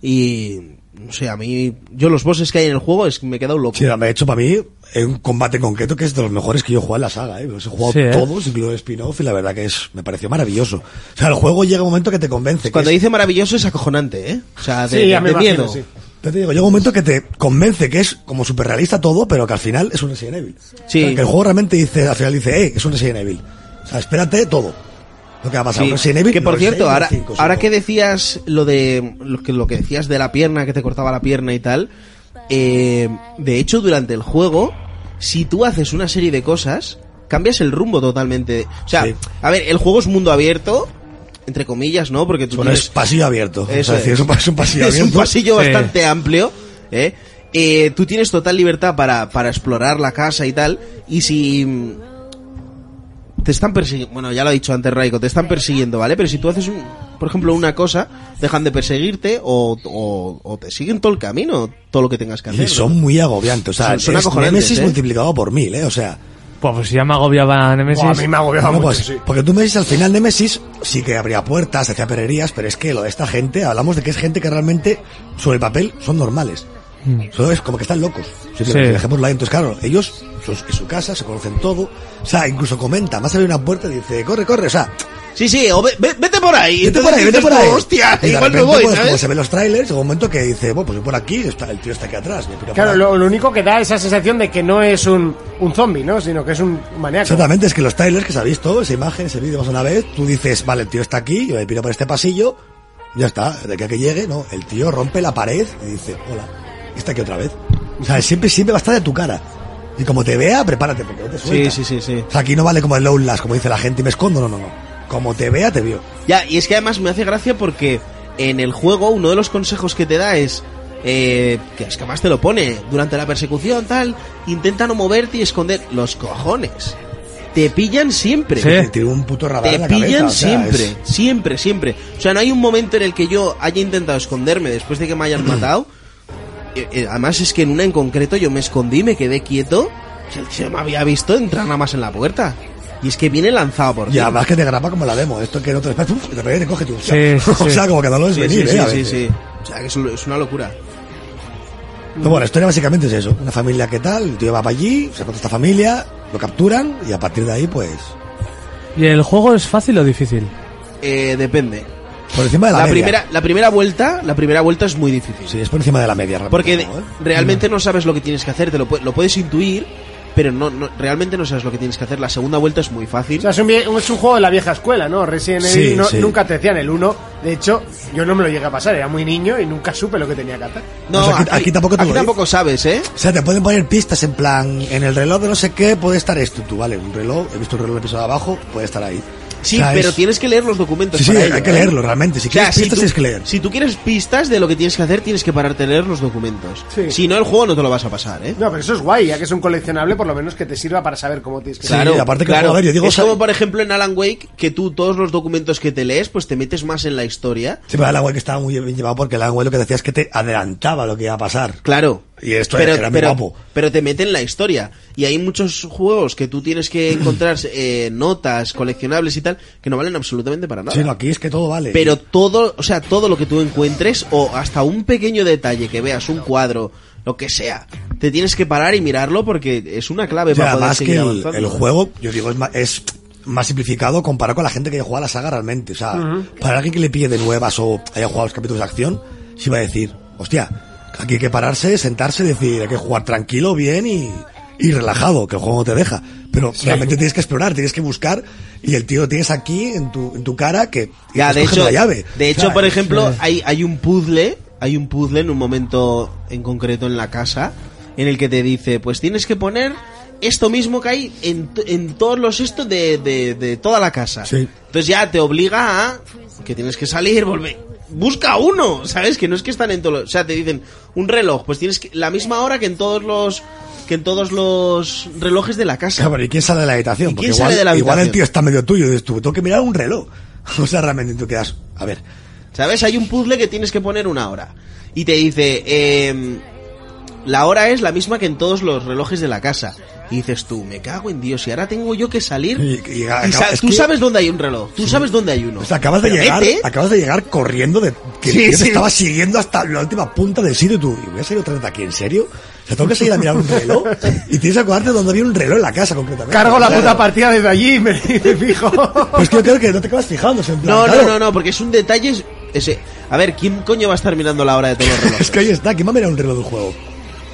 [SPEAKER 3] Y, no sé, a mí, yo los bosses que hay en el juego es que me he quedado loco.
[SPEAKER 5] Sí, de hecho, para mí, es un combate en concreto que es de los mejores que yo he jugado en la saga. ¿eh? Los he jugado
[SPEAKER 4] Sí, ¿eh?
[SPEAKER 5] todos, incluido el spin-off, y la verdad que es, me pareció maravilloso. O sea, el juego llega un momento que te convence. que
[SPEAKER 3] Cuando
[SPEAKER 5] es-
[SPEAKER 3] dice maravilloso es acojonante, ¿eh? O sea, de,
[SPEAKER 2] Sí, ya
[SPEAKER 3] de-
[SPEAKER 2] me
[SPEAKER 3] de
[SPEAKER 2] imagino,
[SPEAKER 3] miedo.
[SPEAKER 2] sí.
[SPEAKER 5] Ya te digo, llega un momento que te convence que es como súper realista todo, pero que al final es un Resident Evil.
[SPEAKER 3] Sí.
[SPEAKER 5] O sea, que el juego realmente dice, al final dice, eh, es un Resident Evil. O sea, espérate todo. Lo que ha pasado.
[SPEAKER 3] Sí,
[SPEAKER 5] Resident Evil,
[SPEAKER 3] que por
[SPEAKER 5] Resident
[SPEAKER 3] cierto,
[SPEAKER 5] Evil
[SPEAKER 3] ahora,
[SPEAKER 5] 5,
[SPEAKER 3] ahora
[SPEAKER 5] sobre
[SPEAKER 3] que
[SPEAKER 5] todo.
[SPEAKER 3] decías lo de lo que, lo que decías de la pierna, que te cortaba la pierna y tal, eh, de hecho durante el juego, si tú haces una serie de cosas, cambias el rumbo totalmente. O sea,
[SPEAKER 5] Sí.
[SPEAKER 3] a ver, el juego es mundo abierto, entre comillas, ¿no? Porque tú
[SPEAKER 5] Bueno,
[SPEAKER 3] tienes-
[SPEAKER 5] es pasillo abierto. O
[SPEAKER 3] Eso
[SPEAKER 5] sea, es decir,
[SPEAKER 3] es.
[SPEAKER 5] es un pa- es un pasillo
[SPEAKER 3] es
[SPEAKER 5] abierto.
[SPEAKER 3] un pasillo
[SPEAKER 4] Sí.
[SPEAKER 3] bastante amplio, ¿eh? Eh, tú tienes total libertad para, para explorar la casa y tal, y si mm, te están persiguiendo, bueno, ya lo ha dicho antes Raiko, te están persiguiendo, ¿vale? Pero si tú haces, un, por ejemplo, una cosa, dejan de perseguirte o, o- o te siguen todo el camino, todo lo que tengas que hacer.
[SPEAKER 5] Y son muy agobiantes. O sea,
[SPEAKER 3] Son- son
[SPEAKER 5] es
[SPEAKER 3] acojonantes,
[SPEAKER 5] Nemesis
[SPEAKER 3] ¿eh?
[SPEAKER 5] multiplicado por mil, ¿eh? O sea,
[SPEAKER 4] Pues, pues si ya me agobiaba Nemesis.
[SPEAKER 2] Buah, a mí me ha agobiado
[SPEAKER 5] No,
[SPEAKER 2] mucho,
[SPEAKER 5] pues,
[SPEAKER 2] sí.
[SPEAKER 5] Porque tú me dices al final Nemesis sí que abría puertas, hacía perrerías, pero es que lo de esta gente, hablamos de que es gente que realmente sobre el papel son normales. Solo es como que están locos. Si
[SPEAKER 4] Sí.
[SPEAKER 5] sí. dejémoslo ahí, entonces claro, ellos su- en su casa se conocen todo. O sea, incluso comenta, más abre una puerta y dice, corre, corre, o sea,
[SPEAKER 3] Sí, sí, o ve- ve- vete por ahí.
[SPEAKER 5] vete por ahí,
[SPEAKER 3] Entonces
[SPEAKER 5] vete
[SPEAKER 3] dices
[SPEAKER 5] por
[SPEAKER 3] tú,
[SPEAKER 5] ahí.
[SPEAKER 3] Hostia,
[SPEAKER 5] Y de
[SPEAKER 3] igual me
[SPEAKER 5] repente,
[SPEAKER 3] voy,
[SPEAKER 5] pues, Como
[SPEAKER 3] ¿sabes?
[SPEAKER 5] se ven los trailers, llega un momento que dice, bueno, pues voy por aquí, está- el tío está aquí atrás. me piro
[SPEAKER 2] Claro,
[SPEAKER 5] para-
[SPEAKER 2] lo, lo único que da esa sensación de que no es un, un zombie, ¿no? Sino que es un maníaco.
[SPEAKER 5] Exactamente, es que los trailers que se ha visto, esa imagen, ese vídeo más una vez, tú dices, vale, el tío está aquí, yo me piro por este pasillo, ya está, de aquí a que llegue, no, el tío rompe la pared y dice, hola, está aquí otra vez. O sea, siempre, siempre va a estar de tu cara. Y como te vea, prepárate, porque no te suelta.
[SPEAKER 3] sí, sí, sí.
[SPEAKER 5] O sea, aquí no vale como el Lowlands, como dice la gente, y me escondo, no, no, no. Como te vea, te vio.
[SPEAKER 3] Ya, y es que además me hace gracia porque en el juego uno de los consejos que te da es. eh, que es que además te lo pone. Durante la persecución, tal, intenta no moverte y esconder los cojones. te pillan siempre.
[SPEAKER 4] Sí.
[SPEAKER 5] Tiene- Tiene un puto radar
[SPEAKER 3] ¿Eh? Te
[SPEAKER 5] en la cabeza,
[SPEAKER 3] pillan
[SPEAKER 5] o sea,
[SPEAKER 3] siempre,
[SPEAKER 5] es-
[SPEAKER 3] siempre, siempre. O sea, no hay un momento en el que yo haya intentado esconderme después de que me hayan matado. Eh, eh, además es que en una en concreto yo me escondí, me quedé quieto. O sea, el que se me había visto entrar nada más en la puerta. Y es que viene lanzado por
[SPEAKER 5] Y
[SPEAKER 3] ti.
[SPEAKER 5] además que te graba como la demo, esto que no te uf, de repente te coge tú. O sea,
[SPEAKER 4] Sí, sí,
[SPEAKER 5] o sea,
[SPEAKER 4] sí.
[SPEAKER 5] como que no lo ves
[SPEAKER 3] Sí,
[SPEAKER 5] venir,
[SPEAKER 3] sí,
[SPEAKER 5] ¿eh? a
[SPEAKER 3] sí, sí,
[SPEAKER 5] veces.
[SPEAKER 3] sí. O sea, que es, es una locura.
[SPEAKER 5] Pero Pues bueno, la historia básicamente es eso. Una familia que tal, el tío va para allí, se encuentra esta familia, lo capturan y a partir de ahí, pues,
[SPEAKER 4] ¿Y el juego es fácil o difícil?
[SPEAKER 3] Eh, depende.
[SPEAKER 5] por encima de la,
[SPEAKER 3] La
[SPEAKER 5] media.
[SPEAKER 3] primera, la primera vuelta, la primera vuelta es muy difícil.
[SPEAKER 5] Sí, es por encima de la media. realmente,
[SPEAKER 3] Porque de-
[SPEAKER 5] ¿no, eh?
[SPEAKER 3] realmente no sabes lo que tienes que hacer, te lo, pu- lo puedes intuir, pero no, no- realmente no sabes lo que tienes que hacer. La segunda vuelta es muy fácil.
[SPEAKER 2] O sea, es un, vie- es un juego de la vieja escuela, ¿no? Resident Evil
[SPEAKER 5] Sí,
[SPEAKER 2] no-
[SPEAKER 5] sí.
[SPEAKER 2] nunca te decían el 1. De hecho, yo no me lo llegué a pasar, era muy niño y nunca supe lo que tenía que hacer.
[SPEAKER 3] No,
[SPEAKER 5] o sea, pues aquí- aquí tampoco te lo dice.
[SPEAKER 3] tampoco sabes, ¿eh?
[SPEAKER 5] O sea, te pueden poner pistas en plan, en el reloj de no sé qué puede estar esto, tú, vale, un reloj, he visto un reloj en el episodio de abajo, puede estar ahí.
[SPEAKER 3] Sí,
[SPEAKER 5] O sea,
[SPEAKER 3] pero
[SPEAKER 5] es-
[SPEAKER 3] tienes que leer los documentos.
[SPEAKER 5] Sí, sí,
[SPEAKER 3] para
[SPEAKER 5] hay
[SPEAKER 3] ello,
[SPEAKER 5] que
[SPEAKER 3] ¿eh?
[SPEAKER 5] leerlo, realmente. Si
[SPEAKER 3] O sea,
[SPEAKER 5] quieres pistas,
[SPEAKER 3] tú,
[SPEAKER 5] tienes que leer.
[SPEAKER 3] si tú quieres pistas de lo que tienes que hacer, tienes que pararte a leer los documentos.
[SPEAKER 2] Sí.
[SPEAKER 3] Si no, el juego no te lo vas a pasar, ¿eh?
[SPEAKER 2] No, pero eso es guay, ya que es un coleccionable, por lo menos que te sirva para saber cómo tienes que
[SPEAKER 5] Sí, aparte que puedo ver, yo digo,
[SPEAKER 3] es
[SPEAKER 5] o sea-
[SPEAKER 3] como por ejemplo en Alan Wake, que tú todos los documentos que te lees, pues te metes más en la historia.
[SPEAKER 5] Sí, pero el agua que estaba muy bien llevado porque el agua lo que decía es que te adelantaba lo que iba a pasar.
[SPEAKER 3] Claro.
[SPEAKER 5] Y esto
[SPEAKER 3] pero,
[SPEAKER 5] era muy
[SPEAKER 3] pero,
[SPEAKER 5] guapo.
[SPEAKER 3] Pero te mete en la historia. Y hay muchos juegos que tú tienes que encontrar eh, notas, coleccionables y tal, que no valen absolutamente para nada.
[SPEAKER 5] Sí, no, aquí es que todo vale.
[SPEAKER 3] Pero todo, o sea, todo lo que tú encuentres, o hasta un pequeño detalle que veas, un cuadro, lo que sea, te tienes que parar y mirarlo porque es una clave
[SPEAKER 5] O sea,
[SPEAKER 3] pues, para poder
[SPEAKER 5] además que
[SPEAKER 3] seguir
[SPEAKER 5] el,
[SPEAKER 3] avanzando.
[SPEAKER 5] el juego, yo digo, es más, es más simplificado comparado con la gente que haya jugado a la saga realmente. O sea, para alguien que le pille de nuevas o haya jugado los capítulos de acción, sí va a decir, hostia, aquí hay que pararse, sentarse, decir, hay que jugar tranquilo, bien y, y relajado, que el juego no te deja. Pero realmente tienes que explorar, tienes que buscar y el tío lo tienes aquí en tu, en tu cara que y
[SPEAKER 3] Ya,
[SPEAKER 5] estás
[SPEAKER 3] de
[SPEAKER 5] cogiendo
[SPEAKER 3] hecho,
[SPEAKER 5] la llave.
[SPEAKER 3] de hecho,
[SPEAKER 5] ¿sabes?
[SPEAKER 3] por ejemplo, hay, hay un puzzle, hay un puzzle en un momento en concreto en la casa, en el que te dice, pues tienes que poner esto mismo que hay en, t- en todos los estos de, de- de toda la casa.
[SPEAKER 5] Sí.
[SPEAKER 3] Entonces ya te obliga a que tienes que salir, volver. Busca uno, ¿sabes? Que no es que están en todos los- O sea, te dicen un reloj, pues tienes que, la misma hora que en todos los que en todos los relojes de la casa.
[SPEAKER 5] Claro, pero ¿y quién sale de la habitatación?
[SPEAKER 3] ¿Y
[SPEAKER 5] Porque
[SPEAKER 3] quién
[SPEAKER 5] igual,
[SPEAKER 3] sale de la
[SPEAKER 5] igual el
[SPEAKER 3] habitación?
[SPEAKER 5] tío está medio tuyo y dices tú, tengo que mirar un reloj. O sea, realmente tú quedas, a ver,
[SPEAKER 3] ¿Sabes? Hay un puzzle que tienes que poner una hora. Y te dice, eh, la hora es la misma que en todos los relojes de la casa. Y dices tú, me cago en Dios, y ahora tengo yo que salir.
[SPEAKER 5] Y- y acaba-
[SPEAKER 3] Y sa-
[SPEAKER 5] es
[SPEAKER 3] tú
[SPEAKER 5] que-
[SPEAKER 3] sabes dónde hay un reloj, tú sabes dónde hay uno.
[SPEAKER 5] O sea, Pues acabas de
[SPEAKER 3] Pero
[SPEAKER 5] llegar,
[SPEAKER 3] vete.
[SPEAKER 5] acabas de llegar corriendo de que el
[SPEAKER 3] Sí,
[SPEAKER 5] tío te
[SPEAKER 3] sí.
[SPEAKER 5] estaba siguiendo hasta la última punta del sitio y tú, ¿y voy a salir otra vez de aquí, en serio? O sea, tengo que seguir a mirar un reloj y tienes que acordarte dónde había un reloj en la casa concretamente.
[SPEAKER 2] Cargo la
[SPEAKER 5] Claro.
[SPEAKER 2] puta partida desde allí y me, y me fijo.
[SPEAKER 5] Pues que yo creo que no te acabas fijando, o sea, en plan,
[SPEAKER 3] No, no,
[SPEAKER 5] claro,
[SPEAKER 3] no, no, porque es un detalle... Ese. A ver, ¿quién coño va a estar mirando la hora de todos los relojes?
[SPEAKER 5] Es que ahí está, ¿quién va a mirar un reloj del juego?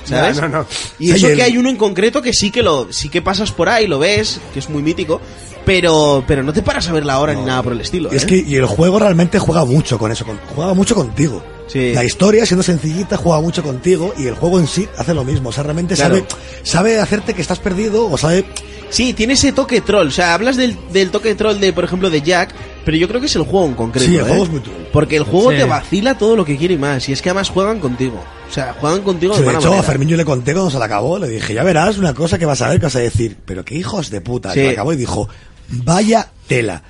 [SPEAKER 3] ¿sabes?
[SPEAKER 2] No, no, no.
[SPEAKER 3] Y
[SPEAKER 5] Sí,
[SPEAKER 3] eso
[SPEAKER 5] el-
[SPEAKER 3] que hay uno en concreto que sí que lo, sí que pasas por ahí, lo ves, que es muy mítico, pero, pero no te paras a ver la hora ni nada por el estilo.
[SPEAKER 5] Y es
[SPEAKER 3] ¿eh?
[SPEAKER 5] que y el juego realmente juega mucho con eso, con- juega mucho contigo.
[SPEAKER 3] Sí.
[SPEAKER 5] La historia, siendo sencillita, juega mucho contigo y el juego en sí hace lo mismo. O sea, realmente
[SPEAKER 3] Claro.
[SPEAKER 5] sabe, sabe hacerte que estás perdido o sabe...
[SPEAKER 3] Sí, tiene ese toque troll. O sea, hablas del, del toque troll de, por ejemplo, de Jack, pero yo creo que es el juego en concreto.
[SPEAKER 5] Sí, el
[SPEAKER 3] ¿eh?
[SPEAKER 5] juego es muy troll.
[SPEAKER 3] Porque el juego
[SPEAKER 4] Sí.
[SPEAKER 3] te vacila todo lo que quiere y más. Y es que además juegan contigo. O sea, juegan contigo
[SPEAKER 5] Sí,
[SPEAKER 3] de
[SPEAKER 5] de
[SPEAKER 3] mala
[SPEAKER 5] hecho, a
[SPEAKER 3] manera.
[SPEAKER 5] Fermín yo le conté cuando se la acabó, le dije, ya verás una cosa que vas a ver, que vas a decir, pero qué hijos de puta.
[SPEAKER 3] Sí.
[SPEAKER 5] Se la acabó y dijo, vaya tela.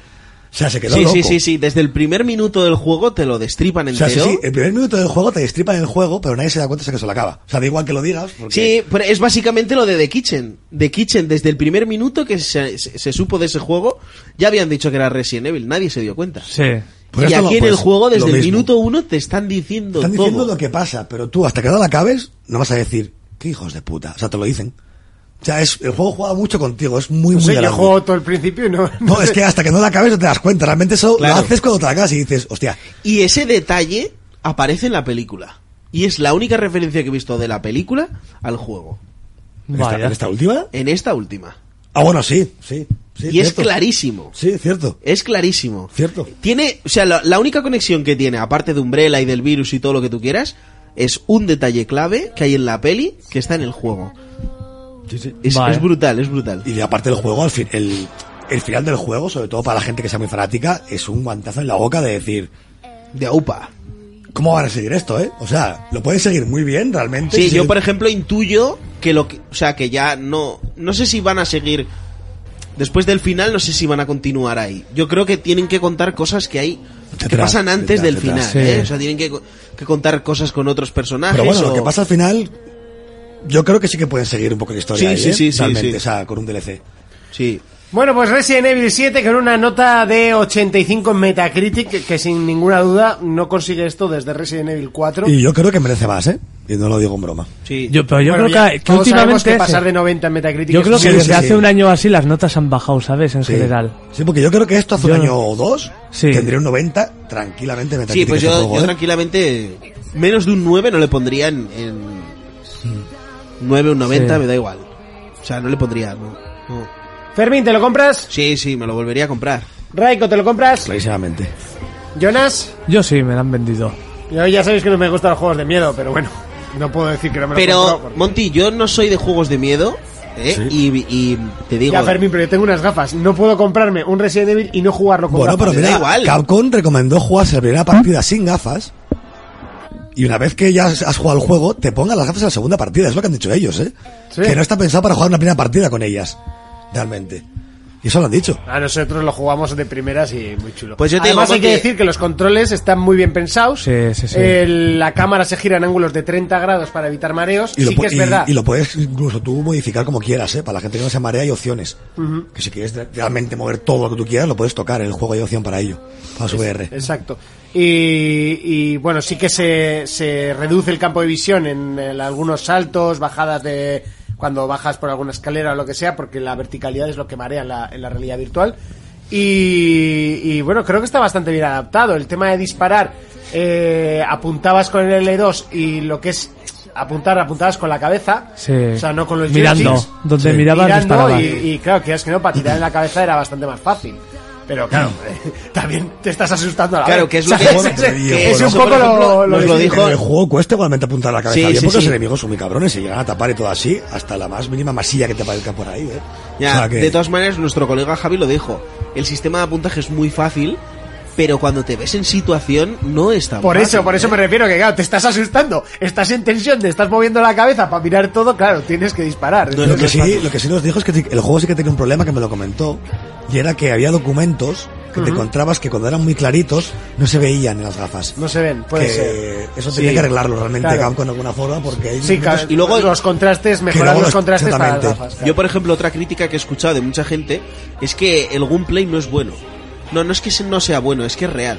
[SPEAKER 5] O sea, se quedó
[SPEAKER 3] Sí,
[SPEAKER 5] loco.
[SPEAKER 3] sí, sí, sí. Desde el primer minuto del juego te lo destripan
[SPEAKER 5] O sea,
[SPEAKER 3] entero.
[SPEAKER 5] sí, sí, el primer minuto del juego te destripan el juego, pero nadie se da cuenta hasta que se lo acaba. O sea, da igual que lo digas, porque...
[SPEAKER 3] Sí, pero es básicamente lo de The Kitchen. The Kitchen, desde el primer minuto que se, se- se supo de ese juego, ya habían dicho que era Resident Evil. Nadie se dio cuenta.
[SPEAKER 4] Sí.
[SPEAKER 5] Pues
[SPEAKER 3] y
[SPEAKER 5] esto
[SPEAKER 3] aquí
[SPEAKER 5] lo-
[SPEAKER 3] en el
[SPEAKER 5] pues,
[SPEAKER 3] juego,
[SPEAKER 5] lo
[SPEAKER 3] desde el
[SPEAKER 5] mismo.
[SPEAKER 3] minuto uno, te están diciendo
[SPEAKER 5] Están diciendo
[SPEAKER 3] todo.
[SPEAKER 5] lo que pasa, pero tú hasta que no la acabes, no vas a decir, qué hijos de puta. O sea, te lo dicen. O sea, es, el juego juega mucho contigo, es muy,
[SPEAKER 2] No
[SPEAKER 3] Pues
[SPEAKER 5] muy
[SPEAKER 2] sé, yo
[SPEAKER 5] grande.
[SPEAKER 2] juego todo el principio y no...
[SPEAKER 5] No, es que hasta que no la acabes no te das cuenta. Realmente eso
[SPEAKER 3] Claro.
[SPEAKER 5] lo haces cuando te la acabas y dices, hostia,
[SPEAKER 3] Y ese detalle aparece en la película. Y es la única referencia que he visto de la película al juego.
[SPEAKER 5] ¿en esta,
[SPEAKER 4] Vaya.
[SPEAKER 5] en esta última?
[SPEAKER 3] En esta última.
[SPEAKER 5] Ah, bueno, sí, sí. sí
[SPEAKER 3] y es
[SPEAKER 5] cierto.
[SPEAKER 3] clarísimo.
[SPEAKER 5] Sí, cierto.
[SPEAKER 3] Es clarísimo.
[SPEAKER 5] Cierto.
[SPEAKER 3] Tiene, o sea, la, la única conexión que tiene, aparte de Umbrella y del virus y todo lo que tú quieras, es un detalle clave que hay en la peli que está en el juego. Es,
[SPEAKER 4] Vale.
[SPEAKER 3] es brutal, es brutal.
[SPEAKER 5] Y aparte del juego, al fin- el, el final del juego, sobre todo para la gente que sea muy fanática, es un guantazo en la boca de decir,
[SPEAKER 3] De aupa.
[SPEAKER 5] ¿cómo van a seguir esto, eh? O sea, lo pueden seguir muy bien, realmente.
[SPEAKER 3] Sí,
[SPEAKER 5] si
[SPEAKER 3] yo
[SPEAKER 5] se-
[SPEAKER 3] por ejemplo intuyo que lo que, o sea, que ya no, no sé si van a seguir Después del final no sé si van a continuar ahí. Yo creo que tienen que contar cosas que hay que
[SPEAKER 5] Detrás,
[SPEAKER 3] pasan
[SPEAKER 5] detrás,
[SPEAKER 3] antes del final.
[SPEAKER 5] detrás.
[SPEAKER 4] Sí.
[SPEAKER 3] ¿eh? O sea, tienen que, co- que contar cosas con otros personajes.
[SPEAKER 5] Pero bueno, lo
[SPEAKER 3] o-
[SPEAKER 5] que pasa al final, yo creo que sí que pueden seguir un poco la historia. ahí,
[SPEAKER 3] Sí, sí,
[SPEAKER 5] ¿eh?
[SPEAKER 3] sí, sí,
[SPEAKER 5] Realmente,
[SPEAKER 3] sí.
[SPEAKER 5] o sea, con un DLC.
[SPEAKER 3] Sí.
[SPEAKER 2] Bueno, pues Resident Evil 7 con una nota de 85 en Metacritic, que, que sin ninguna duda no consigue esto desde Resident Evil 4.
[SPEAKER 5] Y yo creo que merece más, ¿eh? Y no lo digo en broma.
[SPEAKER 3] Sí.
[SPEAKER 4] Yo, pero yo
[SPEAKER 2] Bueno,
[SPEAKER 4] creo
[SPEAKER 2] ya
[SPEAKER 4] que, que
[SPEAKER 2] todos sabemos
[SPEAKER 4] últimamente.
[SPEAKER 2] que pasar
[SPEAKER 4] se-
[SPEAKER 2] de 90 en Metacritic
[SPEAKER 4] yo
[SPEAKER 2] es
[SPEAKER 4] creo que
[SPEAKER 5] Sí,
[SPEAKER 4] desde
[SPEAKER 5] sí,
[SPEAKER 4] hace
[SPEAKER 5] sí.
[SPEAKER 4] un año o así las notas han bajado, ¿sabes? En
[SPEAKER 5] Sí.
[SPEAKER 4] general.
[SPEAKER 5] Sí, porque yo creo que esto hace
[SPEAKER 4] Yo
[SPEAKER 5] un
[SPEAKER 4] no-
[SPEAKER 5] año o dos
[SPEAKER 4] Sí.
[SPEAKER 5] tendría un 90 tranquilamente. en
[SPEAKER 3] Sí,
[SPEAKER 5] Metacritic
[SPEAKER 3] pues
[SPEAKER 5] este
[SPEAKER 3] yo,
[SPEAKER 5] juego,
[SPEAKER 3] yo
[SPEAKER 5] ¿eh?
[SPEAKER 3] tranquilamente menos de un 9 no le pondría en, en 9 un 90
[SPEAKER 4] Sí.
[SPEAKER 3] me da igual. O sea, no le pondría, no, no.
[SPEAKER 2] Fermín, ¿te lo compras?
[SPEAKER 3] Sí, sí, me lo volvería a comprar.
[SPEAKER 2] Raiko, ¿te lo compras?
[SPEAKER 5] Clarísimamente.
[SPEAKER 2] Jonas,
[SPEAKER 4] Yo sí, me la han vendido.
[SPEAKER 2] yo ya sabéis que no me gustan los juegos de miedo, pero bueno, no puedo decir que no me lo compro
[SPEAKER 3] Pero
[SPEAKER 2] porque-
[SPEAKER 3] Monty, yo no soy de juegos de miedo, ¿eh? y, y te digo
[SPEAKER 2] Ya, Fermín, pero yo tengo unas gafas. No puedo comprarme un Resident Evil y no jugarlo con
[SPEAKER 5] Bueno,
[SPEAKER 2] gafas.
[SPEAKER 5] pero
[SPEAKER 3] me da
[SPEAKER 5] mira,
[SPEAKER 3] igual.
[SPEAKER 5] Capcom recomendó jugarse la primera partida sin gafas. Y una vez que ya has jugado el juego, te pongan las gafas en la segunda partida. Es lo que han dicho ellos, ¿eh?
[SPEAKER 2] Sí.
[SPEAKER 5] Que no está pensado para jugar una primera partida con ellas. Realmente. Y eso lo han dicho.
[SPEAKER 2] A nosotros lo jugamos de primeras y muy chulo.
[SPEAKER 3] Pues yo te
[SPEAKER 2] Además
[SPEAKER 3] digo,
[SPEAKER 2] hay que
[SPEAKER 3] Monty-
[SPEAKER 2] decir que los controles están muy bien pensados.
[SPEAKER 4] Sí, sí, sí.
[SPEAKER 2] El- la cámara se gira en ángulos de 30 grados para evitar mareos.
[SPEAKER 5] Y lo,
[SPEAKER 2] sí
[SPEAKER 5] pu-
[SPEAKER 2] que es
[SPEAKER 5] y-
[SPEAKER 2] verdad.
[SPEAKER 5] y lo puedes incluso tú modificar como quieras, ¿eh? Para la gente que no se marea hay opciones. Que si quieres realmente mover todo lo que tú quieras, lo puedes tocar. En el juego hay opción para ello. Para su VR.
[SPEAKER 2] Exacto. Y, y, bueno, sí que se, se reduce el campo de visión en, eh, algunos saltos, bajadas de cuando bajas por alguna escalera o lo que sea, porque la verticalidad es lo que marea en la, en la realidad virtual. Y, y, bueno, creo que está bastante bien adaptado. El tema de disparar, eh, apuntabas con el L2 y lo que es apuntar, apuntabas con la cabeza.
[SPEAKER 4] Sí.
[SPEAKER 2] O sea, no con los
[SPEAKER 4] Mirando.
[SPEAKER 2] joysticks
[SPEAKER 4] Donde
[SPEAKER 5] Sí.
[SPEAKER 4] miraba,
[SPEAKER 2] mirando
[SPEAKER 4] disparaba.
[SPEAKER 2] y, y claro, quieras que no, para tirar en la cabeza era bastante más fácil. Pero claro, también te estás asustando a la
[SPEAKER 3] Claro,
[SPEAKER 2] vez.
[SPEAKER 3] que es lo que
[SPEAKER 2] ¿Sabes?
[SPEAKER 5] Bueno,
[SPEAKER 2] es,
[SPEAKER 5] pero y el
[SPEAKER 2] es
[SPEAKER 5] juego, ¿no?
[SPEAKER 2] un poco
[SPEAKER 3] Por ejemplo,
[SPEAKER 2] lo, lo
[SPEAKER 3] nos
[SPEAKER 2] de-
[SPEAKER 3] lo dijo-
[SPEAKER 5] En el juego cuesta igualmente apuntar la cabeza
[SPEAKER 3] Sí,
[SPEAKER 5] bien
[SPEAKER 3] sí,
[SPEAKER 5] porque
[SPEAKER 3] sí.
[SPEAKER 5] los enemigos son muy cabrones se llegan a tapar y todo así hasta la más mínima masilla que te parezca por ahí ¿eh?
[SPEAKER 3] Ya,
[SPEAKER 5] O sea que-
[SPEAKER 3] de todas maneras, nuestro colega Javi lo dijo. El sistema de apuntaje es muy fácil, pero cuando te ves en situación no es tan
[SPEAKER 2] Por
[SPEAKER 3] fácil,
[SPEAKER 2] eso, por eso
[SPEAKER 3] ¿eh?
[SPEAKER 2] me refiero que claro, te estás asustando, estás en tensión, te estás moviendo la cabeza para mirar todo, claro, tienes que disparar.
[SPEAKER 3] No,
[SPEAKER 5] lo,
[SPEAKER 3] no
[SPEAKER 5] que
[SPEAKER 3] es
[SPEAKER 5] sí,
[SPEAKER 3] fácil.
[SPEAKER 5] lo que sí nos dijo es que el juego sí que tenía un problema que me lo comentó y era que había documentos que te encontrabas que cuando eran muy claritos no se veían en las gafas
[SPEAKER 2] No se ven, puede
[SPEAKER 5] Que
[SPEAKER 2] ser.
[SPEAKER 5] eso tenía que arreglarlo realmente
[SPEAKER 2] Claro.
[SPEAKER 5] Capcom de alguna forma porque hay
[SPEAKER 2] Sí,
[SPEAKER 5] documentos-
[SPEAKER 2] claro, y luego los contrastes, mejorar
[SPEAKER 5] luego
[SPEAKER 2] los
[SPEAKER 5] los-
[SPEAKER 2] contrastes para las
[SPEAKER 5] exactamente.
[SPEAKER 2] gafas. claro.
[SPEAKER 3] ¿eh? Yo, por ejemplo, otra crítica que he escuchado de mucha gente es que el gameplay no es bueno. No, no es que se- no sea bueno, es que es real.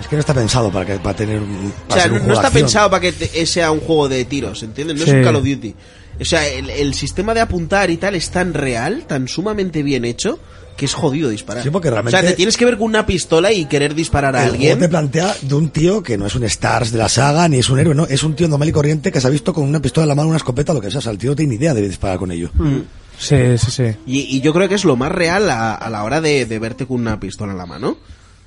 [SPEAKER 5] es que no está pensado para, que, para tener un,
[SPEAKER 3] O
[SPEAKER 5] para
[SPEAKER 3] sea,
[SPEAKER 5] ser un
[SPEAKER 3] no, no
[SPEAKER 5] juego de
[SPEAKER 3] está
[SPEAKER 5] acción.
[SPEAKER 3] pensado para que te- eh, sea un juego de tiros, ¿entiendes? No
[SPEAKER 4] Sí.
[SPEAKER 3] es un Call of Duty. O sea, el, el sistema de apuntar y tal es tan real, tan sumamente bien hecho, que es jodido disparar.
[SPEAKER 5] Sí, porque realmente-
[SPEAKER 3] O sea, te tienes que ver con una pistola y querer disparar a
[SPEAKER 5] el
[SPEAKER 3] alguien.
[SPEAKER 5] juego te plantea de un tío que no es un Stars de la saga ni es un héroe, no, es un tío normal y corriente que se ha visto con una pistola en la mano, una escopeta, lo que sea. O sea, el tío no tiene ni idea de disparar con ello.
[SPEAKER 2] Mm.
[SPEAKER 4] Sí, sí, sí.
[SPEAKER 3] Y, y yo creo que es lo más real a, a la hora de, de verte con una pistola en la mano.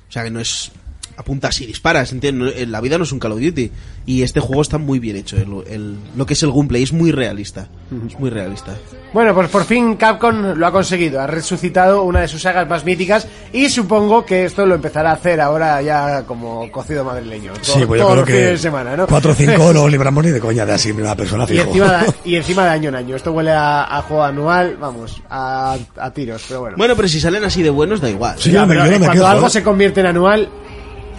[SPEAKER 3] O sea, que no es apuntas y disparas, ¿entiendes? No- en La vida no es un Call of Duty. Y este juego está muy bien hecho. el- el- lo que es el gameplay es muy realista. Es muy realista.
[SPEAKER 2] Bueno, pues por fin Capcom lo ha conseguido, ha resucitado una de sus sagas más míticas y supongo que esto lo empezará a hacer ahora ya como cocido madrileño. to-
[SPEAKER 5] Sí, pues yo creo
[SPEAKER 2] todos los fines
[SPEAKER 5] que
[SPEAKER 2] de semana, ¿no?
[SPEAKER 5] 4 o 5 no libramos ni de coña de así, una persona
[SPEAKER 2] y
[SPEAKER 5] fijo.
[SPEAKER 2] encima, de, y encima de año en año. Esto huele a, a juego anual, vamos, a, a tiros, pero bueno.
[SPEAKER 3] Bueno, pero si salen así de buenos, da igual.
[SPEAKER 5] Sí,
[SPEAKER 2] Ya,
[SPEAKER 5] yo me- yo
[SPEAKER 2] pero
[SPEAKER 5] no me
[SPEAKER 2] cuando
[SPEAKER 5] quejo,
[SPEAKER 2] algo
[SPEAKER 5] ¿eh?
[SPEAKER 2] se convierte en anual,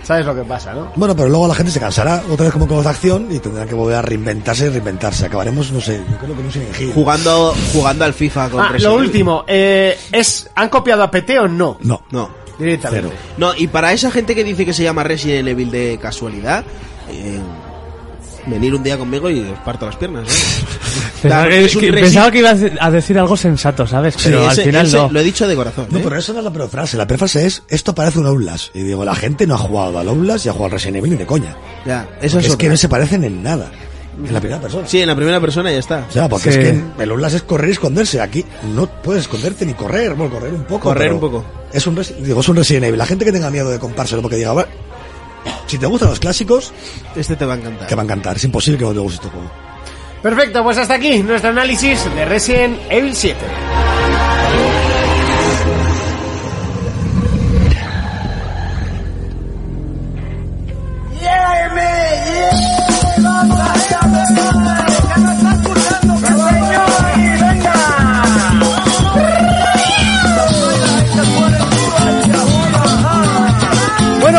[SPEAKER 2] sabes lo que pasa, ¿no?
[SPEAKER 5] Bueno, pero luego la gente se cansará otra vez como juegos de acción y tendrán que volver a reinventarse y reinventarse. Acabaremos, no sé, yo creo que no sé en
[SPEAKER 3] Jugando, jugando al FIFA con
[SPEAKER 2] Ah,
[SPEAKER 3] Resident
[SPEAKER 2] lo
[SPEAKER 3] Evil.
[SPEAKER 2] último, eh, es, ¿han copiado a PT o no?
[SPEAKER 5] No, no.
[SPEAKER 3] No.
[SPEAKER 2] Directamente.
[SPEAKER 5] Cero.
[SPEAKER 3] No, y para esa gente que dice que se llama Resident Evil de casualidad, eh, venir un día conmigo y os parto las piernas. ¿eh?
[SPEAKER 4] Pensaba,
[SPEAKER 3] Claro,
[SPEAKER 4] que,
[SPEAKER 3] es un
[SPEAKER 4] que-
[SPEAKER 3] resi-
[SPEAKER 4] pensaba que iba a de- a decir algo sensato, ¿sabes? Pero
[SPEAKER 3] Sí,
[SPEAKER 4] al
[SPEAKER 3] ese-
[SPEAKER 4] final
[SPEAKER 3] ese
[SPEAKER 4] no.
[SPEAKER 3] Lo he dicho de corazón. ¿eh?
[SPEAKER 5] pero eso no es la peor frase. La peor frase es, esto parece un Outlast. Y digo, la gente no ha jugado al Outlast y ha jugado al Resident Evil ni de coña.
[SPEAKER 3] Ya, eso
[SPEAKER 5] Porque
[SPEAKER 3] es,
[SPEAKER 5] es que
[SPEAKER 3] otra.
[SPEAKER 5] no se parecen en nada. En la primera persona.
[SPEAKER 3] Sí, en la primera persona ya está.
[SPEAKER 5] O sea, porque
[SPEAKER 4] Sí.
[SPEAKER 5] es que el Outlast es correr y esconderse. Aquí no puedes esconderte ni correr. Bueno, correr un poco.
[SPEAKER 3] Correr
[SPEAKER 5] pero
[SPEAKER 3] un poco.
[SPEAKER 5] Es un, Resi- digo, es un Resident Evil. La gente que tenga miedo de compárselo porque diga, "Bueno, si te gustan los clásicos,
[SPEAKER 3] Este te va a encantar.
[SPEAKER 5] te va a encantar. Es imposible que no te guste este juego.
[SPEAKER 2] Perfecto, pues hasta aquí nuestro análisis de Resident Evil 7.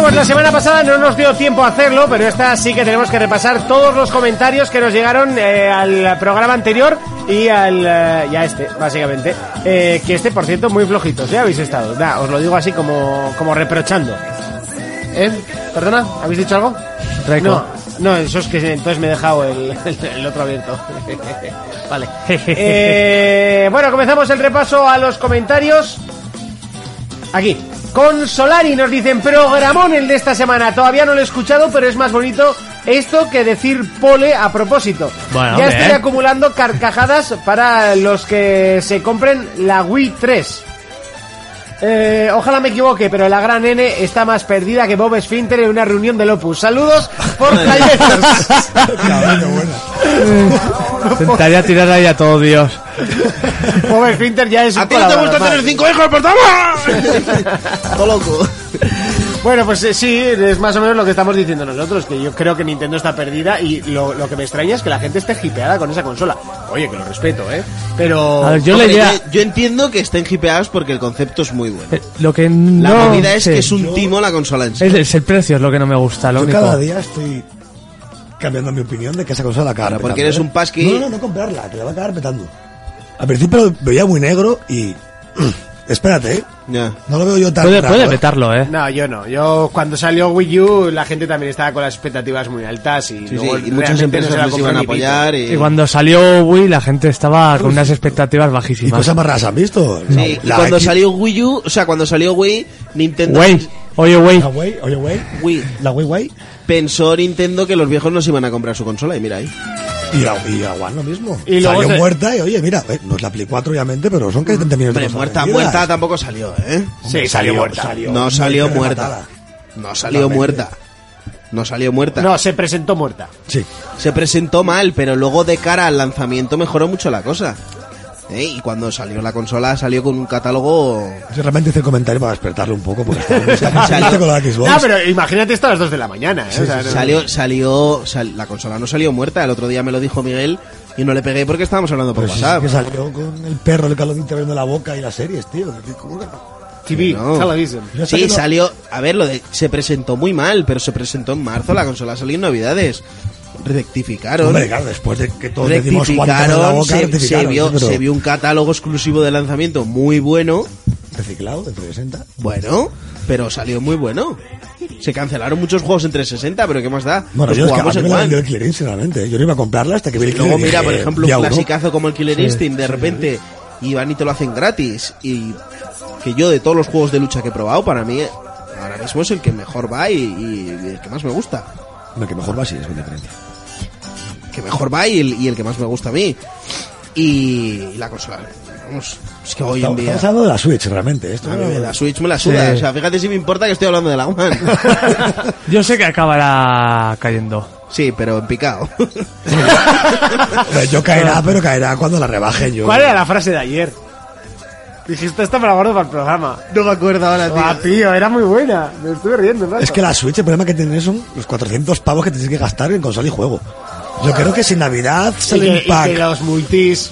[SPEAKER 2] pues la semana pasada no nos dio tiempo a hacerlo, pero esta sí que tenemos que repasar todos los comentarios que nos llegaron eh, al programa anterior y al eh, y a este, básicamente. Eh, que este, por cierto, muy flojitos, ya habéis estado. Nah, os lo digo así como, como reprochando. ¿Eh? ¿Perdona? ¿Habéis dicho algo?
[SPEAKER 4] Raico.
[SPEAKER 2] No, no, eso es que entonces me he dejado el, el otro abierto. vale. Eh, bueno, comenzamos el repaso a los comentarios. Aquí. Con Solari nos dicen, programón el de esta semana. Todavía no lo he escuchado, pero es más bonito esto que decir pole a propósito.
[SPEAKER 4] Bueno,
[SPEAKER 2] ya
[SPEAKER 4] hombre,
[SPEAKER 2] estoy
[SPEAKER 4] ¿eh?
[SPEAKER 2] acumulando carcajadas para los que se compren la Wii 3. Eh, ojalá me equivoque, pero la gran N está más perdida que Bob Esfinter en una reunión del Opus. Saludos, fortalezas.
[SPEAKER 5] Cabrón, qué buena.
[SPEAKER 4] Intentaría tirar ahí a todo Dios.
[SPEAKER 2] Bob Esfinter ya es un
[SPEAKER 3] ¿A ti no te gusta
[SPEAKER 2] colaborador,
[SPEAKER 3] tener
[SPEAKER 2] madre.
[SPEAKER 3] cinco hijos, por favor? Todo loco.
[SPEAKER 2] Bueno, pues eh, sí, es más o menos lo que estamos diciendo nosotros, que yo creo que Nintendo está perdida y lo, lo que me extraña es que la gente esté hipeada con esa consola. Oye, que lo respeto, ¿eh? Pero...
[SPEAKER 4] A ver, yo
[SPEAKER 3] Hombre,
[SPEAKER 4] le ya-
[SPEAKER 3] yo- yo entiendo que estén hipeados porque el concepto es muy bueno.
[SPEAKER 4] eh, Lo que
[SPEAKER 3] La
[SPEAKER 4] no
[SPEAKER 3] movida es
[SPEAKER 4] sé.
[SPEAKER 3] que es un timo la consola en sí.
[SPEAKER 4] Es, es el precio es lo que no me gusta, lo
[SPEAKER 5] Yo
[SPEAKER 4] único.
[SPEAKER 5] cada día estoy cambiando mi opinión de que esa cosa la cara.
[SPEAKER 3] Ahora, porque eres un pasqui.
[SPEAKER 5] No, no, no comprarla, que la va a acabar petando. Al principio lo veía muy negro y. Espérate, ¿eh?
[SPEAKER 3] Ya.
[SPEAKER 5] No lo veo yo tan.
[SPEAKER 4] Puede,
[SPEAKER 5] raro,
[SPEAKER 4] puede
[SPEAKER 5] ¿eh?
[SPEAKER 4] petarlo, eh.
[SPEAKER 2] No, yo no. Yo cuando salió Wii U la gente también estaba con las expectativas muy altas y,
[SPEAKER 3] Sí, sí,
[SPEAKER 2] luego
[SPEAKER 3] y
[SPEAKER 2] realmente
[SPEAKER 3] muchas
[SPEAKER 2] no
[SPEAKER 3] empresas
[SPEAKER 2] se la
[SPEAKER 3] les
[SPEAKER 2] compró
[SPEAKER 3] iban a
[SPEAKER 2] ni pito.
[SPEAKER 3] apoyar. Y...
[SPEAKER 4] Y cuando salió Wii la gente estaba con unas expectativas
[SPEAKER 5] Y
[SPEAKER 4] bajísimas.
[SPEAKER 5] cosas más raras han visto. La-
[SPEAKER 3] Sí, y
[SPEAKER 5] la
[SPEAKER 3] cuando
[SPEAKER 5] X-
[SPEAKER 3] salió Wii U, o sea, cuando salió Wii, Nintendo.
[SPEAKER 4] Wey, oye Wey,
[SPEAKER 5] La Way, oye, Way.
[SPEAKER 3] Wii.
[SPEAKER 5] La Way, Way.
[SPEAKER 3] Pensó Nintendo que los viejos nos iban a comprar su consola y mira ahí.
[SPEAKER 5] Y la, y la One lo mismo.
[SPEAKER 2] Y luego
[SPEAKER 5] salió
[SPEAKER 2] se-
[SPEAKER 5] muerta y oye, mira, eh, no es la Play 4 obviamente, pero son casi 30 millones de
[SPEAKER 3] Hombre,
[SPEAKER 5] cosas
[SPEAKER 3] muerta,
[SPEAKER 5] vendidas.
[SPEAKER 3] muerta tampoco salió, ¿eh?
[SPEAKER 2] Sí, salió muerta.
[SPEAKER 3] No salió
[SPEAKER 5] rematada.
[SPEAKER 3] muerta. No salió
[SPEAKER 5] Totalmente.
[SPEAKER 3] muerta. No salió muerta.
[SPEAKER 2] No, se presentó muerta.
[SPEAKER 5] Sí.
[SPEAKER 3] Se presentó mal, pero luego de cara al lanzamiento mejoró mucho la cosa. ¿Eh? Y cuando salió la consola salió con un catálogo...
[SPEAKER 5] Yo realmente hice el comentario para despertarlo un poco porque estaba
[SPEAKER 3] Salió-
[SPEAKER 5] salió con la Xbox.
[SPEAKER 2] No, pero imagínate esto a las 2 de la mañana. ¿eh? O sea, no-
[SPEAKER 3] Salió, salió, sal- la consola no salió muerta. El otro día me lo dijo Miguel y no le pegué porque estábamos hablando por
[SPEAKER 5] Pero Pues sí, sí,
[SPEAKER 3] WhatsApp.
[SPEAKER 5] que salió con el perro, el calodín abriendo la boca y las series, tío. que- que- ¿Cómo que no?
[SPEAKER 2] TV,
[SPEAKER 3] No.
[SPEAKER 2] television.
[SPEAKER 5] Yo hasta
[SPEAKER 3] Sí,
[SPEAKER 5] que no-
[SPEAKER 3] salió. A ver, lo de, se presentó muy mal, pero se presentó en marzo. La consola salió en Navidades. Rectificaron.
[SPEAKER 5] Hombre, claro, después de que todos decimos cuánto abre la
[SPEAKER 3] rectificaron.
[SPEAKER 5] boca,
[SPEAKER 3] Se, se
[SPEAKER 5] rectificaron,
[SPEAKER 3] vio,
[SPEAKER 5] sí, pero
[SPEAKER 3] se vio un catálogo exclusivo de lanzamiento muy bueno.
[SPEAKER 5] reciclado de 360.
[SPEAKER 3] Bueno, pero salió muy bueno. Se cancelaron muchos juegos en 360, pero ¿qué más da?
[SPEAKER 5] Bueno,
[SPEAKER 3] Los
[SPEAKER 5] yo es que a
[SPEAKER 3] Pues
[SPEAKER 5] mí
[SPEAKER 3] jugamos
[SPEAKER 5] me
[SPEAKER 3] en
[SPEAKER 5] la vendió
[SPEAKER 3] One.
[SPEAKER 5] el clearing, sinceramente. ¿eh? Yo no iba a comprarla hasta que vi el
[SPEAKER 3] Y luego
[SPEAKER 5] clearing y
[SPEAKER 3] mira,
[SPEAKER 5] dije,
[SPEAKER 3] por ejemplo,
[SPEAKER 5] "Ya,
[SPEAKER 3] un
[SPEAKER 5] uno".
[SPEAKER 3] clasicazo como el Killer Instinct, de repente, y van y te lo hacen gratis. Y que yo de todos los juegos de lucha que he probado, para mí ahora mismo es el que mejor va y, y- y el que más me gusta.
[SPEAKER 5] No, que mejor va así, es muy diferente.
[SPEAKER 3] que mejor va y el, y el que más me gusta a mí. Y la consola, vamos, es que hoy en
[SPEAKER 5] Estamos
[SPEAKER 3] día...
[SPEAKER 5] estamos hablando de la Switch, realmente. Esto
[SPEAKER 3] a
[SPEAKER 5] no-
[SPEAKER 3] mí La Switch me la suda,
[SPEAKER 4] Sí.
[SPEAKER 3] o sea, fíjate si me importa que estoy hablando de la One.
[SPEAKER 4] yo sé que acabará cayendo.
[SPEAKER 3] sí, pero en picado.
[SPEAKER 5] Hombre, Yo
[SPEAKER 3] Ah.
[SPEAKER 5] caerá, pero caerá cuando la rebajen. Yo,
[SPEAKER 2] ¿Cuál era la frase de ayer? Dijiste, esta me la guardo para el programa.
[SPEAKER 3] no me acuerdo ahora,
[SPEAKER 2] Ah, tío, era muy buena. Me estuve riendo, macho.
[SPEAKER 5] Es que la Switch, el problema que tiene son los 400 pavos que tienes que gastar en consola y juego. Yo creo que si en Navidad
[SPEAKER 2] Y
[SPEAKER 5] sale
[SPEAKER 2] que,
[SPEAKER 5] un
[SPEAKER 2] y que
[SPEAKER 5] pack,
[SPEAKER 2] los multis.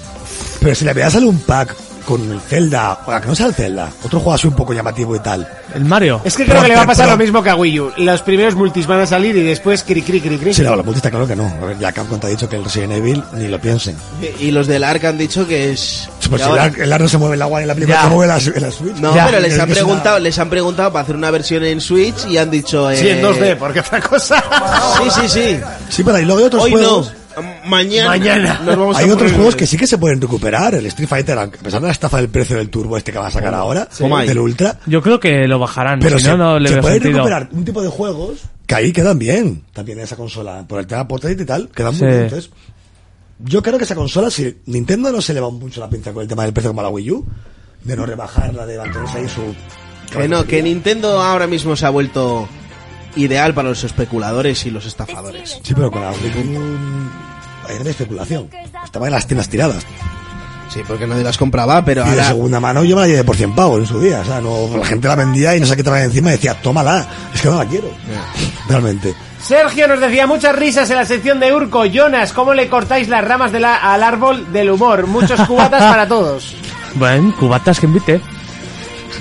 [SPEAKER 5] pero si en Navidad sale un pack con el Zelda, o la que no sea el Zelda, otro juego así un poco llamativo y tal.
[SPEAKER 4] El Mario.
[SPEAKER 2] Es que creo que
[SPEAKER 5] Pero-
[SPEAKER 2] le va a pasar
[SPEAKER 5] pero-
[SPEAKER 2] lo mismo que a Wii U. Los primeros multis van a salir y después cri cri cri cri.
[SPEAKER 5] Si la multi está claro que no. A ver, ya Capcom te ha dicho que el Resident Evil ni lo piensen.
[SPEAKER 3] Y los del ARC han dicho que es... que
[SPEAKER 5] Pues si el
[SPEAKER 3] ahora-
[SPEAKER 5] ar- el ar no se mueve el agua y en la película
[SPEAKER 4] Ya.
[SPEAKER 5] se mueve la, en la Switch.
[SPEAKER 3] No,
[SPEAKER 4] Ya.
[SPEAKER 3] pero les
[SPEAKER 5] Es
[SPEAKER 3] han,
[SPEAKER 5] que es una-
[SPEAKER 3] preguntado, les han preguntado para hacer una versión en Switch y han dicho... Eh...
[SPEAKER 2] Sí, en 2D, porque otra cosa.
[SPEAKER 3] Sí, sí, sí.
[SPEAKER 5] Sí, pero ahí luego hay otros
[SPEAKER 3] Hoy
[SPEAKER 5] juegos.
[SPEAKER 3] no. Mañana.
[SPEAKER 2] Mañana.
[SPEAKER 3] Nos vamos
[SPEAKER 5] Hay
[SPEAKER 3] a
[SPEAKER 5] otros
[SPEAKER 3] poner-
[SPEAKER 5] juegos que sí que se pueden recuperar. El Street Fighter, aunque- a pesar de la estafa del precio del turbo este que va a
[SPEAKER 4] Oh.
[SPEAKER 5] sacar ahora,
[SPEAKER 3] Toma ahí.
[SPEAKER 5] del Ultra,
[SPEAKER 4] Yo creo que lo bajarán,
[SPEAKER 5] Pero
[SPEAKER 4] si
[SPEAKER 5] se,
[SPEAKER 4] no, no le
[SPEAKER 5] se
[SPEAKER 4] veo
[SPEAKER 5] pueden
[SPEAKER 4] sentido.
[SPEAKER 5] recuperar un tipo de juegos que ahí quedan bien, también en esa consola, por el tema portátil y tal, quedan
[SPEAKER 4] Sí.
[SPEAKER 5] muy bien. Entonces, yo creo que esa consola, si Nintendo no se le va mucho la pinza con el tema del precio como la Wii U, de no rebajarla, de mantenerse ahí su...
[SPEAKER 3] Que no, que Nintendo ahora mismo se ha vuelto ideal para los especuladores y los estafadores.
[SPEAKER 5] Sí, pero con la Wii U era de especulación. Estaba en las tiendas tiradas.
[SPEAKER 3] Sí, porque nadie las compraba, pero
[SPEAKER 5] y de
[SPEAKER 3] ahora...
[SPEAKER 5] segunda mano yo me la llevé por 100 pavos en su día. O sea, no, la gente la vendía y no se la quitaba de encima y decía, tómala, es que no la quiero. Realmente.
[SPEAKER 2] Sergio nos decía muchas risas en la sección de Urco. Jonas, ¿cómo le cortáis las ramas de la- al árbol del humor? Muchos cubatas para todos.
[SPEAKER 4] Bueno, cubatas que invite.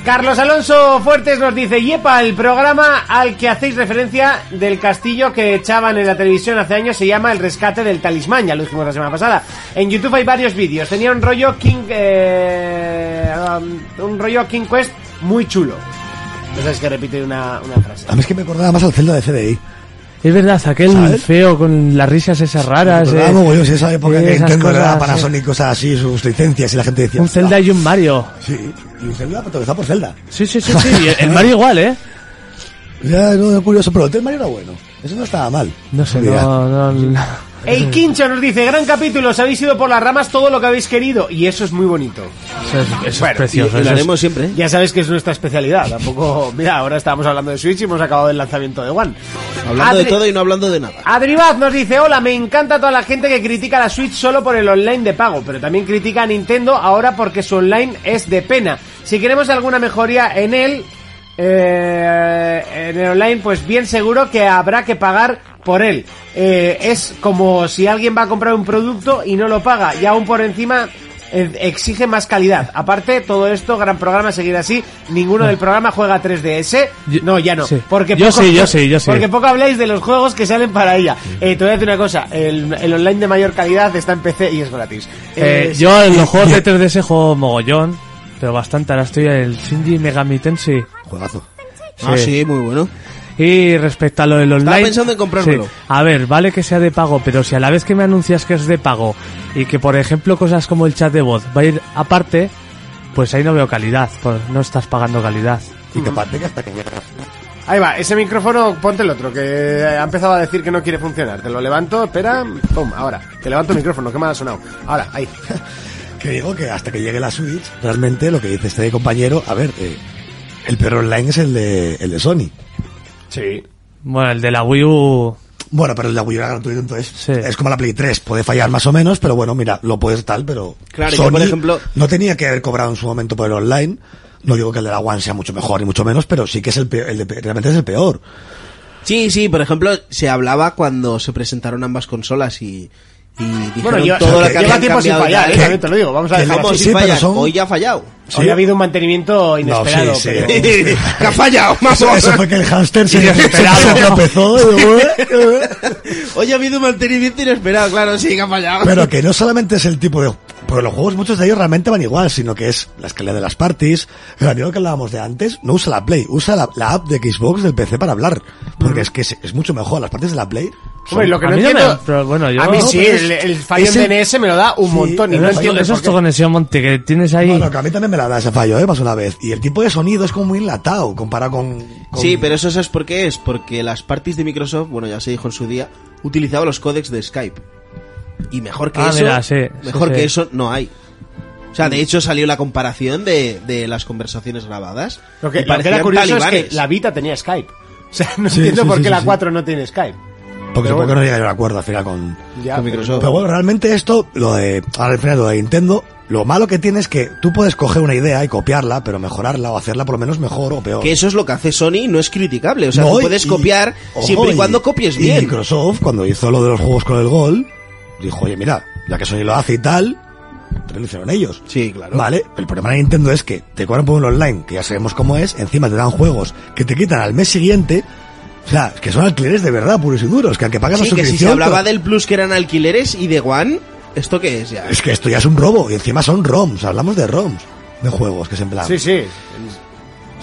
[SPEAKER 2] Carlos Alonso Fuertes nos dice, yepa, el programa al que hacéis referencia del castillo que echaban en la televisión hace años se llama El Rescate del Talismán, ya lo dijimos la semana pasada. En YouTube hay varios vídeos, tenía un rollo King... eh, um, un rollo King Quest muy chulo. No sabes que repite una, una frase.
[SPEAKER 5] A mí es que me acordaba más al Zelda de CDI.
[SPEAKER 4] Es verdad, aquel
[SPEAKER 5] ¿Sabes?
[SPEAKER 4] feo con las risas esas raras.
[SPEAKER 5] Me acordaba
[SPEAKER 4] eh,
[SPEAKER 5] mogollón, si esa época
[SPEAKER 4] eh,
[SPEAKER 5] que
[SPEAKER 4] esas
[SPEAKER 5] Nintendo le daba
[SPEAKER 4] cosas,
[SPEAKER 5] Panasonic cosas así, sus licencias y la gente
[SPEAKER 4] eh.
[SPEAKER 5] decía...
[SPEAKER 4] Un Zelda y un Mario.
[SPEAKER 5] "Ah, Sí, y un Zelda protagonizado por Zelda.
[SPEAKER 4] Sí, sí, sí, sí. y el- el Mario igual, ¿eh?
[SPEAKER 5] Ya, no, es curioso, pero el tema era bueno. Eso no estaba mal.
[SPEAKER 4] No sé,
[SPEAKER 5] Mira,
[SPEAKER 4] no, no, no.
[SPEAKER 2] Ey, Quincho nos dice, gran capítulo, os habéis ido por las ramas todo lo que habéis querido. Y eso es muy bonito.
[SPEAKER 4] Eso es, eso es
[SPEAKER 2] Bueno,
[SPEAKER 3] Y, y
[SPEAKER 4] precioso.
[SPEAKER 3] lo
[SPEAKER 4] eso es-
[SPEAKER 3] haremos siempre. ¿eh?
[SPEAKER 2] Ya sabes que es nuestra especialidad. Tampoco. Mira, ahora estábamos hablando de Switch y hemos acabado el lanzamiento de One.
[SPEAKER 3] Hablando de
[SPEAKER 2] Adri-
[SPEAKER 3] todo y no hablando de nada.
[SPEAKER 2] Adribaz nos dice, hola, me encanta toda la gente que critica la Switch solo por el online de pago, pero también critica a Nintendo ahora porque su online es de pena. Si queremos alguna mejoría en él, eh, en el online, pues bien seguro que habrá que pagar por él. Eh, es como si alguien va a comprar un producto y no lo paga, y aún por encima eh, exige más calidad. Aparte, todo esto, gran programa, seguir así. Ninguno del programa juega 3DS.
[SPEAKER 4] Yo-
[SPEAKER 2] No, ya no.
[SPEAKER 4] sí.
[SPEAKER 2] Porque
[SPEAKER 4] Yo
[SPEAKER 2] poco-
[SPEAKER 4] sí, yo sí, yo sí.
[SPEAKER 2] Porque poco habláis de los juegos que salen para ella. Eh, te voy a decir una cosa, el, el online de mayor calidad está en PC y es gratis.
[SPEAKER 4] Eh,
[SPEAKER 2] Eh,
[SPEAKER 4] yo en los juegos de 3DS juego mogollón, pero bastante. Ahora estoy en el Shinji Megami Tensei.
[SPEAKER 5] Juegazo.
[SPEAKER 3] Ah, sí, muy bueno.
[SPEAKER 4] Y respecto a lo del online...
[SPEAKER 3] pensando en comprármelo.
[SPEAKER 4] A ver, vale que sea de pago, pero si a la vez que me anuncias que es de pago y que, por ejemplo, cosas como el chat de voz va a ir aparte, pues ahí no veo calidad, pues no estás pagando calidad.
[SPEAKER 5] Y que aparte que hasta que llega.
[SPEAKER 2] Ahí va, ese micrófono, ponte el otro, que ha empezado a decir que no quiere funcionar. Te lo levanto, espera, pum, ahora. Te levanto el micrófono, que me ha sonado. Ahora, ahí.
[SPEAKER 5] Que digo que hasta que llegue la Switch, realmente lo que dice este compañero, a ver, eh, el perro online es el de, el de Sony.
[SPEAKER 2] Sí.
[SPEAKER 4] Bueno, el de la Wii U...
[SPEAKER 5] Bueno, pero el de Wii U era gratuito, entonces
[SPEAKER 4] Sí.
[SPEAKER 5] es como la Play 3, puede fallar más o menos, pero bueno, mira, lo puedes tal, pero
[SPEAKER 3] Claro, y que,
[SPEAKER 5] Sony
[SPEAKER 3] por ejemplo-
[SPEAKER 5] no tenía que haber cobrado en su momento por el online. No digo que el de la One sea mucho mejor y mucho menos, pero sí que es el peor, el de- realmente es el peor.
[SPEAKER 3] Sí, sí, por ejemplo, se hablaba cuando se presentaron ambas consolas y, y dijeron
[SPEAKER 2] Bueno, yo-
[SPEAKER 3] todo lo
[SPEAKER 5] que
[SPEAKER 3] que habían
[SPEAKER 2] lleva tiempo sin
[SPEAKER 3] cambiado ya,
[SPEAKER 2] fallar,
[SPEAKER 3] ¿eh?
[SPEAKER 2] eh, también te lo digo. Vamos a
[SPEAKER 5] que
[SPEAKER 2] dejar
[SPEAKER 3] Vamos,
[SPEAKER 5] Sí,
[SPEAKER 2] así.
[SPEAKER 3] si
[SPEAKER 5] sí, pero
[SPEAKER 3] fallan,
[SPEAKER 5] son-
[SPEAKER 3] hoy ya ha fallado.
[SPEAKER 2] Hoy ha habido un mantenimiento inesperado.
[SPEAKER 5] sí, sí.
[SPEAKER 2] pero-
[SPEAKER 3] que ha fallado, más o menos.
[SPEAKER 5] Eso fue que el hámster se, se,
[SPEAKER 4] desesperado.
[SPEAKER 5] tropezó, eh,
[SPEAKER 3] Hoy ha habido un mantenimiento inesperado, claro, sí, que ha fallado.
[SPEAKER 5] Pero que no solamente es el tipo de... Porque los juegos, muchos de ellos realmente van igual, sino que es la escala de las parties. El amigo que hablábamos de antes no usa la Play, usa la, la app de Xbox del PC para hablar. Porque es que es, es mucho mejor. Las partes de la Play... son-
[SPEAKER 2] Hombre, lo que
[SPEAKER 4] A
[SPEAKER 2] no
[SPEAKER 4] mí no me-
[SPEAKER 2] entiendo.
[SPEAKER 4] pero bueno, yo-
[SPEAKER 2] a mí
[SPEAKER 4] No,
[SPEAKER 2] sí,
[SPEAKER 5] pero es-
[SPEAKER 2] el, el fallo
[SPEAKER 5] es
[SPEAKER 2] en
[SPEAKER 5] el-
[SPEAKER 2] DNS me lo da un montón y
[SPEAKER 4] Eso
[SPEAKER 2] no
[SPEAKER 4] es-
[SPEAKER 2] entiendo
[SPEAKER 4] eso
[SPEAKER 2] por
[SPEAKER 4] es
[SPEAKER 2] qué.
[SPEAKER 4] tu conexión, Monte, que tienes ahí...
[SPEAKER 5] Bueno, que a mí también me la da ese fallo, ¿eh? Más una vez. Y el tipo de sonido es como muy enlatado comparado con... con-
[SPEAKER 3] Sí, pero eso sabes por qué es, porque las parties de Microsoft, bueno, ya se dijo en su día, utilizaba los códecs de Skype. Y mejor que
[SPEAKER 4] Ah,
[SPEAKER 3] eso,
[SPEAKER 4] mira, sí,
[SPEAKER 3] mejor
[SPEAKER 4] sí,
[SPEAKER 3] que
[SPEAKER 4] sí.
[SPEAKER 3] eso no hay. O sea, de hecho salió la comparación de, de las conversaciones grabadas.
[SPEAKER 2] Lo que,
[SPEAKER 3] y
[SPEAKER 2] lo que era
[SPEAKER 3] parecían
[SPEAKER 2] curioso es
[SPEAKER 3] talibanes.
[SPEAKER 2] que la Vita tenía Skype. O sea, no
[SPEAKER 5] Sí,
[SPEAKER 2] entiendo
[SPEAKER 5] sí,
[SPEAKER 2] por
[SPEAKER 5] sí,
[SPEAKER 2] qué
[SPEAKER 5] sí,
[SPEAKER 2] la
[SPEAKER 5] sí.
[SPEAKER 2] 4 no tiene Skype.
[SPEAKER 5] Porque
[SPEAKER 2] pero
[SPEAKER 5] supongo que
[SPEAKER 2] bueno.
[SPEAKER 5] no llega a un acuerdo al final con...
[SPEAKER 2] Ya,
[SPEAKER 3] Con Microsoft.
[SPEAKER 5] Pero bueno, realmente esto, lo de, ahora al final lo de Nintendo, lo malo que tiene es que tú puedes coger una idea y copiarla, pero mejorarla o hacerla por lo menos mejor o peor.
[SPEAKER 3] Que eso es lo que hace Sony, no es criticable. O sea,
[SPEAKER 5] No,
[SPEAKER 3] tú
[SPEAKER 5] y-
[SPEAKER 3] puedes
[SPEAKER 5] y-
[SPEAKER 3] copiar
[SPEAKER 5] ojo,
[SPEAKER 3] siempre y cuando copies
[SPEAKER 5] y
[SPEAKER 3] bien.
[SPEAKER 5] Microsoft, cuando hizo lo de los juegos con el Gol, dijo, oye, mira, ya que Sony lo hace y tal, pero lo hicieron ellos.
[SPEAKER 3] Sí, claro.
[SPEAKER 5] Vale, el problema de Nintendo es que te cobran por un online, que ya sabemos cómo es, encima te dan juegos que te quitan al mes siguiente, o sea, que son alquileres de verdad, puros y duros, que aunque pagas la
[SPEAKER 3] Sí, que si se
[SPEAKER 5] suscripción...
[SPEAKER 3] hablaba
[SPEAKER 5] pero-
[SPEAKER 3] del Plus que eran alquileres y de One, ¿esto qué es ya?
[SPEAKER 5] Es que esto ya es un robo, y encima son ROMs, hablamos de ROMs, de juegos, que es en plan...
[SPEAKER 2] Sí, sí.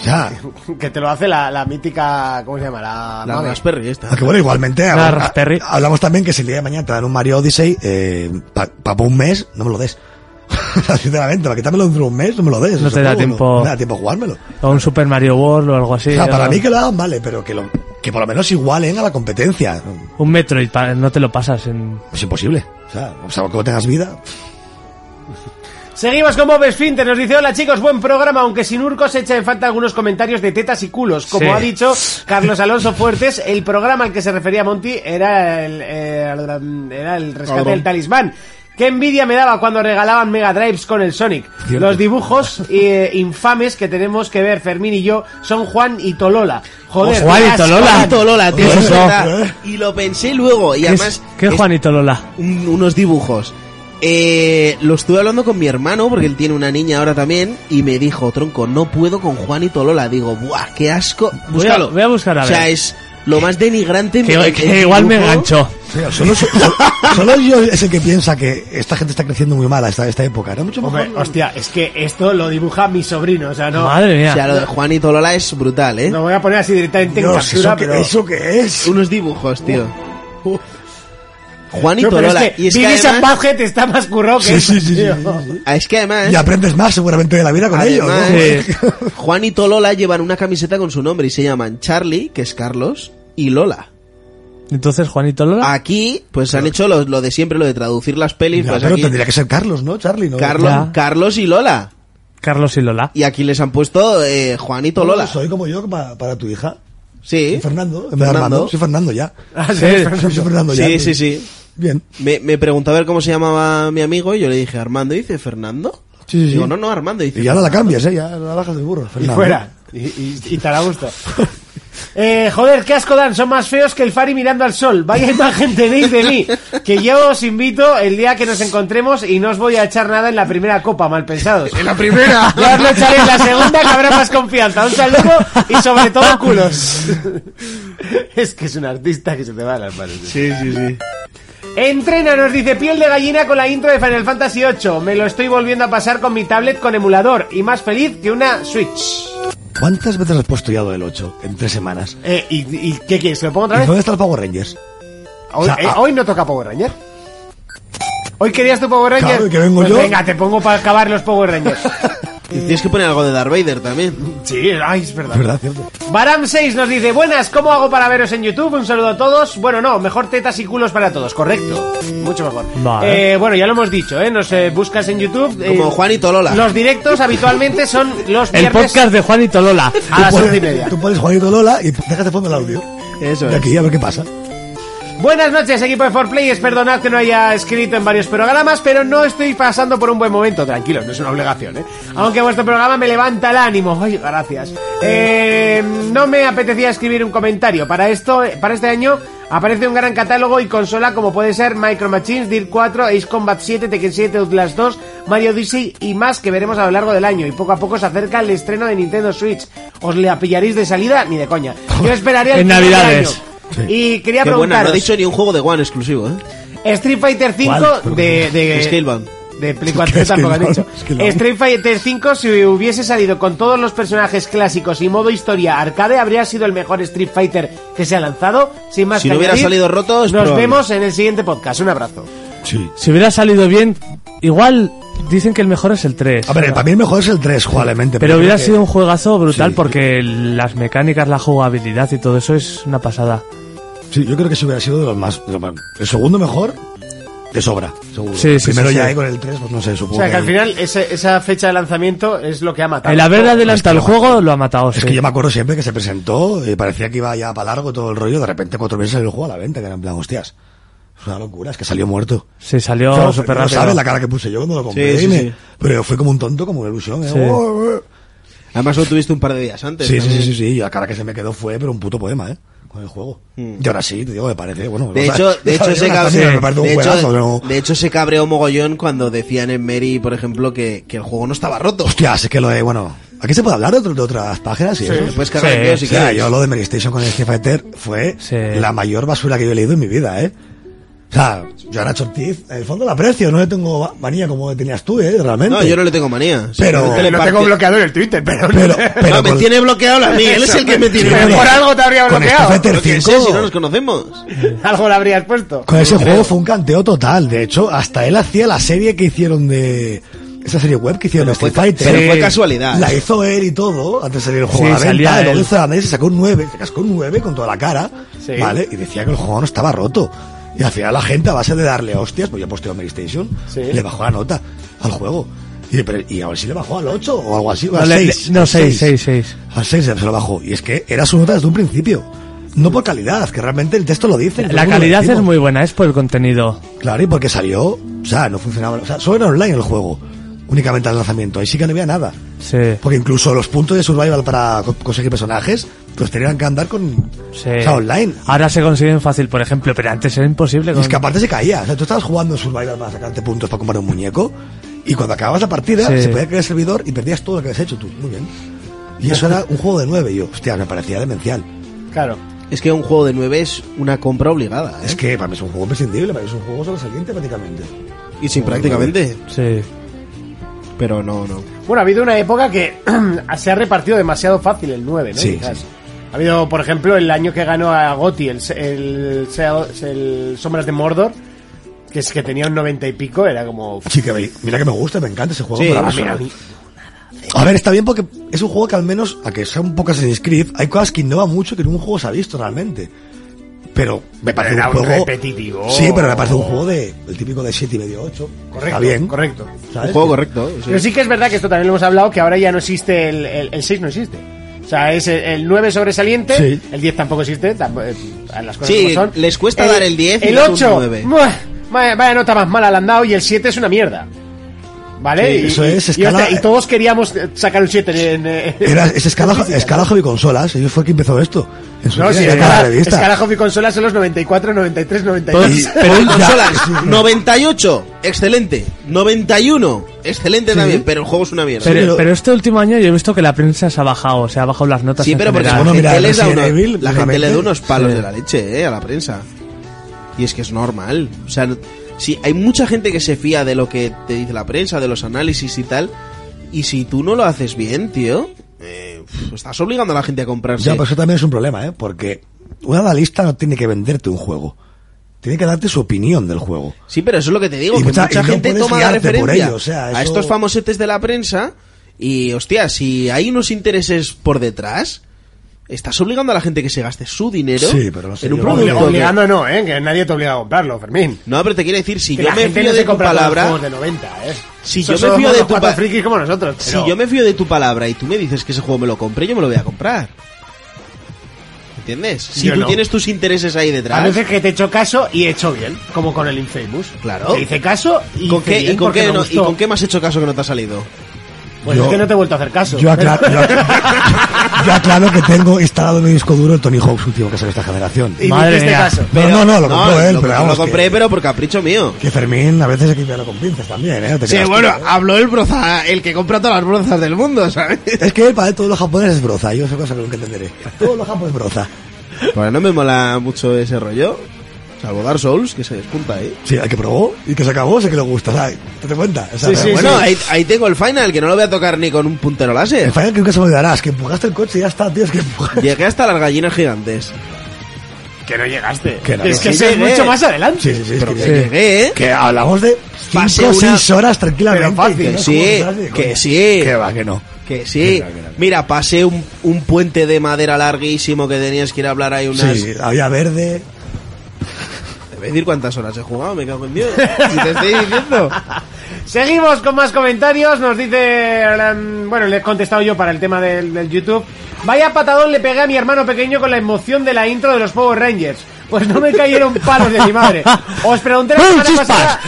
[SPEAKER 5] O sea,
[SPEAKER 2] Que te lo hace la, la mítica. ¿Cómo se llama? La.
[SPEAKER 3] La
[SPEAKER 2] mame.
[SPEAKER 3] Raspberry
[SPEAKER 4] Ah,
[SPEAKER 3] esta.
[SPEAKER 5] Aunque bueno, igualmente habla-
[SPEAKER 4] Raspberry.
[SPEAKER 5] hablamos también que si el día de mañana te dan un Mario Odyssey, eh, para un mes, no me lo des. Sinceramente, para quitármelo dentro de un mes, no me lo des.
[SPEAKER 4] No
[SPEAKER 5] Ese
[SPEAKER 4] te da
[SPEAKER 5] juego,
[SPEAKER 4] tiempo.
[SPEAKER 5] No, me da tiempo a jugármelo.
[SPEAKER 4] O un Super Mario World o algo así.
[SPEAKER 5] o sea,
[SPEAKER 4] o-
[SPEAKER 5] para mí que lo hagan, vale, pero que, lo, que por lo menos igualen a la competencia.
[SPEAKER 4] Un Metroid, pa- no te lo pasas en...
[SPEAKER 5] Es imposible. O sea, o sea, como tengas vida.
[SPEAKER 2] Seguimos con Bob Esfínter, nos dice, hola chicos, buen programa, aunque sin urcos echa en falta algunos comentarios de tetas y culos. Como
[SPEAKER 4] Sí.
[SPEAKER 2] ha dicho Carlos Alonso Fuertes, el programa al que se refería Monty era el, eh, era el rescate del talismán. Qué envidia me daba cuando regalaban Mega Drives con el Sonic.
[SPEAKER 5] Cierto.
[SPEAKER 2] Los dibujos eh, infames que tenemos que ver Fermín y yo son Juan y Tolola. Joder,
[SPEAKER 4] Pues Juan y
[SPEAKER 2] qué asco.
[SPEAKER 4] Tolola.
[SPEAKER 3] Juanito Lola, tío,
[SPEAKER 4] Eso. ¿Eh?
[SPEAKER 3] es verdad. Y lo pensé luego, y
[SPEAKER 4] ¿Qué,
[SPEAKER 3] además.
[SPEAKER 4] es- qué
[SPEAKER 3] es
[SPEAKER 4] Juanito Lola?
[SPEAKER 3] un- unos dibujos Eh, lo estuve hablando con mi hermano, porque él tiene una niña ahora también, y me dijo, tronco, no puedo con Juan y Tolola. Digo, buah, qué asco. Búscalo.
[SPEAKER 4] voy a buscar, a
[SPEAKER 3] O sea,
[SPEAKER 4] ver.
[SPEAKER 3] es lo más denigrante. en mi-
[SPEAKER 4] Que,
[SPEAKER 3] en
[SPEAKER 4] que
[SPEAKER 3] mi
[SPEAKER 4] igual me
[SPEAKER 3] grupo.
[SPEAKER 4] enganchó.
[SPEAKER 5] Pero solo, solo- solo yo es el que piensa que esta gente está creciendo muy mala esta, esta época. Era mucho mejor.
[SPEAKER 2] Hombre, hostia, es que esto lo dibuja mi sobrino, o sea, no...
[SPEAKER 4] Madre
[SPEAKER 3] O
[SPEAKER 4] mía.
[SPEAKER 3] sea, lo de Juan y Tolola es brutal, ¿eh?
[SPEAKER 2] Lo voy a poner así directamente en
[SPEAKER 5] Dios,
[SPEAKER 2] captura,
[SPEAKER 5] ¿eso, qué-
[SPEAKER 2] pero...
[SPEAKER 5] ¿eso qué es?
[SPEAKER 3] Unos dibujos, tío. Juan y
[SPEAKER 2] No, pero
[SPEAKER 3] Tolola.
[SPEAKER 2] es que
[SPEAKER 3] y es que,
[SPEAKER 2] Vivi
[SPEAKER 3] además,
[SPEAKER 2] Sampaget está más currado que
[SPEAKER 5] Sí, sí,
[SPEAKER 2] eso,
[SPEAKER 5] sí, sí,
[SPEAKER 2] tío.
[SPEAKER 5] sí, sí.
[SPEAKER 3] ah, es que además,
[SPEAKER 5] Y aprendes más seguramente de la vida con ellos.
[SPEAKER 3] además,
[SPEAKER 5] ¿no?
[SPEAKER 4] Sí.
[SPEAKER 3] Juan y Tolola llevan una camiseta con su nombre y se llaman Charlie, que es Carlos, y Lola.
[SPEAKER 4] Entonces, Juanito Lola.
[SPEAKER 3] Aquí, pues han hecho lo, lo de siempre, lo de traducir las pelis.
[SPEAKER 5] Ya,
[SPEAKER 3] pues
[SPEAKER 5] pero
[SPEAKER 3] aquí,
[SPEAKER 5] tendría que ser Carlos, ¿no? Charlie, ¿no?
[SPEAKER 3] Carlos,
[SPEAKER 4] Ya.
[SPEAKER 3] Carlos y Lola.
[SPEAKER 4] Carlos y Lola.
[SPEAKER 3] Y aquí les han puesto eh, Juanito
[SPEAKER 5] No,
[SPEAKER 3] Lola.
[SPEAKER 5] Soy como yo para, para tu hija.
[SPEAKER 3] Sí.
[SPEAKER 5] Soy Fernando. en vez de
[SPEAKER 3] Fernando.
[SPEAKER 5] Armando. Soy Fernando ya.
[SPEAKER 2] Ah, sí,
[SPEAKER 4] Sí.
[SPEAKER 5] Soy Fernando ya.
[SPEAKER 3] Sí, sí, sí.
[SPEAKER 5] Bien.
[SPEAKER 3] Me, me preguntó a ver cómo se llamaba mi amigo y yo le dije Armando. Y dice Fernando.
[SPEAKER 5] Sí, sí, sí.
[SPEAKER 3] Digo, no, no, Armando. Y Dice,
[SPEAKER 5] Y ya no la cambias, ¿eh? Ya la bajas del burro.
[SPEAKER 2] Y
[SPEAKER 5] Fernando.
[SPEAKER 2] fuera. Y, y, y tal a gusto. Eh, joder, qué asco dan, son más feos que el Fari mirando al sol. Vaya imagen tenéis de mí. Que yo os invito el día que nos encontremos y no os voy a echar nada en la primera copa, mal pensados.
[SPEAKER 3] la primera.
[SPEAKER 2] Ya os lo echaré en la segunda que habrá más confianza. Un saludo y sobre todo culos. Es que es un artista que se te va a las manos.
[SPEAKER 3] sí, sí, sí.
[SPEAKER 2] Entrena, nos dice piel de gallina con la intro de Final Fantasy VIII. Me lo estoy volviendo a pasar con mi tablet con emulador y más feliz que una Switch.
[SPEAKER 5] ¿Cuántas veces has puesto ya lo del 8? En tres semanas.
[SPEAKER 2] Eh, ¿y, y qué quieres? ¿Lo pongo otra
[SPEAKER 5] ¿Y
[SPEAKER 2] vez?
[SPEAKER 5] dónde está el Power Rangers?
[SPEAKER 2] Hoy,
[SPEAKER 5] o sea,
[SPEAKER 2] eh,
[SPEAKER 5] ah.
[SPEAKER 2] hoy no toca Power Ranger. Hoy querías tu Power Ranger.
[SPEAKER 5] Claro, que vengo
[SPEAKER 2] Pues
[SPEAKER 5] yo.
[SPEAKER 2] Venga, te pongo para acabar los Power Rangers.
[SPEAKER 3] Y tienes que poner algo de Darth Vader también.
[SPEAKER 2] sí, ay, es verdad.
[SPEAKER 5] Es verdad, cierto.
[SPEAKER 2] Baram6 nos dice, buenas, ¿cómo hago para veros en YouTube? Un saludo a todos. Bueno, no, mejor tetas y culos para todos, correcto. Mucho mejor.
[SPEAKER 4] Vale.
[SPEAKER 2] Eh, bueno, ya lo hemos dicho, ¿eh? Nos eh, buscas en YouTube. eh,
[SPEAKER 3] Como Juan y Tolola.
[SPEAKER 2] Los directos habitualmente son los
[SPEAKER 4] El
[SPEAKER 2] viernes
[SPEAKER 4] podcast de Juanito Lola.
[SPEAKER 2] a las
[SPEAKER 5] Tú pones-
[SPEAKER 2] once y media.
[SPEAKER 5] Tú pones Juanito Lola y dejas de fondo el audio.
[SPEAKER 3] Eso
[SPEAKER 5] Y
[SPEAKER 3] es.
[SPEAKER 5] aquí a ver qué pasa.
[SPEAKER 2] Buenas noches, equipo de 4Players. Perdonad que no haya escrito en varios programas, pero no estoy pasando por un buen momento. Tranquilos, no es una obligación, ¿eh? Aunque vuestro programa me levanta el ánimo. Ay, gracias. Eh, no me apetecía escribir un comentario. Para esto, para este año aparece un gran catálogo y consola como puede ser Micro Machines, Dirt 4, Ace Combat 7, Tekken 7, Outlast 2, Mario Odyssey y más que veremos a lo largo del año. Y poco a poco se acerca el estreno de Nintendo Switch. ¿Os le pillaréis de salida? Ni de coña. Yo esperaría el
[SPEAKER 4] En
[SPEAKER 2] final del
[SPEAKER 4] Navidades.
[SPEAKER 2] año. Y quería
[SPEAKER 3] Qué buena, no
[SPEAKER 2] preguntaros
[SPEAKER 3] he dicho ni un juego de One exclusivo, ¿eh?
[SPEAKER 2] Street Fighter 5 de, de
[SPEAKER 3] Scalebound.
[SPEAKER 2] De Play 4 tampoco has
[SPEAKER 5] Scalebound,
[SPEAKER 2] dicho.
[SPEAKER 5] Scalebound.
[SPEAKER 2] Street Fighter 5 si hubiese salido con todos los personajes clásicos y modo historia arcade habría sido el mejor Street Fighter que se ha lanzado. Sin más
[SPEAKER 3] Si
[SPEAKER 2] que
[SPEAKER 3] no hubiera
[SPEAKER 2] añadir,
[SPEAKER 3] salido roto, es
[SPEAKER 2] Nos
[SPEAKER 3] probable.
[SPEAKER 2] vemos en el siguiente podcast. Un abrazo.
[SPEAKER 5] Sí.
[SPEAKER 4] Si hubiera salido bien, igual dicen que el mejor es el 3.
[SPEAKER 5] A ver, para mí el mejor es el 3, probablemente.
[SPEAKER 4] pero
[SPEAKER 5] yo
[SPEAKER 4] hubiera
[SPEAKER 5] creo que-
[SPEAKER 4] sido un juegazo brutal
[SPEAKER 5] Sí.
[SPEAKER 4] porque las mecánicas, la jugabilidad y todo eso es una pasada.
[SPEAKER 5] Sí, yo creo que se hubiera sido de los más. de los más- el segundo mejor, de sobra, seguro.
[SPEAKER 4] Sí,
[SPEAKER 5] El
[SPEAKER 4] sí,
[SPEAKER 5] Primero
[SPEAKER 4] sí,
[SPEAKER 5] ya
[SPEAKER 4] sí.
[SPEAKER 5] ahí con el 3, pues no sé,
[SPEAKER 2] O
[SPEAKER 5] supongo.
[SPEAKER 2] sea que al
[SPEAKER 5] ahí-
[SPEAKER 2] final ese- esa fecha de lanzamiento es lo que ha matado.
[SPEAKER 4] El haber adelantado el
[SPEAKER 5] Es que lo
[SPEAKER 4] juego lo ha matado.
[SPEAKER 5] Es
[SPEAKER 4] sí.
[SPEAKER 5] que yo me acuerdo siempre que se presentó, eh, parecía que iba ya para largo todo el rollo, de repente cuatro meses salió el juego a la venta, que era en plan, hostias. Es una locura, es que salió muerto.
[SPEAKER 4] Sí, salió
[SPEAKER 5] Claro,
[SPEAKER 4] súper
[SPEAKER 5] no
[SPEAKER 4] rápido.
[SPEAKER 5] sabes la cara que puse yo cuando lo compré.
[SPEAKER 3] Sí, sí,
[SPEAKER 5] y me-
[SPEAKER 3] sí.
[SPEAKER 5] Pero fue como un tonto, como una ilusión. ¿eh?
[SPEAKER 4] Sí.
[SPEAKER 5] Oh, eh.
[SPEAKER 3] Además lo tuviste un par de días antes.
[SPEAKER 5] Sí, sí,
[SPEAKER 3] también.
[SPEAKER 5] sí, sí, sí, y La cara que se me quedó fue, pero un puto poema, ¿eh? Con el juego. Y ahora sí, te digo, me parece, bueno.
[SPEAKER 3] Mm. De
[SPEAKER 5] o sea,
[SPEAKER 3] hecho, de hecho,
[SPEAKER 5] ¿sabes?
[SPEAKER 3] se
[SPEAKER 5] Una
[SPEAKER 3] cabreó,
[SPEAKER 5] tontería, me parece un
[SPEAKER 3] de, hecho,
[SPEAKER 5] juegazo, pero-
[SPEAKER 3] de hecho, se cabreó mogollón cuando decían en Mary, por ejemplo, que, que el juego no estaba roto.
[SPEAKER 5] Hostias, es que lo de, bueno. Aquí se puede hablar de, otro- de otras páginas y eso.
[SPEAKER 3] Te puedes cagar
[SPEAKER 4] Sí,
[SPEAKER 3] en Dios pues, si
[SPEAKER 5] O sea,
[SPEAKER 3] quieres.
[SPEAKER 5] yo lo de Mary Station con el Street Fighter fue
[SPEAKER 4] Sí.
[SPEAKER 5] la mayor basura que yo he leído en mi vida, ¿eh? O sea, yo a Nacho Ortiz, en el fondo la aprecio, no le tengo ba- manía como tenías tú, ¿eh? Realmente.
[SPEAKER 3] No, yo no le tengo manía.
[SPEAKER 5] Pero-
[SPEAKER 3] Simplemente le
[SPEAKER 5] Lo
[SPEAKER 3] parte-
[SPEAKER 2] bloqueado en el Twitter, pero...
[SPEAKER 5] Pero, pero
[SPEAKER 3] no, me
[SPEAKER 5] con-
[SPEAKER 3] tiene bloqueado la mía. Él es el que me tiene
[SPEAKER 5] Pero
[SPEAKER 3] bloqueado.
[SPEAKER 5] por
[SPEAKER 2] algo te habría
[SPEAKER 5] con
[SPEAKER 2] bloqueado.
[SPEAKER 5] Street
[SPEAKER 3] Yo
[SPEAKER 5] Fighter
[SPEAKER 3] qué sé,
[SPEAKER 5] 5,
[SPEAKER 3] si no nos conocemos.
[SPEAKER 2] Algo lo habrías puesto.
[SPEAKER 5] con ese
[SPEAKER 3] no creo.
[SPEAKER 5] juego fue un canteo total. De hecho, hasta él hacía la serie que hicieron de... Esa serie web que hicieron de
[SPEAKER 3] Fue-
[SPEAKER 5] Street Fighter.
[SPEAKER 3] pero fue
[SPEAKER 4] Sí.
[SPEAKER 3] casualidad.
[SPEAKER 5] La hizo él y todo, antes de salir el juego
[SPEAKER 4] Sí,
[SPEAKER 5] a la
[SPEAKER 4] salía
[SPEAKER 5] venta, y
[SPEAKER 4] él.
[SPEAKER 5] luego hizo la media y se sacó un 9, se cascó un 9 con toda la cara,
[SPEAKER 2] Sí.
[SPEAKER 5] ¿vale? Y decía que el juego no estaba roto. Y al final la gente, a base de darle hostias, pues yo posteo en PlayStation,
[SPEAKER 2] Sí.
[SPEAKER 5] le bajó la nota al juego. Y, pero- y a ver si le bajó al 8 o algo así, o
[SPEAKER 4] No,
[SPEAKER 5] al
[SPEAKER 4] le-
[SPEAKER 5] 6.
[SPEAKER 4] no,
[SPEAKER 5] al
[SPEAKER 4] seis, seis, seis.
[SPEAKER 5] Al 6 se lo bajó. Y es que era su nota desde un principio. No por calidad, que realmente el texto lo dice. todo
[SPEAKER 4] La
[SPEAKER 5] el mundo lo
[SPEAKER 4] calidad es
[SPEAKER 5] decimos.
[SPEAKER 4] muy buena, es por el contenido.
[SPEAKER 5] Claro, y porque salió, o sea, no funcionaba, o sea, solo era online el juego. únicamente al lanzamiento. Ahí sí que no había nada.
[SPEAKER 4] Sí.
[SPEAKER 5] Porque incluso los puntos de survival para co- conseguir personajes, pues tenían que andar con.
[SPEAKER 4] Sí.
[SPEAKER 5] o sea, online.
[SPEAKER 4] Ahora se consiguen fácil, por ejemplo, pero antes era imposible.
[SPEAKER 5] Y
[SPEAKER 4] con-
[SPEAKER 5] es que aparte se caía. O sea, tú estabas jugando en survival para sacarte puntos para comprar un muñeco. Y cuando acababas la partida,
[SPEAKER 4] Sí.
[SPEAKER 5] se podía caer el servidor y perdías todo lo que habías hecho tú. Muy bien. Y eso era un juego de nueve. Y yo, hostia, me parecía demencial.
[SPEAKER 2] Claro.
[SPEAKER 3] Es que un juego de 9 es una compra obligada. ¿eh?
[SPEAKER 5] Es que para mí es un juego imprescindible, para mí es un juego sobresaliente prácticamente.
[SPEAKER 3] Y sí, prácticamente.
[SPEAKER 4] Sí.
[SPEAKER 3] Pero no, no.
[SPEAKER 2] Bueno, ha habido una época que se ha repartido demasiado fácil el 9, ¿no?
[SPEAKER 5] Sí,
[SPEAKER 2] Quizás.
[SPEAKER 5] sí.
[SPEAKER 2] Ha habido, por ejemplo, el año que ganó a Gotti el, el, el- el Sombras de Mordor, que es que tenía un 90 y pico, era como...
[SPEAKER 5] Sí, que me- mira que me gusta, me encanta ese juego.
[SPEAKER 3] Sí,
[SPEAKER 5] pero
[SPEAKER 2] Ah,
[SPEAKER 5] vamos,
[SPEAKER 2] mira, a mí-
[SPEAKER 5] A ver, está bien porque es un juego que al menos, a que sea un poco Assassin's Creed, hay cosas que innova mucho que en un juego se ha visto realmente. Pero me parece
[SPEAKER 2] Era
[SPEAKER 5] un
[SPEAKER 2] un
[SPEAKER 5] juego
[SPEAKER 2] repetitivo.
[SPEAKER 5] Sí, pero me parece un juego de el típico de 7 y medio 8.
[SPEAKER 2] Correcto,
[SPEAKER 5] está bien.
[SPEAKER 2] correcto.
[SPEAKER 5] ¿sabes?
[SPEAKER 3] Un juego correcto. sí.
[SPEAKER 2] Pero sí que es verdad que esto también lo hemos hablado, que ahora ya no existe el, el, 6, no existe. O sea, es el, el 9 sobresaliente,
[SPEAKER 5] Sí.
[SPEAKER 2] el 10 tampoco existe, tampo- eh, las cosas
[SPEAKER 3] Sí,
[SPEAKER 2] como son.
[SPEAKER 3] les cuesta dar el 10 y
[SPEAKER 2] El
[SPEAKER 3] es un
[SPEAKER 2] 8,
[SPEAKER 3] 9.
[SPEAKER 2] ¡buah! vaya, vaya nota más mala le han dado, y el 7 es una mierda. ¿Vale?
[SPEAKER 5] Sí,
[SPEAKER 2] y,
[SPEAKER 5] eso
[SPEAKER 2] y-
[SPEAKER 5] es
[SPEAKER 2] y,
[SPEAKER 5] escala-
[SPEAKER 2] hostia, y todos queríamos eh, sacar un 7 en... eh,
[SPEAKER 5] Era, es escala,
[SPEAKER 2] física,
[SPEAKER 5] escala hobby consolas, ellos fue el que empezó esto. En su
[SPEAKER 2] No,
[SPEAKER 5] día
[SPEAKER 2] no sí,
[SPEAKER 5] era
[SPEAKER 2] es
[SPEAKER 5] cada
[SPEAKER 2] cada-
[SPEAKER 5] revista.
[SPEAKER 2] es cada hobby consola son los 94, 93, 92.
[SPEAKER 5] Y-
[SPEAKER 3] Pero en
[SPEAKER 5] Ya.
[SPEAKER 3] consolas, 98, excelente. 91, excelente
[SPEAKER 5] Sí.
[SPEAKER 3] también. Pero el juego es una mierda.
[SPEAKER 4] Pero,
[SPEAKER 5] pero-
[SPEAKER 4] pero este último año yo he visto que la prensa se ha bajado, se ha bajado las notas.
[SPEAKER 3] Sí,
[SPEAKER 4] en
[SPEAKER 3] pero porque
[SPEAKER 4] general.
[SPEAKER 5] Bueno,
[SPEAKER 3] la gente,
[SPEAKER 5] mira,
[SPEAKER 3] les da
[SPEAKER 5] Resident
[SPEAKER 3] una-
[SPEAKER 5] Evil,
[SPEAKER 3] la gente le da
[SPEAKER 5] últimamente.
[SPEAKER 3] unos palos
[SPEAKER 4] Sí.
[SPEAKER 3] de la leche eh, a la prensa. Y es que es normal. O sea, sí, hay mucha gente que se fía de lo que te dice la prensa, de los análisis y tal. Y si tú no lo haces bien, tío, eh, pf, estás obligando a la gente a comprarse.
[SPEAKER 5] Ya, pues pero eso también es un problema, ¿eh? Porque un analista no tiene que venderte un juego. Tiene que darte su opinión del juego.
[SPEAKER 3] Sí, pero eso es lo que te digo,
[SPEAKER 5] Y
[SPEAKER 3] que
[SPEAKER 5] mucha-
[SPEAKER 3] mucha,
[SPEAKER 5] y no
[SPEAKER 3] gente
[SPEAKER 5] puedes
[SPEAKER 3] toma la
[SPEAKER 5] guiarte por
[SPEAKER 3] referencia
[SPEAKER 5] ello, o sea,
[SPEAKER 3] a
[SPEAKER 5] eso-
[SPEAKER 3] estos famosetes de la prensa y, hostia, si hay unos intereses por detrás, estás obligando a la gente que se gaste su dinero
[SPEAKER 5] Sí, pero no sé,
[SPEAKER 3] en un
[SPEAKER 5] yo creo que-
[SPEAKER 3] producto. que-
[SPEAKER 2] Obligando no, ¿eh? Que nadie te obliga a comprarlo, Fermín.
[SPEAKER 3] No, pero te quiero decir, si
[SPEAKER 2] Que
[SPEAKER 3] yo
[SPEAKER 2] la
[SPEAKER 3] me
[SPEAKER 2] gente no
[SPEAKER 3] fío
[SPEAKER 2] se
[SPEAKER 3] de tu
[SPEAKER 2] compra todos los
[SPEAKER 3] palabra,
[SPEAKER 2] juegos de 90, ¿eh?
[SPEAKER 3] Si
[SPEAKER 2] Son-
[SPEAKER 3] yo me
[SPEAKER 2] somos
[SPEAKER 3] fío de
[SPEAKER 2] unos
[SPEAKER 3] tu
[SPEAKER 2] cuatros
[SPEAKER 3] pa-
[SPEAKER 2] frikis como nosotros.
[SPEAKER 3] si
[SPEAKER 2] pero-
[SPEAKER 3] yo me fío de tu palabra y tú me dices que ese juego me lo compré, yo me lo voy a comprar. ¿Entiendes? Si
[SPEAKER 2] Yo
[SPEAKER 3] tú
[SPEAKER 2] no.
[SPEAKER 3] tienes tus intereses ahí detrás.
[SPEAKER 2] A veces que te he hecho caso y he hecho bien, como con el Infamous.
[SPEAKER 3] Claro.
[SPEAKER 2] Te hice caso y
[SPEAKER 3] ¿Con
[SPEAKER 2] hice
[SPEAKER 3] qué,
[SPEAKER 2] bien
[SPEAKER 3] y, con
[SPEAKER 2] porque
[SPEAKER 3] qué
[SPEAKER 2] me
[SPEAKER 3] no- ¿Y
[SPEAKER 2] gustó.
[SPEAKER 3] con qué me has hecho caso que no te ha salido?
[SPEAKER 2] Pues
[SPEAKER 5] Yo-
[SPEAKER 2] es que no te he vuelto a hacer caso.
[SPEAKER 5] Yo aclaro, yo, acla- yo aclaro que tengo instalado en mi disco duro el Tony Hawk's último que sale esta generación.
[SPEAKER 2] Y
[SPEAKER 4] Madre
[SPEAKER 2] me hiciste
[SPEAKER 4] mía.
[SPEAKER 2] caso.
[SPEAKER 5] No, no, no, lo compró él,
[SPEAKER 3] lo,
[SPEAKER 5] pero
[SPEAKER 3] lo
[SPEAKER 5] vamos.
[SPEAKER 3] compré,
[SPEAKER 5] que,
[SPEAKER 3] pero por capricho mío.
[SPEAKER 5] que Fermín a veces hay que verlo con pinzas también, ¿eh? No te
[SPEAKER 3] Sí,
[SPEAKER 5] creas tú,
[SPEAKER 3] bueno,
[SPEAKER 5] ¿eh?
[SPEAKER 3] habló el broza, el que compra todas las brozas del mundo, ¿sabes?
[SPEAKER 5] Es que él, para él todos los japoneses es broza, yo esa cosa que nunca entenderé. Todos los japoneses es broza.
[SPEAKER 3] Bueno, Pues no me mola mucho ese rollo. Salvo Dark Souls, que se despunta ahí.
[SPEAKER 5] Sí, el que probó y que se acabó, sé que le gusta, ¿sabes? ¿Te das cuenta? O sea,
[SPEAKER 2] Sí,
[SPEAKER 5] pero
[SPEAKER 2] sí,
[SPEAKER 5] bueno,
[SPEAKER 3] bueno, ahí, ahí tengo el final, que no lo voy a tocar ni con un puntero láser.
[SPEAKER 5] El final que nunca se me olvidará, es que empujaste el coche y ya está, tío, es que empujaste.
[SPEAKER 3] Llegué hasta las gallinas gigantes.
[SPEAKER 2] Que no llegaste.
[SPEAKER 5] Que no,
[SPEAKER 2] es
[SPEAKER 5] no.
[SPEAKER 2] que
[SPEAKER 3] Sí
[SPEAKER 2] eso es
[SPEAKER 3] llegué.
[SPEAKER 2] mucho más adelante.
[SPEAKER 5] Sí, sí, sí, es
[SPEAKER 3] Pero
[SPEAKER 5] que-
[SPEAKER 3] que llegué, ¿eh?
[SPEAKER 5] Que hablamos de
[SPEAKER 3] Pase
[SPEAKER 5] 5 o
[SPEAKER 3] una-
[SPEAKER 5] 6 horas tranquilamente.
[SPEAKER 2] Pero fácil,
[SPEAKER 5] y
[SPEAKER 3] Que
[SPEAKER 5] no
[SPEAKER 3] sí,
[SPEAKER 5] como estás,
[SPEAKER 3] que
[SPEAKER 5] coña.
[SPEAKER 3] sí,
[SPEAKER 5] Que va, que no.
[SPEAKER 3] que sí. Mira, pasé un, un puente de madera larguísimo que tenías que ir a hablar ahí unas...
[SPEAKER 5] Sí, había verde.
[SPEAKER 3] Te voy a decir cuántas horas he jugado, me cago en Dios. Si te estoy diciendo.
[SPEAKER 2] Seguimos con más comentarios. Nos dice. um, Bueno, le he contestado yo para el tema del, del YouTube. Vaya patadón le pegué a mi hermano pequeño con la emoción de la intro de los Power Rangers. Pues no me cayeron palos de mi madre. Os pregunté la semana pasada.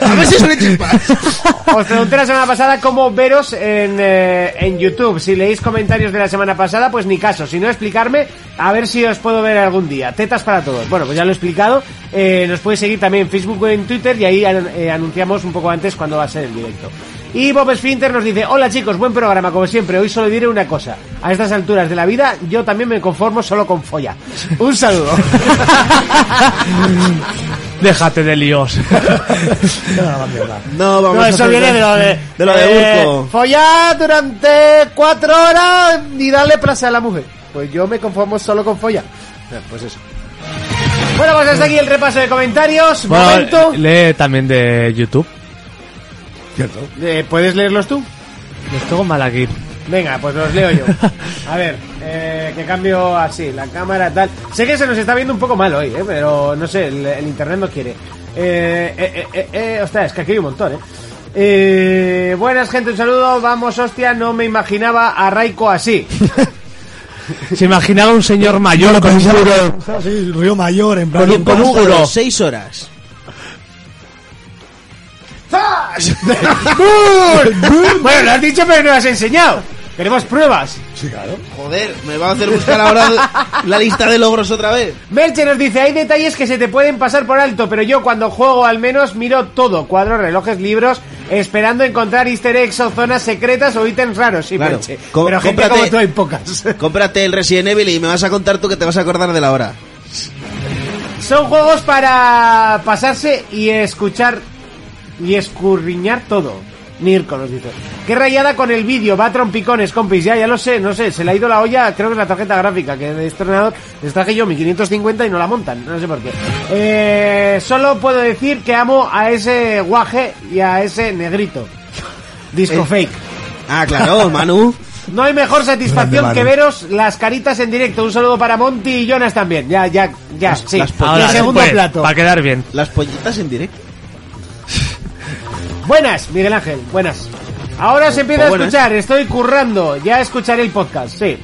[SPEAKER 3] A ver si son chispas.
[SPEAKER 2] Os pregunté la semana pasada cómo veros en, eh, en YouTube. Si leéis comentarios de la semana pasada, pues ni caso. Si no, explicarme a ver si os puedo ver algún día. Tetas para todos. Bueno, pues ya lo he explicado. Eh, nos podéis seguir también en Facebook o en Twitter y ahí an- eh, anunciamos un poco antes cuándo va a ser el directo. Y Bob Spinter nos dice, hola chicos, buen programa como siempre. Hoy solo diré una cosa. A estas alturas de la vida, yo también me conformo solo con folla. Un saludo.
[SPEAKER 4] Déjate de líos.
[SPEAKER 5] Nada, la mierda.
[SPEAKER 3] No, vamos
[SPEAKER 2] No,
[SPEAKER 3] a
[SPEAKER 2] eso
[SPEAKER 3] hacer-
[SPEAKER 2] viene de lo de...
[SPEAKER 3] De lo de
[SPEAKER 2] eh,
[SPEAKER 3] Urco.
[SPEAKER 2] follar durante cuatro horas y darle placer a la mujer. Pues yo me conformo solo con follar. Eh, Pues eso. Bueno, pues hasta aquí el repaso de comentarios. Momento.
[SPEAKER 4] Bueno, eh, lee también de YouTube.
[SPEAKER 5] Cierto.
[SPEAKER 2] Eh, ¿Puedes leerlos tú?
[SPEAKER 4] Les tengo mal aquí.
[SPEAKER 2] Venga, pues los leo yo. A ver, eh, que cambio así, la cámara tal. Sé que se nos está viendo un poco mal hoy, eh, pero no sé, el, el internet no quiere. Eh, eh, eh, eh, eh, ostras, es que aquí hay un montón, eh. Eh, buenas gente, un saludo. Vamos, hostia, no me imaginaba a Raiko así.
[SPEAKER 4] Se imaginaba un señor mayor con un burro.
[SPEAKER 5] Sí, Río Mayor, en plan.
[SPEAKER 4] Con un- con un-
[SPEAKER 3] Hasta
[SPEAKER 4] Uro.
[SPEAKER 3] las Seis horas.
[SPEAKER 2] ¡Zas! ¡Bum! bueno, lo has dicho, pero no lo has enseñado. Queremos pruebas.
[SPEAKER 5] Sí, claro.
[SPEAKER 3] Joder, me va a hacer buscar ahora la lista de logros otra vez.
[SPEAKER 2] Merche nos dice, hay detalles que se te pueden pasar por alto, pero yo cuando juego al menos miro todo, cuadros, relojes, libros, esperando encontrar easter eggs o zonas secretas o ítems raros. Sí,
[SPEAKER 3] Claro.
[SPEAKER 2] Merche.
[SPEAKER 3] Co-
[SPEAKER 2] pero gente
[SPEAKER 3] cómprate-
[SPEAKER 2] como tú hay pocas.
[SPEAKER 3] Cómprate el Resident Evil y me vas a contar tú que te vas a acordar de la hora.
[SPEAKER 2] Son juegos para pasarse y escuchar y escurriñar todo. Nirko nos dice. Qué rayada con el vídeo, va a trompicones, compis. Ya, ya lo sé, no sé, se le ha ido la olla, creo que es la tarjeta gráfica que de estrenador les traje yo mi 550 y no la montan, no sé por qué. Eh, solo puedo decir que amo a ese guaje y a ese negrito. Disco
[SPEAKER 3] Eh.
[SPEAKER 2] fake.
[SPEAKER 3] Ah, claro, Manu.
[SPEAKER 2] No hay mejor satisfacción
[SPEAKER 5] Grande,
[SPEAKER 2] que
[SPEAKER 5] Manu.
[SPEAKER 2] veros las caritas en directo. Un saludo para Monty y Jonas también. Ya, ya, ya. sí.
[SPEAKER 3] las
[SPEAKER 2] Y
[SPEAKER 4] Ahora,
[SPEAKER 2] segundo
[SPEAKER 4] después,
[SPEAKER 2] plato.
[SPEAKER 4] Pues, para quedar bien.
[SPEAKER 3] Las pollitas en directo.
[SPEAKER 2] Buenas, Miguel Ángel, buenas. Ahora se empieza a
[SPEAKER 3] Pues buenas.
[SPEAKER 2] escuchar, estoy currando, ya escucharé el podcast, sí. Eh,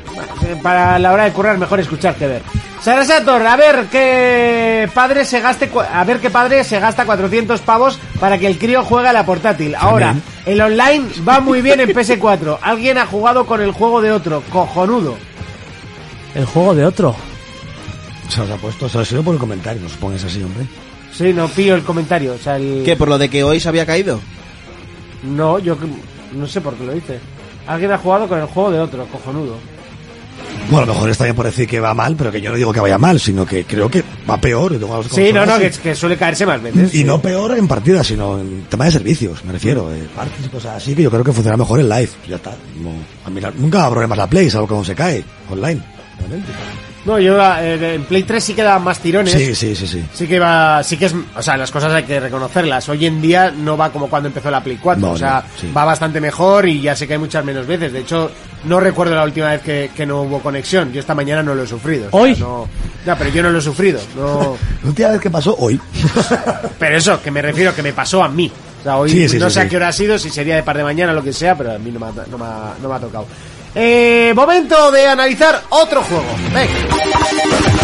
[SPEAKER 2] Para la hora de currar, mejor escuchar que ver. Sara Sator, a ver qué padre se gaste, cua- a ver qué padre se gasta 400 pavos para que el crío juegue a la portátil. Ahora, el online va muy bien en PS4. Alguien ha jugado con el juego de otro, cojonudo.
[SPEAKER 4] El juego de otro.
[SPEAKER 5] Se os ha puesto, se os ha ido por el comentario, no os pongáis así, hombre.
[SPEAKER 2] Sí, no pillo el comentario, o sea, el...
[SPEAKER 3] ¿Qué? ¿Por lo de que hoy se había caído?
[SPEAKER 2] No, yo que- no sé por qué lo dice. Alguien ha jugado con el juego de otro, cojonudo.
[SPEAKER 5] Bueno, a lo mejor está bien por decir que va mal, pero que yo no digo que vaya mal, sino que creo que va peor. y tengo las
[SPEAKER 2] Sí, no, no,
[SPEAKER 5] consolas
[SPEAKER 2] que,
[SPEAKER 5] y-
[SPEAKER 2] que suele caerse más veces.
[SPEAKER 5] Y no peor en partidas, sino en tema de servicios, me refiero, de partes y cosas así, que yo creo que funciona mejor en live. Ya está. No, a mí la- nunca habrá problemas la Play, salvo cuando se cae online. realmente.
[SPEAKER 2] No, yo eh, en Play 3 sí que daban más tirones.
[SPEAKER 5] Sí, sí, sí, sí.
[SPEAKER 2] Sí que va, sí que es, o sea, las cosas hay que reconocerlas. Hoy en día no va como cuando empezó la Play 4,
[SPEAKER 5] No,
[SPEAKER 2] o sea,
[SPEAKER 5] no, sí.
[SPEAKER 2] va bastante mejor y ya sé que hay muchas menos veces. De hecho, no recuerdo la última vez que, que no hubo conexión. Yo esta mañana no lo he sufrido. o sea,
[SPEAKER 4] ¿Hoy?
[SPEAKER 2] no, no, pero yo no lo he sufrido. No,
[SPEAKER 5] La última vez que pasó, hoy.
[SPEAKER 2] pero eso, que me refiero, que me pasó a mí. O sea, hoy
[SPEAKER 5] Sí, sí,
[SPEAKER 2] no
[SPEAKER 5] sí,
[SPEAKER 2] sé a
[SPEAKER 5] sí.
[SPEAKER 2] qué hora ha sido, si sería de par de mañana, lo que sea, pero a mí no me ha, no me ha- no me ha tocado. Eh, momento de analizar otro juego. Venga.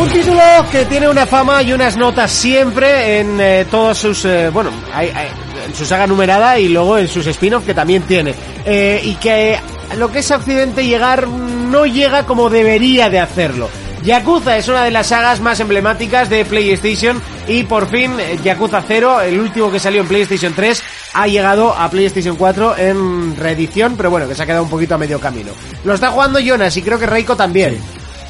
[SPEAKER 2] Un título que tiene una fama y unas notas siempre en eh, todos sus, eh, bueno, hay- hay- en su saga numerada y luego en sus spin-off que también tiene. Eh, y que lo que es a Occidente llegar no llega como debería de hacerlo. Yakuza es una de las sagas más emblemáticas de PlayStation y por fin eh, Yakuza 0, el último que salió en PlayStation 3, ha llegado a PlayStation 4 en reedición, pero bueno, que se ha quedado un poquito a medio camino. Lo está jugando Jonas y creo que Reiko también.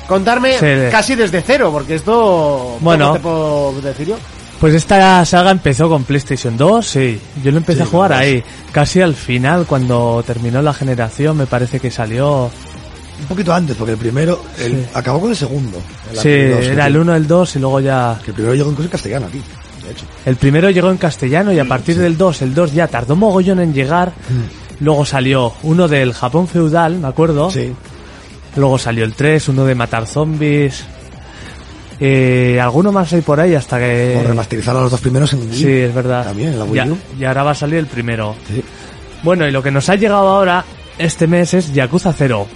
[SPEAKER 2] Contarme
[SPEAKER 4] Sí, de-
[SPEAKER 2] casi desde cero, porque esto...
[SPEAKER 4] Bueno.
[SPEAKER 2] ¿Cómo te puedo decir yo?
[SPEAKER 4] Pues esta saga empezó con PlayStation 2, sí. Yo lo empecé a jugar ahí, casi al final, cuando terminó la generación, me parece que salió.
[SPEAKER 5] Un poquito antes, porque el primero el- acabó con el segundo. el
[SPEAKER 4] sí,
[SPEAKER 5] anterior,
[SPEAKER 4] era el
[SPEAKER 5] que-
[SPEAKER 4] 1, el 2 y luego ya.
[SPEAKER 5] Que el primero llegó incluso en castellano aquí, de hecho.
[SPEAKER 4] El primero llegó en castellano y a partir del 2, el 2 ya tardó mogollón en llegar. Luego salió uno del Japón feudal, me acuerdo.
[SPEAKER 5] Sí.
[SPEAKER 4] Luego salió el 3, uno de matar zombies. Eh, alguno más hay por ahí hasta que.
[SPEAKER 5] O remasterizar a los dos primeros en
[SPEAKER 4] Oh, eh. Sí, es verdad.
[SPEAKER 5] También, en la Wii
[SPEAKER 4] Ya-
[SPEAKER 5] U.
[SPEAKER 4] Y ahora va a salir el primero.
[SPEAKER 5] Sí.
[SPEAKER 4] Bueno, y lo que nos ha llegado ahora este mes es Yakuza 0,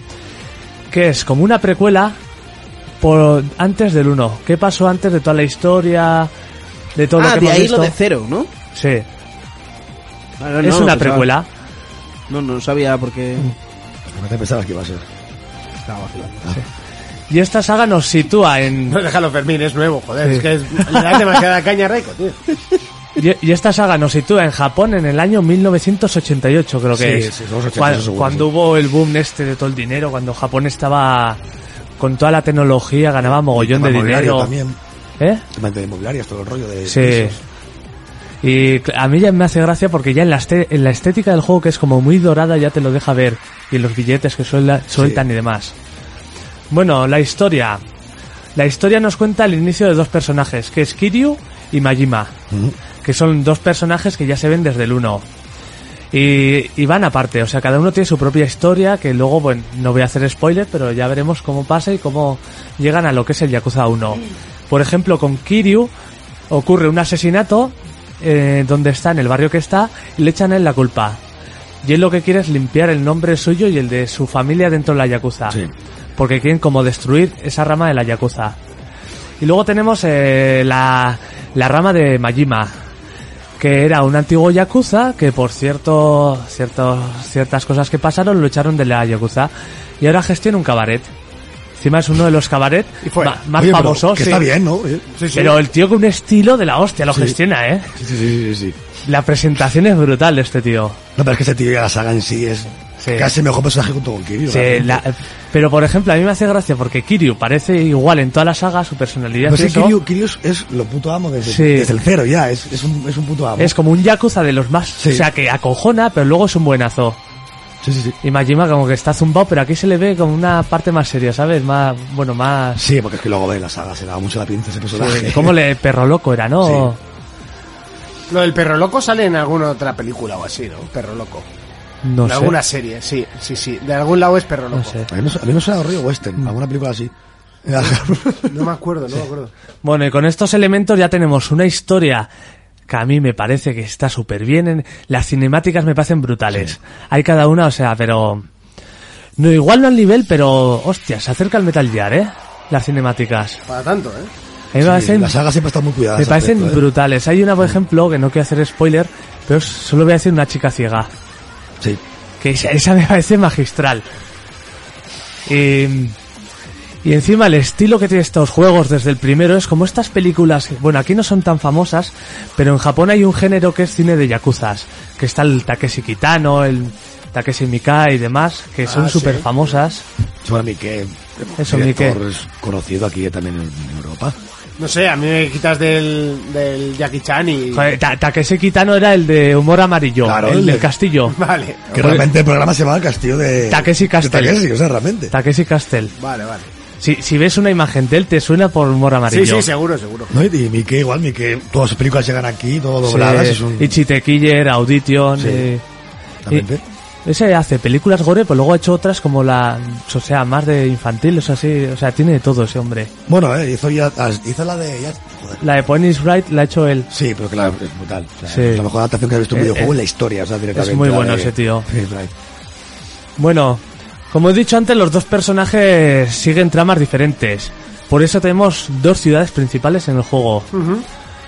[SPEAKER 4] que es como una precuela por antes del 1. ¿Qué pasó antes de toda la historia? De todo lo
[SPEAKER 3] ah,
[SPEAKER 4] que
[SPEAKER 3] de
[SPEAKER 4] hemos
[SPEAKER 3] ahí
[SPEAKER 4] visto.
[SPEAKER 3] lo de cero, ¿no?
[SPEAKER 4] Sí,
[SPEAKER 3] Ah, no, no,
[SPEAKER 4] es una
[SPEAKER 5] pues
[SPEAKER 3] pensaba-
[SPEAKER 4] precuela.
[SPEAKER 3] No, no sabía por qué.
[SPEAKER 5] ¿Qué te pensabas que iba a ser? Ah.
[SPEAKER 4] Y esta saga nos sitúa en
[SPEAKER 2] No, déjalo Fermín, es nuevo, joder,
[SPEAKER 4] Sí.
[SPEAKER 2] es que es- le das demasiada caña a Reiko, tío.
[SPEAKER 4] y, y esta saga nos sitúa en Japón en el año 1988, creo que
[SPEAKER 5] Sí,
[SPEAKER 4] es.
[SPEAKER 5] sí, son los 80,
[SPEAKER 4] Cuan-
[SPEAKER 5] eso seguro,
[SPEAKER 4] cuando
[SPEAKER 5] sí.
[SPEAKER 4] hubo el boom este de todo el dinero, cuando Japón estaba con toda la tecnología, ganaba mogollón de
[SPEAKER 5] Tema inmobiliario
[SPEAKER 4] dinero.
[SPEAKER 5] También,
[SPEAKER 4] ¿Eh?
[SPEAKER 5] tema de inmobiliarias, todo el rollo de
[SPEAKER 4] Sí.
[SPEAKER 5] pisos.
[SPEAKER 4] Y cl- a mí ya me hace gracia porque ya en la, este- en la estética del juego, que es como muy dorada, ya te lo deja ver. Y en los billetes que suelta- sueltan y demás. Bueno, la historia. La historia nos cuenta el inicio de dos personajes, que Mm-hmm. es Kiryu y Majima. Que son dos personajes que ya se ven desde el 1. Y, y van aparte, o sea, cada uno tiene su propia historia, que luego, bueno, no voy a hacer spoiler, pero ya veremos cómo pasa y cómo llegan a lo que es el Yakuza 1. Por ejemplo, con Kiryu ocurre un asesinato eh, donde está, en el barrio que está, y le echan a él la culpa. Y él lo que quiere es limpiar el nombre suyo y el de su familia dentro de la Yakuza.
[SPEAKER 5] Sí.
[SPEAKER 4] Porque quieren como destruir esa rama de la Yakuza. Y luego tenemos eh, la, la rama de Majima, que era un antiguo Yakuza que por cierto, cierto ciertas cosas que pasaron lo echaron de la Yakuza y ahora gestiona un cabaret. Encima es uno de los cabaret
[SPEAKER 2] Y fuera.
[SPEAKER 4] ma- más
[SPEAKER 5] Oye, pero
[SPEAKER 4] famosos.
[SPEAKER 5] Que
[SPEAKER 4] sí.
[SPEAKER 5] está bien, ¿no? Oye,
[SPEAKER 4] Pero el tío con un estilo de la hostia lo gestiona, ¿eh?
[SPEAKER 5] Sí, sí, sí, sí, sí.
[SPEAKER 4] La presentación es brutal de este tío.
[SPEAKER 5] No, pero es que este tío ya la saga en sí es
[SPEAKER 4] Sí.
[SPEAKER 5] casi el mejor personaje junto con Kiryu.
[SPEAKER 4] Se
[SPEAKER 5] realmente.
[SPEAKER 4] la- pero por ejemplo, a mí me hace gracia porque Kiryu parece igual en toda la saga, su personalidad
[SPEAKER 5] Pues
[SPEAKER 4] y
[SPEAKER 5] es que
[SPEAKER 4] eso,
[SPEAKER 5] Kiryu, Kiryu es- es lo puto amo desde,
[SPEAKER 4] Sí.
[SPEAKER 5] desde el cero ya, es, es, un, es un puto amo.
[SPEAKER 4] es como un Yakuza de los más...
[SPEAKER 5] Sí.
[SPEAKER 4] O sea, que acojona, pero luego es un buenazo.
[SPEAKER 5] Sí, sí, sí.
[SPEAKER 4] Y Majima como que está zumbado, pero aquí se le ve como una parte más seria, ¿sabes? Más, bueno, más...
[SPEAKER 5] Sí, porque es que luego ve la saga, se le da mucho la pinza a ese personaje.
[SPEAKER 4] Como le perro loco era, ¿no?
[SPEAKER 2] Lo del perro loco sale en alguna otra película o así, ¿no? Perro loco.
[SPEAKER 4] No
[SPEAKER 2] en
[SPEAKER 4] sé.
[SPEAKER 2] alguna serie, sí, sí, sí. De algún lado es perro loco.
[SPEAKER 4] No
[SPEAKER 2] No,
[SPEAKER 4] sé.
[SPEAKER 5] A mí me, su- a mí me suena a Río Western, alguna película así.
[SPEAKER 2] me acuerdo, no me acuerdo.
[SPEAKER 4] Bueno, y con estos elementos ya tenemos una historia que a mí me parece que está súper bien. en- Las cinemáticas me parecen brutales. Hay cada una, o sea, pero... No, igual no al nivel, pero... Hostia, se acerca al Metal Gear, ¿eh? Las cinemáticas.
[SPEAKER 2] Para tanto, ¿eh?
[SPEAKER 4] A mí me
[SPEAKER 5] Sí,
[SPEAKER 4] parecen,
[SPEAKER 5] la saga siempre está muy cuidada. en
[SPEAKER 4] me
[SPEAKER 5] ese
[SPEAKER 4] parecen
[SPEAKER 5] aspecto, ¿eh?
[SPEAKER 4] brutales. Hay una, por ejemplo, que no quiero hacer spoiler, pero solo voy a decir una chica ciega.
[SPEAKER 5] Sí.
[SPEAKER 4] Que esa, esa me parece magistral. Y, y encima el estilo que tiene estos juegos desde el primero es como estas películas, bueno, aquí no son tan famosas, pero en Japón hay un género que es cine de yakuzas, que está el Takeshi Kitano, el Takeshi Mikai y demás, que son
[SPEAKER 5] Ah, sí.
[SPEAKER 4] súper famosas.
[SPEAKER 5] Sobre mí que
[SPEAKER 4] Eso,
[SPEAKER 5] director
[SPEAKER 4] Mike.
[SPEAKER 5] es conocido aquí también en en Europa.
[SPEAKER 2] No sé, a mí me quitas del, del Jackie Chan y...
[SPEAKER 4] Joder, Ta- Takeshi Kitano era el de humor amarillo,
[SPEAKER 5] Claro,
[SPEAKER 4] el
[SPEAKER 5] el
[SPEAKER 4] del
[SPEAKER 5] de-
[SPEAKER 4] castillo.
[SPEAKER 2] Vale,
[SPEAKER 5] Que realmente el programa se llama El Castillo de...
[SPEAKER 4] Takeshi Castle.
[SPEAKER 5] de Takeshi, o sea, realmente.
[SPEAKER 4] Takeshi Castel.
[SPEAKER 2] vale, vale.
[SPEAKER 4] Si, si ves una imagen de él, te suena por humor
[SPEAKER 2] Sí,
[SPEAKER 4] amarillo.
[SPEAKER 2] sí, seguro, seguro.
[SPEAKER 5] No, y, y Mike igual, Mike, todas sus películas llegan aquí, todo dobladas, es un...
[SPEAKER 4] Y Chitequiller, Audition. eh,
[SPEAKER 5] Exactamente.
[SPEAKER 4] ese hace películas gore, pero luego ha hecho otras como la. O sea, más de infantil, o sea, sí, o sea, tiene de todo ese hombre.
[SPEAKER 5] Bueno, eh, hizo, ya, as- hizo la de... ya- joder.
[SPEAKER 4] La de Pony is Bright la ha hecho él.
[SPEAKER 5] Sí, pero claro, es brutal. O sea,
[SPEAKER 4] Sí.
[SPEAKER 5] Es la mejor adaptación que ha visto un
[SPEAKER 4] Eh,
[SPEAKER 5] videojuego en
[SPEAKER 4] eh,
[SPEAKER 5] la historia, o sea, directamente.
[SPEAKER 4] es muy
[SPEAKER 5] la
[SPEAKER 4] bueno
[SPEAKER 5] de-
[SPEAKER 4] ese tío.
[SPEAKER 5] Sí, right.
[SPEAKER 4] Bueno, como he dicho antes, los dos personajes siguen tramas diferentes. Por eso tenemos dos ciudades principales en el juego.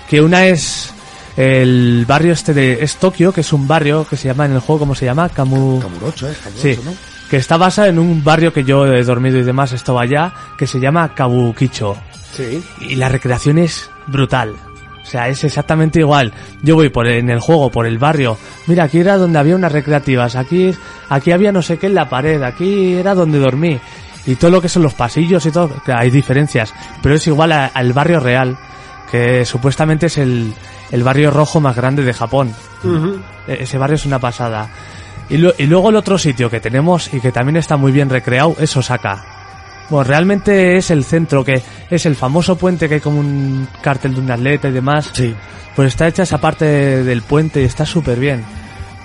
[SPEAKER 4] Que una es el barrio este de... Es Tokio, que es un barrio que se llama en el juego, ¿cómo se llama? Kamu...
[SPEAKER 5] Camurocho, ¿eh? Camurocho,
[SPEAKER 4] Sí,
[SPEAKER 5] ¿no?
[SPEAKER 4] que está basada en un barrio que yo he dormido y demás, estaba allá, que se llama Kabukicho.
[SPEAKER 2] Sí.
[SPEAKER 4] Y la recreación es brutal. O sea, es exactamente igual. Yo voy por en el juego, por el barrio. Mira, aquí era donde había unas recreativas. Aquí, aquí había no sé qué en la pared. Aquí era donde dormí. Y todo lo que son los pasillos y todo, que hay diferencias. Pero es igual a- al barrio real, que supuestamente es el, el barrio rojo más grande de Japón. E- Ese barrio es una pasada. Y, lu- y luego el otro sitio que tenemos y que también está muy bien recreado es Osaka. Bueno, realmente es el centro, que es el famoso puente que hay como un cartel de un atleta y demás.
[SPEAKER 5] Sí.
[SPEAKER 4] Pues está hecha esa parte del puente y está súper bien.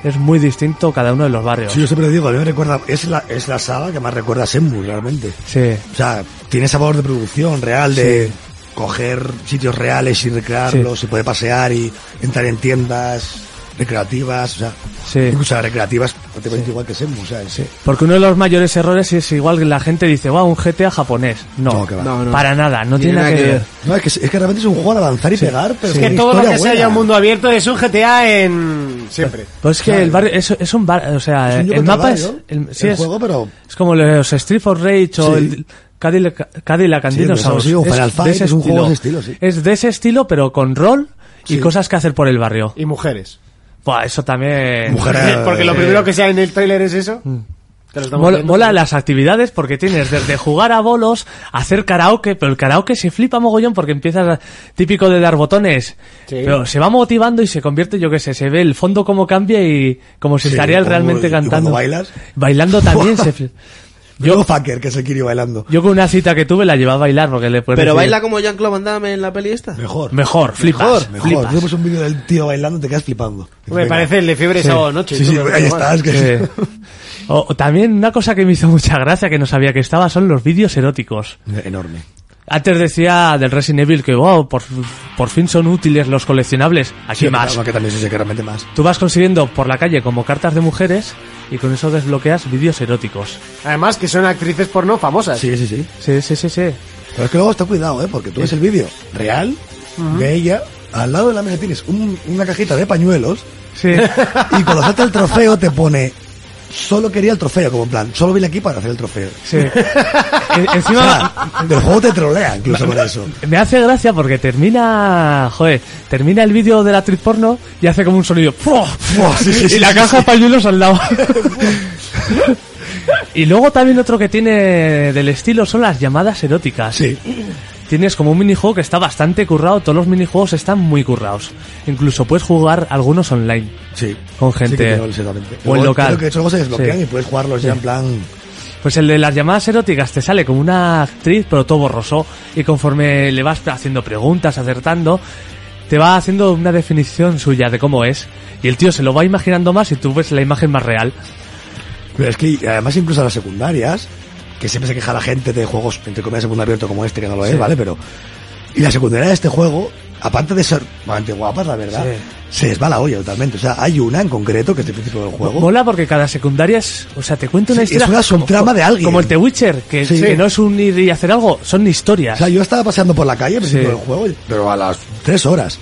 [SPEAKER 4] Es muy distinto cada uno de los barrios.
[SPEAKER 5] Sí, yo siempre digo, a mí me recuerda... Es la, es la saga que más recuerda a Senmu, realmente.
[SPEAKER 4] Sí.
[SPEAKER 5] O sea, tiene esa valor de producción real, de coger sitios reales y recrearlos, se puede pasear y entrar en tiendas recreativas, o sea,
[SPEAKER 4] Sí.
[SPEAKER 5] incluso las recreativas prácticamente igual que Semu, o sea, sí.
[SPEAKER 4] Porque uno de los mayores errores es igual que la gente dice, wow, un GTA japonés. No,
[SPEAKER 5] No, que va.
[SPEAKER 3] No, no.
[SPEAKER 4] para nada, no tiene nada que ver.
[SPEAKER 5] No, es que, es que realmente es un juego al avanzar y pegar, pero
[SPEAKER 2] Es que
[SPEAKER 5] con
[SPEAKER 2] todo lo
[SPEAKER 5] historia
[SPEAKER 2] que sea
[SPEAKER 5] buena.
[SPEAKER 2] ya un mundo abierto es un GTA en... Siempre.
[SPEAKER 4] Pues es que el barrio es, es un barrio, o sea,
[SPEAKER 5] Es un yo
[SPEAKER 4] el
[SPEAKER 5] contra
[SPEAKER 4] mapa
[SPEAKER 5] barrio,
[SPEAKER 4] es, el, sí,
[SPEAKER 5] el
[SPEAKER 4] es-
[SPEAKER 5] juego, pero
[SPEAKER 4] Es como los Street for Rage o
[SPEAKER 5] Sí.
[SPEAKER 4] el Cadillac, Cadillac and
[SPEAKER 5] Sí, pero eso
[SPEAKER 4] Dinosaurs.
[SPEAKER 5] sí, un Final
[SPEAKER 4] de
[SPEAKER 5] Fight,
[SPEAKER 4] ese
[SPEAKER 5] es un juego de ese estilo, sí.
[SPEAKER 4] Es de ese estilo, pero con rol y
[SPEAKER 5] Sí.
[SPEAKER 4] cosas que hacer por el barrio.
[SPEAKER 2] Y mujeres.
[SPEAKER 4] Buah, eso también...
[SPEAKER 5] Mujer, eh,
[SPEAKER 2] Porque lo primero que sea en el tráiler es eso.
[SPEAKER 5] Mm.
[SPEAKER 2] Que lo estamos
[SPEAKER 4] Mola,
[SPEAKER 2] viendo.
[SPEAKER 4] mola las actividades porque tienes desde jugar a bolos, hacer karaoke, pero el karaoke se flipa mogollón porque empiezas a- típico de dar botones,
[SPEAKER 2] Sí.
[SPEAKER 4] pero se va motivando y se convierte, yo que sé, se ve el fondo como cambia y como si
[SPEAKER 5] Sí,
[SPEAKER 4] estaría él
[SPEAKER 5] como-
[SPEAKER 4] realmente
[SPEAKER 5] y cuando
[SPEAKER 4] cantando.
[SPEAKER 5] bailas.
[SPEAKER 4] Bailando también se fli-
[SPEAKER 5] Yo, Fucker, que es el Kirio bailando.
[SPEAKER 4] Yo con una cita que tuve la llevaba a bailar porque le puedes
[SPEAKER 3] Pero
[SPEAKER 4] decir-
[SPEAKER 3] baila como Jean-Claude Van Damme en la peli esta.
[SPEAKER 5] Mejor.
[SPEAKER 4] mejor, flipas,
[SPEAKER 5] Mejor, mejor.
[SPEAKER 4] flipas.
[SPEAKER 5] Tú pones un vídeo del tío bailando te quedas flipando.
[SPEAKER 2] Me
[SPEAKER 5] Venga.
[SPEAKER 2] parece el de fiebre de sábado noche.
[SPEAKER 5] Sí,
[SPEAKER 2] tú,
[SPEAKER 5] sí,
[SPEAKER 2] pero
[SPEAKER 5] ahí
[SPEAKER 2] bueno,
[SPEAKER 5] está. Es que...
[SPEAKER 4] Sí. O, o también una cosa que me hizo mucha gracia que no sabía que estaba son los vídeos eróticos.
[SPEAKER 5] Enorme.
[SPEAKER 4] Antes decía del Resident Evil que wow, por, por fin son útiles los coleccionables. Aquí
[SPEAKER 5] Sí,
[SPEAKER 4] más.
[SPEAKER 5] Que también se sé que realmente más.
[SPEAKER 4] Tú vas consiguiendo por la calle como cartas de mujeres y con eso desbloqueas vídeos eróticos.
[SPEAKER 2] Además que son actrices porno famosas.
[SPEAKER 5] Sí, sí, sí.
[SPEAKER 4] Sí, sí, sí, sí.
[SPEAKER 5] Pero es que luego está cuidado, ¿eh? Porque tú ves el vídeo real de ella. Al lado de la mesa tienes un- una cajita de pañuelos.
[SPEAKER 4] Sí.
[SPEAKER 5] Y cuando salta el trofeo te pone. Solo quería el trofeo, como en plan. Solo vine aquí para hacer el trofeo.
[SPEAKER 4] sí. En-
[SPEAKER 5] O
[SPEAKER 4] Encima
[SPEAKER 5] sea, del juego te trolea incluso con eso.
[SPEAKER 4] me hace gracia porque termina, joder, termina el vídeo de la actriz porno y hace como un sonido. ¡fua!
[SPEAKER 5] Buah, sí, sí,
[SPEAKER 4] y
[SPEAKER 5] sí,
[SPEAKER 4] la
[SPEAKER 5] sí,
[SPEAKER 4] caja
[SPEAKER 5] sí.
[SPEAKER 4] de pañuelos al lado. y luego también otro que tiene del estilo son las llamadas eróticas.
[SPEAKER 5] Sí.
[SPEAKER 4] Tienes como un minijuego que está bastante currado, todos los minijuegos están muy currados. Incluso puedes jugar algunos online.
[SPEAKER 5] Sí.
[SPEAKER 4] Con
[SPEAKER 5] Sí que
[SPEAKER 4] gente.
[SPEAKER 5] tengo el seguramente.
[SPEAKER 4] O en
[SPEAKER 5] Luego,
[SPEAKER 4] local.
[SPEAKER 5] Creo que luego se desbloquean
[SPEAKER 4] Sí.
[SPEAKER 5] y puedes jugarlos ya en plan.
[SPEAKER 4] Pues el de las llamadas eróticas te sale como una actriz, pero todo borroso. Y conforme le vas haciendo preguntas, acertando, te va haciendo una definición suya de cómo es. Y el tío se lo va imaginando más y tú ves la imagen más real.
[SPEAKER 5] Pero es que además incluso a las secundarias, que siempre se queja la gente de juegos entre comillas de mundo abierto como este, que no lo es, ¿vale? Pero. Y la secundaria de este juego, aparte de ser bastante guapas, la verdad, se les va la olla totalmente. O sea, hay una en concreto que es el principio del juego.
[SPEAKER 4] Mola porque cada secundaria es, o sea, te cuenta una
[SPEAKER 5] Sí, es
[SPEAKER 4] historia.
[SPEAKER 5] una subtrama
[SPEAKER 4] como-
[SPEAKER 5] de alguien.
[SPEAKER 4] Como el The Witcher, que,
[SPEAKER 5] Sí.
[SPEAKER 4] que no es un ir y hacer algo, son
[SPEAKER 5] O
[SPEAKER 4] historias.
[SPEAKER 5] sea, yo estaba paseando por la calle al principio
[SPEAKER 4] Sí.
[SPEAKER 5] del juego, pero a las tres horas.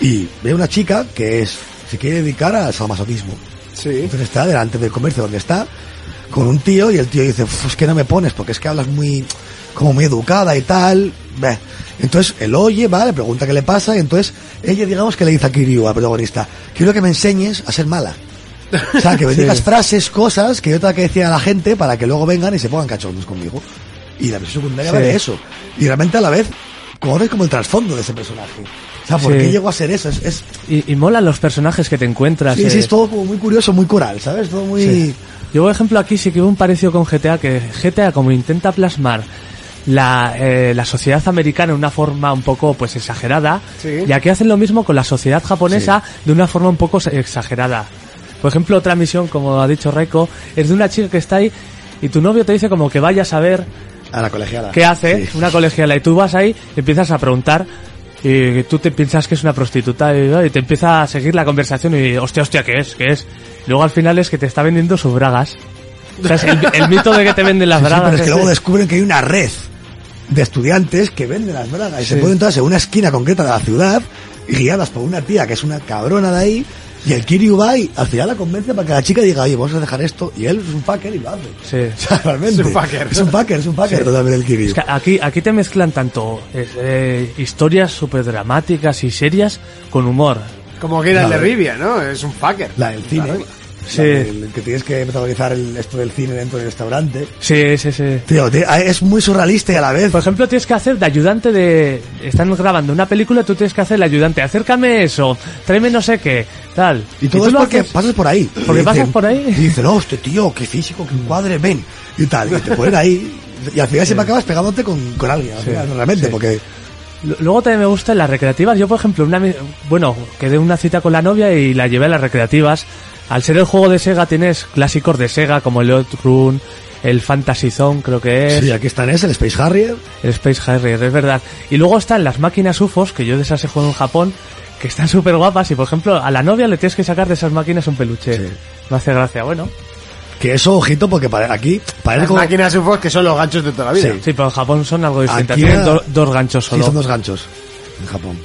[SPEAKER 5] Y veo una chica que es, se quiere dedicar al sadomasoquismo.
[SPEAKER 2] Sí.
[SPEAKER 5] Entonces está delante del comercio donde está, con un tío, y el tío dice, "Uf, es que no me pones, porque es que hablas muy, como muy educada y tal. Beh. Entonces él oye, va, le pregunta qué le pasa, y entonces ella digamos que le dice a Kiryu, al protagonista, quiero que me enseñes a ser mala. O sea, que me digas frases, cosas que yo tenga que decir a la gente para que luego vengan y se pongan cachondos conmigo. Y la misión secundaria va de eso. Y realmente a la vez, corre como el trasfondo de ese personaje. O sea, ¿por
[SPEAKER 4] Sí.
[SPEAKER 5] qué llegó a ser eso? Es, es,
[SPEAKER 4] Y, y molan los personajes que te encuentras.
[SPEAKER 5] sí, sí,
[SPEAKER 4] eh.
[SPEAKER 5] es todo como muy curioso, muy coral, ¿sabes? Todo muy...
[SPEAKER 4] Sí. Yo, por ejemplo, aquí sí que veo un parecido con GTA, que GTA como intenta plasmar la, eh, la sociedad americana de una forma un poco pues exagerada,
[SPEAKER 2] Sí.
[SPEAKER 4] y aquí hacen lo mismo con la sociedad japonesa de una forma un poco exagerada. Por ejemplo, otra misión, como ha dicho Reiko, es de una chica que está ahí y tu novio te dice como que vayas a ver
[SPEAKER 5] A la colegiala.
[SPEAKER 4] qué hace
[SPEAKER 5] Sí.
[SPEAKER 4] una colegiala y tú vas ahí y empiezas a preguntar y tú te piensas que es una prostituta y, y te empieza a seguir la conversación y hostia, hostia, ¿qué es? ¿Qué es? Luego al final es que te está vendiendo sus bragas. O sea, es el, el mito de que te venden las
[SPEAKER 5] Sí, sí,
[SPEAKER 4] bragas.
[SPEAKER 5] pero es que
[SPEAKER 4] ese.
[SPEAKER 5] luego descubren que hay una red de estudiantes que venden las bragas y se ponen todas en una esquina concreta de la ciudad y guiadas por una tía que es una cabrona de ahí y el Kiryu va y al final la convence para que la chica diga, oye, vamos a dejar esto y él es un fucker y lo hace.
[SPEAKER 4] Sí.
[SPEAKER 5] O sea, realmente.
[SPEAKER 2] Es un fucker.
[SPEAKER 5] Es un fucker, es un fucker totalmente el Kiryu.
[SPEAKER 4] Es que aquí, aquí te mezclan tanto eh, eh, historias súper dramáticas y serias con humor.
[SPEAKER 2] Como que era el de
[SPEAKER 5] Claro.
[SPEAKER 2] Rivia, ¿no? Es un fucker.
[SPEAKER 5] La del cine.
[SPEAKER 4] Sí.
[SPEAKER 5] La del- que tienes que protagonizar el, esto del cine dentro del restaurante.
[SPEAKER 4] Sí, sí, sí.
[SPEAKER 5] Tío, te- es muy surrealista y a la vez.
[SPEAKER 4] Por ejemplo, tienes que hacer de ayudante de... Están grabando una película, tú tienes que hacer de ayudante. Acércame eso, tráeme no sé qué, tal.
[SPEAKER 5] Y todo
[SPEAKER 4] tú
[SPEAKER 5] es
[SPEAKER 4] lo
[SPEAKER 5] porque
[SPEAKER 4] haces-
[SPEAKER 5] pasas por ahí.
[SPEAKER 4] Porque
[SPEAKER 5] Y
[SPEAKER 4] pasas por ahí.
[SPEAKER 5] Y dicen, no, este tío, qué físico, qué encuadre, ven. Y tal, y te ponen ahí. Y al final siempre acabas pegándote con, con alguien, al final, realmente, porque...
[SPEAKER 4] L- Luego también me gustan las recreativas. Yo, por ejemplo, una, mi- bueno, quedé una cita con la novia y la llevé a las recreativas. Al ser el juego de Sega tienes clásicos de Sega como el Outrun, el Fantasy Zone creo que es,
[SPEAKER 5] Sí, aquí están es el Space Harrier.
[SPEAKER 4] el Space Harrier, es verdad. Y luego están las máquinas UFOs, que yo de esas he jugado en Japón, que están súper guapas y, por ejemplo, a la novia le tienes que sacar de esas máquinas un peluche.
[SPEAKER 5] Sí.
[SPEAKER 4] Me hace gracia, bueno.
[SPEAKER 5] Que eso, ojito, porque para, aquí parece
[SPEAKER 2] Las
[SPEAKER 5] como...
[SPEAKER 2] máquinas UFOs que son los ganchos de toda la vida.
[SPEAKER 5] Sí.
[SPEAKER 4] Sí, pero en Japón son algo diferente.
[SPEAKER 5] Aquí
[SPEAKER 4] Tienen
[SPEAKER 5] era-
[SPEAKER 4] do- dos ganchos
[SPEAKER 5] Sí,
[SPEAKER 4] solo.
[SPEAKER 5] son dos ganchos en Japón.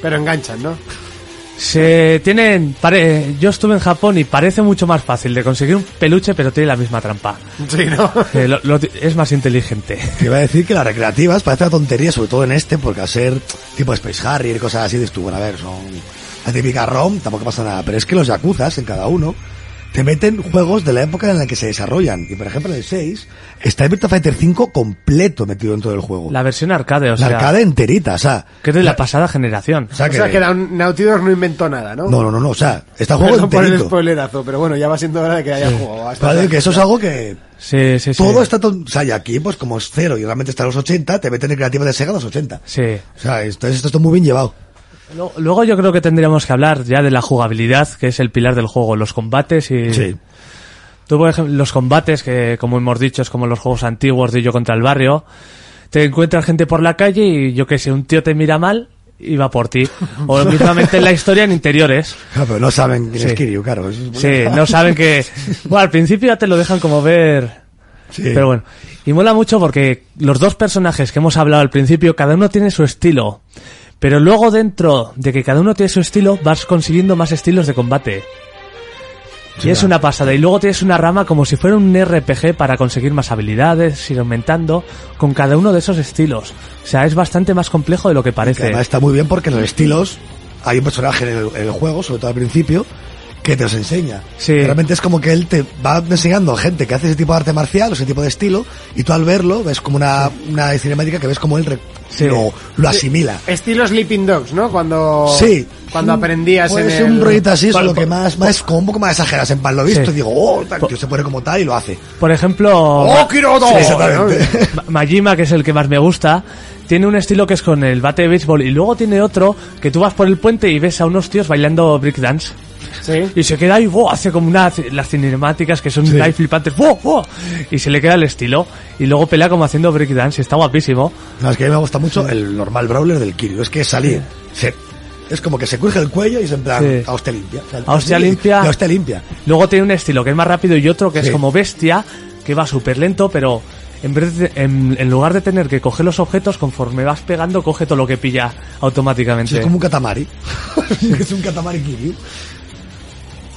[SPEAKER 2] Pero enganchan, ¿no?
[SPEAKER 4] Se tienen. pare- yo estuve en Japón y parece mucho más fácil de conseguir un peluche, pero tiene la misma trampa.
[SPEAKER 2] Sí, ¿no?
[SPEAKER 4] Eh, lo- lo ti- es más inteligente.
[SPEAKER 5] Te iba a decir que las recreativas parece una tontería, sobre todo en este, porque al ser tipo Space Harrier y cosas así, dices tú, bueno, a ver, son la típica ROM, tampoco pasa nada. Pero es que los yakuzas en cada uno te meten juegos de la época en la que se desarrollan. Y por ejemplo, en el 6 está el Virtua Fighter 5 completo metido dentro del juego.
[SPEAKER 4] La versión arcade,
[SPEAKER 5] La
[SPEAKER 4] o sea.
[SPEAKER 5] arcade enterita, o sea.
[SPEAKER 4] Que es de la pasada generación.
[SPEAKER 5] O sea,
[SPEAKER 2] O sea que Down- Naughty Dog no inventó nada, ¿no?
[SPEAKER 5] Ah, No, no, no, no, o sea, está el juego
[SPEAKER 2] Perdón por el
[SPEAKER 5] enterito.
[SPEAKER 2] spoilerazo, pero bueno, ya va siendo hora de que haya jugado. Hasta
[SPEAKER 5] Vale, que eso es algo que
[SPEAKER 4] Sí, sí, sí.
[SPEAKER 5] Todo está... ton- O sea, y aquí, pues como es cero y realmente está a los 80, te meten en creativa de Sega a los 80.
[SPEAKER 4] Sí.
[SPEAKER 5] O sea, esto, esto está muy bien llevado.
[SPEAKER 4] Lo- Luego yo creo que tendríamos que hablar ya de la jugabilidad, que es el pilar del juego, los combates y... Tú, por ejemplo, los combates, que como hemos dicho, es como los juegos antiguos de yo contra el barrio. Te encuentras gente por la calle y yo qué sé, un tío te mira mal y va por ti. O mismamente en la historia en interiores.
[SPEAKER 5] Claro, Ah, pero no saben quién es
[SPEAKER 4] Sí.
[SPEAKER 5] Kiryu, claro. eso es-
[SPEAKER 4] Sí, no saben que... Bueno, al principio ya te lo dejan como ver...
[SPEAKER 5] Sí.
[SPEAKER 4] Pero bueno, y mola mucho porque los dos personajes que hemos hablado al principio, cada uno tiene su estilo. Pero luego dentro de que cada uno tiene su estilo, vas consiguiendo más estilos de combate. Y es una pasada. Y luego tienes una rama como si fuera un RPG para conseguir más habilidades, ir aumentando con cada uno de esos estilos. O sea, es bastante más complejo de lo que
[SPEAKER 5] Que
[SPEAKER 4] parece.
[SPEAKER 5] además está muy bien porque en los estilos hay un personaje en el, en el juego, sobre todo al principio, que te los enseña.
[SPEAKER 4] Sí.
[SPEAKER 5] Realmente es como que él te va enseñando gente que hace ese tipo de arte marcial, ese tipo de estilo, y tú al verlo ves como una, una cinemática que ves como él re-
[SPEAKER 4] Sí.
[SPEAKER 5] lo, lo asimila.
[SPEAKER 2] Estilo Sleeping Dogs, ¿no? Cuando,
[SPEAKER 5] Sí.
[SPEAKER 2] cuando
[SPEAKER 5] Un-
[SPEAKER 2] aprendías
[SPEAKER 5] puede
[SPEAKER 2] en
[SPEAKER 5] ser
[SPEAKER 2] el...
[SPEAKER 5] Pues un rollito así,
[SPEAKER 2] Por-
[SPEAKER 5] solo que
[SPEAKER 2] por-
[SPEAKER 5] más, más, como un poco más exageras en plan lo visto,
[SPEAKER 4] Sí.
[SPEAKER 5] y digo, oh, tal,
[SPEAKER 4] Por-
[SPEAKER 5] tío, se pone como tal y lo hace.
[SPEAKER 4] Por ejemplo, Ma-
[SPEAKER 5] ¡Oh, Kiroto!
[SPEAKER 2] Sí,
[SPEAKER 5] exactamente.
[SPEAKER 4] Ma- Majima, que es el que más me gusta, tiene un estilo que es con el bate de béisbol y luego tiene otro que tú vas por el puente y ves a unos tíos bailando breakdance.
[SPEAKER 2] Sí.
[SPEAKER 4] Y se queda ahí, ¡buah! hace como una, las cinemáticas que son ahí flipantes, ¡buah, buah! y se le queda el estilo. Y luego pelea como haciendo breakdance, y está guapísimo.
[SPEAKER 5] No, es que a mí me gusta mucho el normal brawler del Kiryu. Es que salir. se- es como que se cruje el cuello y se en plan,
[SPEAKER 4] Sí.
[SPEAKER 5] a hostia limpia. O sea,
[SPEAKER 4] A hostia
[SPEAKER 5] sí,
[SPEAKER 4] limpia.
[SPEAKER 5] A hostia limpia.
[SPEAKER 4] Luego tiene un estilo que es más rápido y otro que
[SPEAKER 5] Sí.
[SPEAKER 4] es como bestia, que va súper lento, pero en, vez de- en, en lugar de tener que coger los objetos, conforme vas pegando, coge todo lo que pilla automáticamente.
[SPEAKER 5] Sí, Es como un catamari. es un catamari Kiryu.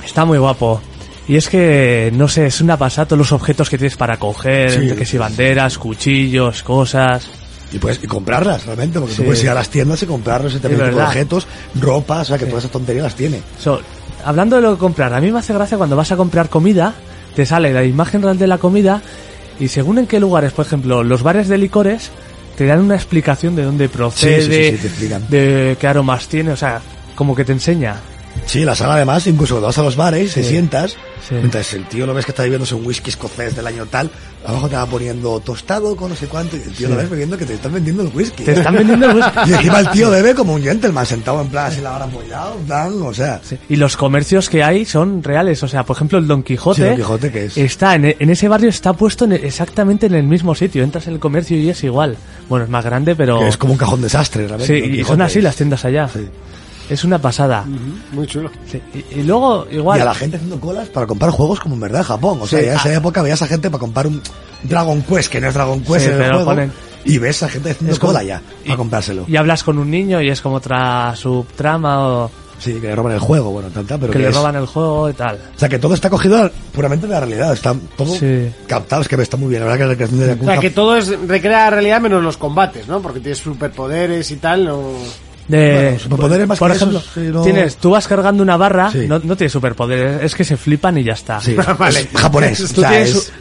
[SPEAKER 4] Está muy guapo. Y es que, no sé, es una pasada todos los objetos que tienes para coger,
[SPEAKER 5] Sí.
[SPEAKER 4] entre que si banderas, cuchillos, cosas.
[SPEAKER 5] Y puedes y comprarlas realmente, porque
[SPEAKER 4] Sí.
[SPEAKER 5] tú puedes ir a las tiendas y comprarlos y
[SPEAKER 4] Es
[SPEAKER 5] también tipo de
[SPEAKER 4] verdad.
[SPEAKER 5] objetos, ropa, o sea que todas esas tonterías las tiene.
[SPEAKER 4] So, hablando de lo que comprar, a mí me hace gracia cuando vas a comprar comida, te sale la imagen real de la comida y según en qué lugares, por ejemplo, los bares de licores, te dan una explicación de dónde procede,
[SPEAKER 5] Sí, sí, sí, sí, te explican.
[SPEAKER 4] de qué aromas tiene, o sea, como que te enseña.
[SPEAKER 5] Sí, la sala además, incluso cuando vas a los bares, te sientas,
[SPEAKER 4] Sí.
[SPEAKER 5] mientras el tío lo ves que está bebiéndose un whisky escocés del año tal, abajo te va poniendo tostado con no sé cuánto, y el tío lo ves bebiendo que te están vendiendo el whisky.
[SPEAKER 4] Te están vendiendo el whisky.
[SPEAKER 5] Y encima el tío bebe como un gentleman, sentado en plan así la hora apoyado, dan, o sea.
[SPEAKER 4] Sí, Y los comercios que hay son reales. O sea, por ejemplo, el Don Quijote.
[SPEAKER 5] Sí, Don Quijote, ¿qué es?
[SPEAKER 4] Está en, en ese barrio, está puesto en- exactamente en el mismo sitio. Entras en el comercio y es igual. Bueno, es más grande, pero.
[SPEAKER 5] que es como un cajón desastre, realmente.
[SPEAKER 4] Sí,
[SPEAKER 5] Don
[SPEAKER 4] y son
[SPEAKER 5] Quijote.
[SPEAKER 4] así las tiendas allá.
[SPEAKER 5] Sí.
[SPEAKER 4] Es una pasada.
[SPEAKER 2] Muy chulo.
[SPEAKER 4] Sí, Y, y luego,
[SPEAKER 5] Y
[SPEAKER 4] igual.
[SPEAKER 5] a la gente haciendo colas para comprar juegos como en verdad en Japón. O sea,
[SPEAKER 4] Sí, Ah.
[SPEAKER 5] ya en esa época veías a gente para comprar un Dragon Quest, que no es Dragon Quest
[SPEAKER 4] Sí,
[SPEAKER 5] en el
[SPEAKER 4] pero
[SPEAKER 5] juego,
[SPEAKER 4] ponen-
[SPEAKER 5] y ves a gente haciendo
[SPEAKER 4] Es como-
[SPEAKER 5] cola ya para comprárselo.
[SPEAKER 4] Y hablas con un niño y es como otra subtrama o
[SPEAKER 5] Sí, que le roban el juego, bueno, tanta, pero
[SPEAKER 4] que le
[SPEAKER 5] es-
[SPEAKER 4] roban el juego y tal.
[SPEAKER 5] O sea, que todo está cogido puramente de la realidad, está todo
[SPEAKER 4] Sí.
[SPEAKER 5] captado, es que está muy bien, la verdad que la creación de
[SPEAKER 2] O
[SPEAKER 5] Yakuza...
[SPEAKER 2] sea, que todo es recrea la realidad menos los combates, ¿no? Porque tienes superpoderes y tal, no...
[SPEAKER 4] De-
[SPEAKER 5] Bueno, superpoderes más
[SPEAKER 4] Eh, por
[SPEAKER 5] que
[SPEAKER 4] ejemplo,
[SPEAKER 5] esos, sí, no-
[SPEAKER 4] tienes, tú vas cargando una barra,
[SPEAKER 5] Sí.
[SPEAKER 4] no, no tienes superpoderes, es que se flipan y ya está.
[SPEAKER 5] Sí,
[SPEAKER 2] Vale.
[SPEAKER 5] es japonés, o
[SPEAKER 4] Tú
[SPEAKER 5] sea,
[SPEAKER 4] tienes
[SPEAKER 5] es...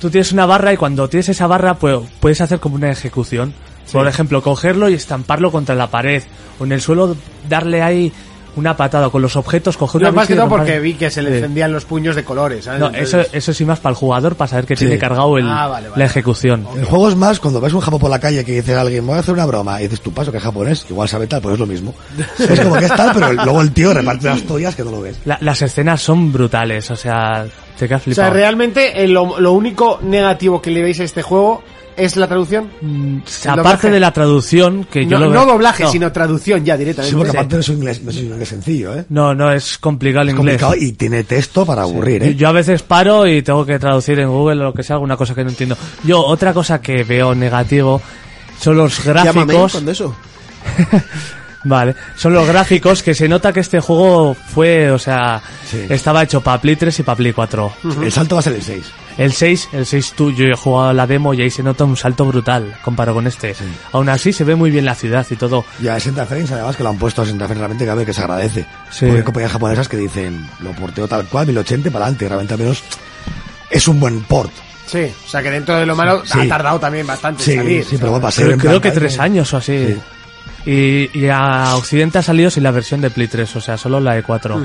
[SPEAKER 4] Tú tienes una barra y cuando tienes esa barra pues, puedes hacer como una ejecución. Por ejemplo, cogerlo y estamparlo contra la pared. O en el suelo darle ahí una patada. O Con los objetos coger
[SPEAKER 2] No,
[SPEAKER 4] una
[SPEAKER 2] más que
[SPEAKER 4] bici y
[SPEAKER 2] todo porque
[SPEAKER 4] romper-
[SPEAKER 2] vi que se le
[SPEAKER 4] Sí.
[SPEAKER 2] encendían los puños de colores, ¿sabes?
[SPEAKER 4] No, eso,
[SPEAKER 2] Entonces-
[SPEAKER 4] eso sí más para el jugador, para saber que tiene cargado el-
[SPEAKER 2] Ah, vale, vale.
[SPEAKER 4] la ejecución.
[SPEAKER 5] El juego es más cuando ves un japo por la calle que dice a alguien, voy a hacer una broma, y dices tú paso que es japonés, igual sabe tal, pues es lo mismo. Es como que es tal, pero el- luego el tío reparte las toallas que no lo ves.
[SPEAKER 4] La- las escenas son brutales, o sea, te quedas
[SPEAKER 2] O
[SPEAKER 4] flipado.
[SPEAKER 2] sea, realmente eh, lo, lo único negativo que le veis a este juego es la traducción.
[SPEAKER 4] Mm,
[SPEAKER 2] el
[SPEAKER 4] Aparte
[SPEAKER 2] doblaje.
[SPEAKER 4] de la traducción, que Eh, yo
[SPEAKER 2] No,
[SPEAKER 4] lo
[SPEAKER 2] no
[SPEAKER 4] veo-
[SPEAKER 2] doblaje,
[SPEAKER 4] no.
[SPEAKER 2] sino traducción ya
[SPEAKER 5] Sí,
[SPEAKER 2] directamente.
[SPEAKER 5] porque aparte no es un inglés, no es un inglés sencillo, ¿eh?
[SPEAKER 4] No, no, es complicado el
[SPEAKER 5] Es
[SPEAKER 4] inglés.
[SPEAKER 5] complicado y tiene texto para aburrir,
[SPEAKER 4] Yo-
[SPEAKER 5] ¿eh?
[SPEAKER 4] Yo a veces paro y tengo que traducir en Google o lo que sea, alguna cosa que no entiendo. Yo, otra cosa que veo negativo son los
[SPEAKER 3] Llámame
[SPEAKER 4] gráficos.
[SPEAKER 3] cuando eso.
[SPEAKER 4] Vale, son los gráficos que se nota que este juego fue, o sea,
[SPEAKER 5] Sí.
[SPEAKER 4] estaba hecho para Play 3 y para Play 4.
[SPEAKER 5] El salto va a ser el 6.
[SPEAKER 4] El 6, el 6 tú, yo he jugado la demo y ahí se nota un salto brutal comparado con este. Aún así se ve muy bien la ciudad y todo.
[SPEAKER 5] Y a 60 frames, además que lo han puesto a 60 frames, realmente cabe que se agradece.
[SPEAKER 4] Sí.
[SPEAKER 5] Porque hay compañías japonesas que dicen, lo porteo tal cual, 1080 para adelante, realmente al menos es un buen port.
[SPEAKER 2] Sí, o sea que dentro de lo malo
[SPEAKER 5] Sí.
[SPEAKER 2] ha tardado también bastante
[SPEAKER 5] Sí,
[SPEAKER 2] en salir.
[SPEAKER 5] sí, pero va a pasar.
[SPEAKER 4] Creo, creo que tres años o así. Y, y a E Occidente ha salido sin la versión de Play 3, o sea, solo la de 4.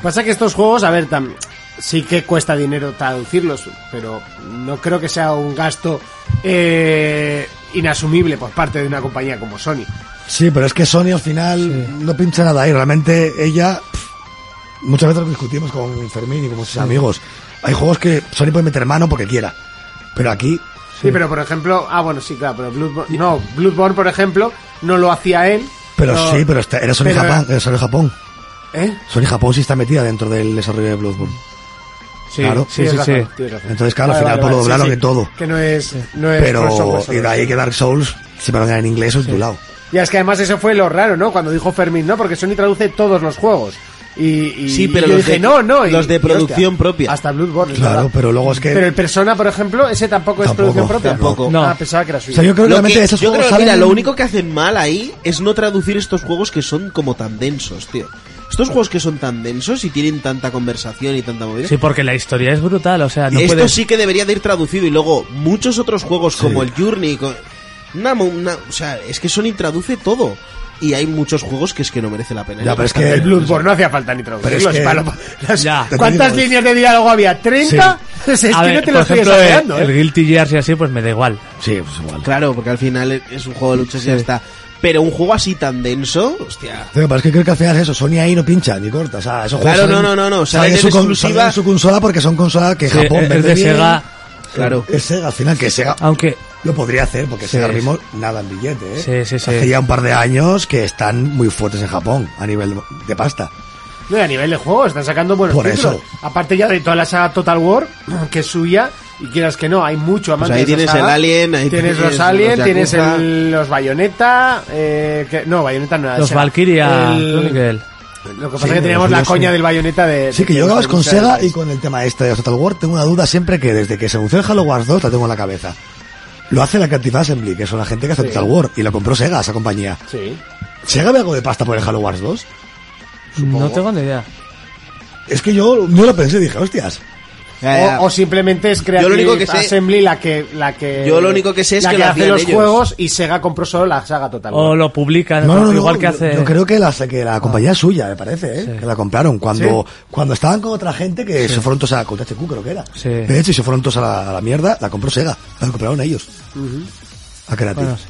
[SPEAKER 2] Pasa que estos juegos, a ver, tam- sí que cuesta dinero traducirlos, pero no creo que sea un gasto eh, inasumible por parte de una compañía como Sony.
[SPEAKER 5] Sí, pero es que Sony al final no pincha nada ahí. Realmente ella, pff, muchas veces lo discutimos con Fermín y con sus amigos. Hay juegos que Sony puede meter mano porque quiera. Pero aquí,
[SPEAKER 2] Sí, pero por ejemplo, ah, bueno, sí, claro, pero Bloodborne, no, Bloodborne, por ejemplo, no lo hacía él.
[SPEAKER 5] pero sí, pero está- era Sony
[SPEAKER 2] pero-
[SPEAKER 5] Japón. Era Sony Japón.
[SPEAKER 2] ¿Eh?
[SPEAKER 5] Sony Japón sí está metida dentro del desarrollo de Bloodborne.
[SPEAKER 2] Sí,
[SPEAKER 5] Claro.
[SPEAKER 2] sí,
[SPEAKER 4] Sí,
[SPEAKER 2] sí,
[SPEAKER 4] sí, sí.
[SPEAKER 5] Entonces, claro, al final, pues, lo doblaron y todo.
[SPEAKER 2] Que no es, no es
[SPEAKER 5] Pero
[SPEAKER 2] crossover,
[SPEAKER 5] y
[SPEAKER 2] sobre
[SPEAKER 5] de ahí
[SPEAKER 2] todo.
[SPEAKER 5] que Dark Souls, si me lo dan en inglés, es tu lado.
[SPEAKER 2] Ya es que además eso fue lo raro, ¿no? Cuando dijo Fermín, ¿no? Porque Sony traduce todos los juegos. Y, y-
[SPEAKER 3] Sí, pero
[SPEAKER 2] y yo
[SPEAKER 3] los
[SPEAKER 2] dije,
[SPEAKER 3] de-
[SPEAKER 2] no, no. y-
[SPEAKER 3] los de
[SPEAKER 2] y hostia,
[SPEAKER 3] producción propia.
[SPEAKER 2] Hasta Bloodborne. es
[SPEAKER 5] Claro,
[SPEAKER 2] verdad.
[SPEAKER 5] pero luego es que-
[SPEAKER 2] Pero el Persona, por ejemplo, ese tampoco, es
[SPEAKER 5] Tampoco,
[SPEAKER 2] producción propia.
[SPEAKER 3] tampoco.
[SPEAKER 4] No.
[SPEAKER 2] Ah, pensaba que era
[SPEAKER 5] O
[SPEAKER 2] suyo.
[SPEAKER 5] sea, yo creo que
[SPEAKER 3] Lo
[SPEAKER 5] realmente
[SPEAKER 3] que-
[SPEAKER 5] esos
[SPEAKER 3] yo creo
[SPEAKER 5] juegos
[SPEAKER 3] que,
[SPEAKER 5] salen...
[SPEAKER 3] mira, lo único que hacen mal ahí es no traducir estos juegos que son como tan densos, tío. Estos juegos que son tan densos y tienen tanta conversación y tanta movida.
[SPEAKER 4] Sí, porque la historia es brutal, o sea, no
[SPEAKER 3] ¿eh? Esto
[SPEAKER 4] puedes...
[SPEAKER 3] sí que debería de ir traducido y luego muchos otros juegos como el Journey, co- una mo- una- o sea, es que Sony traduce todo y hay muchos juegos que es que no merece la pena.
[SPEAKER 5] Ya, pero es que
[SPEAKER 2] El Bloodborne no hacía falta ni traducirlo.
[SPEAKER 5] Pero es que-
[SPEAKER 2] Palo- las-
[SPEAKER 4] Ya.
[SPEAKER 2] ¿Cuántas
[SPEAKER 5] Te digo,
[SPEAKER 2] líneas de diálogo había? ¿30? Es que
[SPEAKER 4] A ver,
[SPEAKER 2] no te
[SPEAKER 4] por
[SPEAKER 2] lo estoy
[SPEAKER 4] ejemplo, el,
[SPEAKER 2] exagerando,
[SPEAKER 4] el
[SPEAKER 2] ¿eh?
[SPEAKER 4] Guilty Gear y así, pues me da igual.
[SPEAKER 5] Sí, pues igual.
[SPEAKER 3] Claro, porque al final es un juego de luchas y ya está. Pero un juego así tan denso, hostia.
[SPEAKER 5] Pero es que creo que al final es eso, Sony ahí no pincha ni corta. O sea, esos
[SPEAKER 3] Claro,
[SPEAKER 5] juegos
[SPEAKER 3] no,
[SPEAKER 5] salen-
[SPEAKER 3] no, no,
[SPEAKER 5] salen
[SPEAKER 3] no, salen
[SPEAKER 5] en su,
[SPEAKER 3] en
[SPEAKER 5] con-
[SPEAKER 3] exclusiva.
[SPEAKER 5] salen en su consola porque son consolas que
[SPEAKER 4] Sí,
[SPEAKER 5] Japón
[SPEAKER 4] es
[SPEAKER 5] vende
[SPEAKER 4] de
[SPEAKER 5] bien.
[SPEAKER 4] Sega, Ah.
[SPEAKER 3] Claro.
[SPEAKER 5] Es Sega, al final que Sega
[SPEAKER 4] aunque...
[SPEAKER 5] lo podría hacer porque Sega ahora
[SPEAKER 4] es.
[SPEAKER 5] mismo nada en billete. ¿eh?
[SPEAKER 4] Sí, sí, sí.
[SPEAKER 5] Hace ya un par de años que están muy fuertes en Japón a nivel de pasta.
[SPEAKER 2] No, y a nivel de juego, están sacando buenos
[SPEAKER 5] Por
[SPEAKER 2] títulos.
[SPEAKER 5] eso.
[SPEAKER 2] Aparte ya de toda la saga Total War, que es suya, y quieras que no, hay mucho amante
[SPEAKER 3] Pues ahí
[SPEAKER 2] de esa
[SPEAKER 3] tienes
[SPEAKER 2] saga.
[SPEAKER 3] el Alien, ahí
[SPEAKER 2] tienes,
[SPEAKER 3] tienes
[SPEAKER 2] los Alien,
[SPEAKER 3] los
[SPEAKER 2] tienes
[SPEAKER 3] Yakuza.
[SPEAKER 2] el- los Bayonetta, eh, que- no, Bayonetta no era de
[SPEAKER 4] Los
[SPEAKER 2] Sega.
[SPEAKER 4] Valkyria
[SPEAKER 2] El-
[SPEAKER 4] Chronicle.
[SPEAKER 2] Lo que pasa
[SPEAKER 5] Sí,
[SPEAKER 2] es que teníamos
[SPEAKER 5] los
[SPEAKER 2] la
[SPEAKER 5] dos,
[SPEAKER 2] coña
[SPEAKER 5] sí.
[SPEAKER 2] del Bayonetta de...
[SPEAKER 5] Sí, que
[SPEAKER 2] de-
[SPEAKER 5] yo
[SPEAKER 2] de-
[SPEAKER 5] acabas
[SPEAKER 2] de-
[SPEAKER 5] con
[SPEAKER 2] de-
[SPEAKER 5] Sega
[SPEAKER 2] de-
[SPEAKER 5] y con el tema este de Total War tengo una duda siempre que desde que se anunció el Halo Wars 2 la tengo en la cabeza. Lo hace la Captive Assembly, que son la gente que hace
[SPEAKER 2] Sí.
[SPEAKER 5] Total War, y la compró Sega, esa compañía.
[SPEAKER 2] Sí.
[SPEAKER 5] ¿Sega ve algo de pasta por el Halo Wars 2?
[SPEAKER 4] No tengo ni idea.
[SPEAKER 5] Es que yo no lo pensé, dije, hostias.
[SPEAKER 3] Ya, Eh, ya.
[SPEAKER 2] O, o simplemente es Creative
[SPEAKER 3] Yo lo único que sé-
[SPEAKER 2] Assembly la que, la que...
[SPEAKER 3] Yo lo único que sé es
[SPEAKER 2] la
[SPEAKER 3] que
[SPEAKER 2] que,
[SPEAKER 3] la
[SPEAKER 2] hace
[SPEAKER 3] hacían
[SPEAKER 2] los
[SPEAKER 3] ellos.
[SPEAKER 2] juegos y Sega compró solo la saga Total War.
[SPEAKER 4] O lo publican,
[SPEAKER 5] No, no, no,
[SPEAKER 4] igual
[SPEAKER 5] no,
[SPEAKER 4] que
[SPEAKER 5] yo-
[SPEAKER 4] hace... Ah.
[SPEAKER 5] Yo creo que la, que la compañía es suya, me parece, ¿eh? que la compraron cuando, cuando estaban con otra gente que se fueron todos a con THQ, creo que era.
[SPEAKER 4] Sí.
[SPEAKER 5] De hecho, y se fueron todos a la, a la mierda, la compró Sega, la compraron ellos. A Creative.
[SPEAKER 4] Bueno, sí.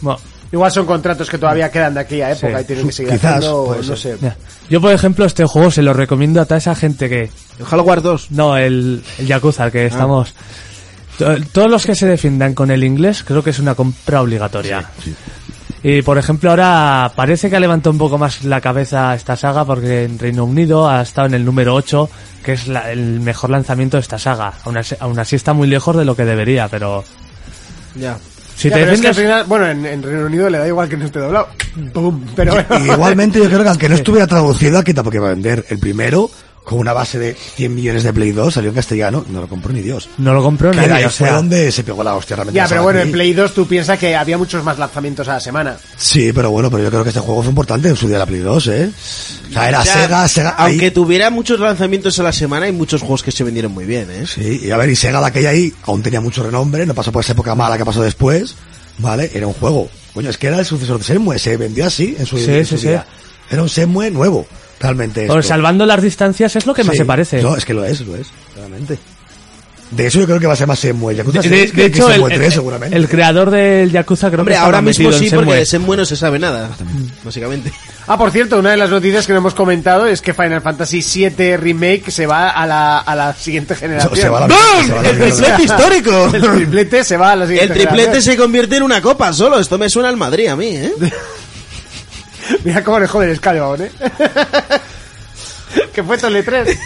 [SPEAKER 4] Bueno,
[SPEAKER 2] Igual son contratos que todavía quedan de aquella época
[SPEAKER 4] Sí.
[SPEAKER 2] y tienen que seguir
[SPEAKER 5] Quizás,
[SPEAKER 2] haciendo,
[SPEAKER 5] puede
[SPEAKER 2] no
[SPEAKER 5] ser.
[SPEAKER 2] sé.
[SPEAKER 4] mira, Yo, por ejemplo, este juego se lo recomiendo a toda esa gente que...
[SPEAKER 3] El Halo Wars 2.
[SPEAKER 4] No, el, el Yakuza, al que
[SPEAKER 5] Ah.
[SPEAKER 4] estamos... To- Todos los que se defiendan con el inglés creo que es una compra obligatoria. Y por ejemplo ahora parece que ha levantado un poco más la cabeza esta saga porque en Reino Unido ha estado en el número 8, que es la- el mejor lanzamiento de esta saga. Aún así, aún así está muy lejos de lo que debería, pero...
[SPEAKER 3] Ya.
[SPEAKER 4] Si
[SPEAKER 2] Ya,
[SPEAKER 4] te
[SPEAKER 2] pero es que al
[SPEAKER 4] defiendes...
[SPEAKER 2] final- bueno, en, en Reino Unido le da igual que no esté doblado. Pum, pero bueno.
[SPEAKER 5] Y igualmente yo creo que aunque no estuviera traducido, aquí tampoco iba a vender. El primero, con una base de 100 millones de Play 2, salió en castellano, no lo compró ni Dios.
[SPEAKER 4] No lo compró
[SPEAKER 5] Que de ahí
[SPEAKER 4] nadie, o
[SPEAKER 5] fue
[SPEAKER 4] sea...
[SPEAKER 5] donde se pegó la hostia realmente.
[SPEAKER 2] ya,
[SPEAKER 5] la
[SPEAKER 2] pero
[SPEAKER 5] saga
[SPEAKER 2] bueno, en
[SPEAKER 5] aquí.
[SPEAKER 2] Play 2 tú piensas que había muchos más lanzamientos a la semana.
[SPEAKER 5] Sí, pero bueno, pero yo creo que este juego fue importante en su día de la Play 2, ¿eh? O sea, era
[SPEAKER 3] O sea,
[SPEAKER 5] Sega, Sega... ahí-
[SPEAKER 3] Aunque tuviera muchos lanzamientos a la semana, hay muchos juegos que se vendieron muy bien, ¿eh?
[SPEAKER 5] Sí, y a ver, y Sega de aquella ahí aún tenía mucho renombre, no pasó por esa época mala que pasó después, ¿vale? Era un juego. Coño, es que era el sucesor de Semue, se vendió así en su,
[SPEAKER 4] Sí,
[SPEAKER 5] en
[SPEAKER 4] sí,
[SPEAKER 5] su
[SPEAKER 4] sí.
[SPEAKER 5] día. Era un Semue nuevo, realmente.
[SPEAKER 4] Bueno,
[SPEAKER 5] esto.
[SPEAKER 4] salvando las distancias es lo que más
[SPEAKER 5] Sí.
[SPEAKER 4] se parece.
[SPEAKER 5] No, es que lo es, lo es, realmente. De hecho, yo creo que va a ser más Semue. Yakuza
[SPEAKER 4] De, de-
[SPEAKER 5] sí,
[SPEAKER 4] de
[SPEAKER 5] que
[SPEAKER 4] hecho, el,
[SPEAKER 5] Shenmue 3,
[SPEAKER 4] el-
[SPEAKER 5] seguramente.
[SPEAKER 4] el creador del Yakuza creo
[SPEAKER 3] Hombre,
[SPEAKER 4] que
[SPEAKER 3] ahora
[SPEAKER 4] estaba
[SPEAKER 3] mismo
[SPEAKER 4] metido en
[SPEAKER 3] sí, porque
[SPEAKER 4] Shenmue.
[SPEAKER 3] de Senmue no se sabe nada, básicamente.
[SPEAKER 2] Ah, por cierto, una de las noticias que no hemos comentado es que Final Fantasy VII Remake se va a la, a la siguiente generación.
[SPEAKER 5] Se va a la mierda, se va a la mierda.
[SPEAKER 3] triplete histórico!
[SPEAKER 2] El triplete se va a la
[SPEAKER 3] El
[SPEAKER 2] siguiente
[SPEAKER 3] triplete
[SPEAKER 2] generación.
[SPEAKER 3] se convierte en una copa solo. Esto me suena al Madrid a mí, ¿eh?
[SPEAKER 2] Mira cómo le jode el Scalebound, ¿eh? que fue Tole 3.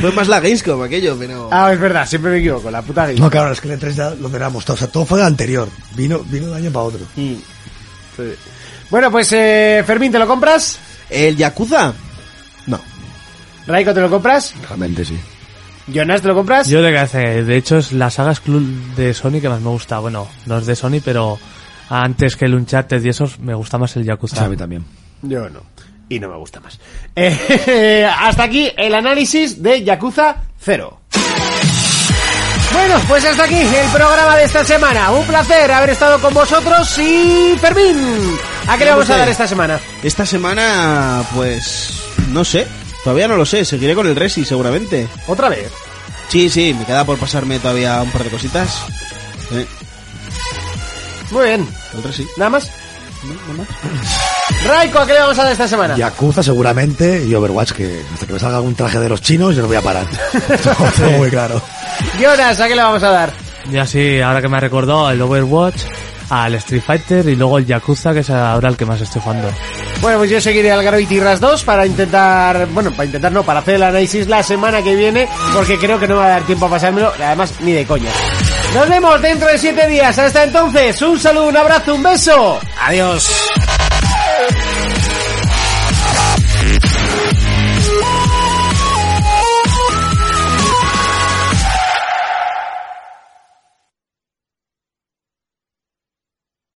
[SPEAKER 3] Fue más la Gamescom aquello, pero...
[SPEAKER 2] Ah, es verdad, siempre me equivoco, la puta gay.
[SPEAKER 5] No, claro, es que el 3 ya lo tenemos todo. O sea, todo fue anterior. Vino, vino de un año para otro.
[SPEAKER 2] Mm. Bueno, pues eh, Fermín, ¿te lo compras?
[SPEAKER 3] ¿El Yakuza? No.
[SPEAKER 2] Raiko, ¿te lo compras?
[SPEAKER 5] Realmente sí.
[SPEAKER 2] Jonas, ¿te lo compras?
[SPEAKER 4] Yo de que hace, de hecho es la saga exclu- de Sony que más me gusta. Bueno, no es de Sony, pero antes que el Uncharted y esos me gusta más el Yakuza.
[SPEAKER 5] también.
[SPEAKER 2] Yo no. Y no me gusta más. Eh, hasta aquí el análisis de Yakuza 0. Bueno, pues hasta aquí el programa de esta semana. Un placer haber estado con vosotros y Fermín. ¿A qué le vamos a dar esta semana?
[SPEAKER 3] Esta semana, pues... No sé. Todavía no lo sé, seguiré con el Resi seguramente.
[SPEAKER 2] Otra vez.
[SPEAKER 3] Sí, sí, me queda por pasarme todavía un par de cositas. Eh,
[SPEAKER 2] Muy bien.
[SPEAKER 3] el Resi.
[SPEAKER 2] ¿Nada más? Raiko, ¿a qué le vamos a dar esta semana?
[SPEAKER 5] Yakuza seguramente y Overwatch, que hasta que me salga algún traje de los chinos yo no voy a parar. Esto lo tengo muy claro.
[SPEAKER 2] Jonas, ¿a qué le vamos a dar?
[SPEAKER 4] Ya sí, ahora que me ha recordado el Overwatch, al Street Fighter y luego el Yakuza, que es ahora el que más estoy jugando.
[SPEAKER 2] Bueno, pues yo seguiré al Gravity Rush 2 para intentar, bueno, para intentar no, para hacer el análisis la semana que viene, porque creo que no me va a dar tiempo a pasármelo, además ni de coña. Nos vemos dentro de 7 días, hasta entonces, un saludo, un abrazo, un beso, adiós.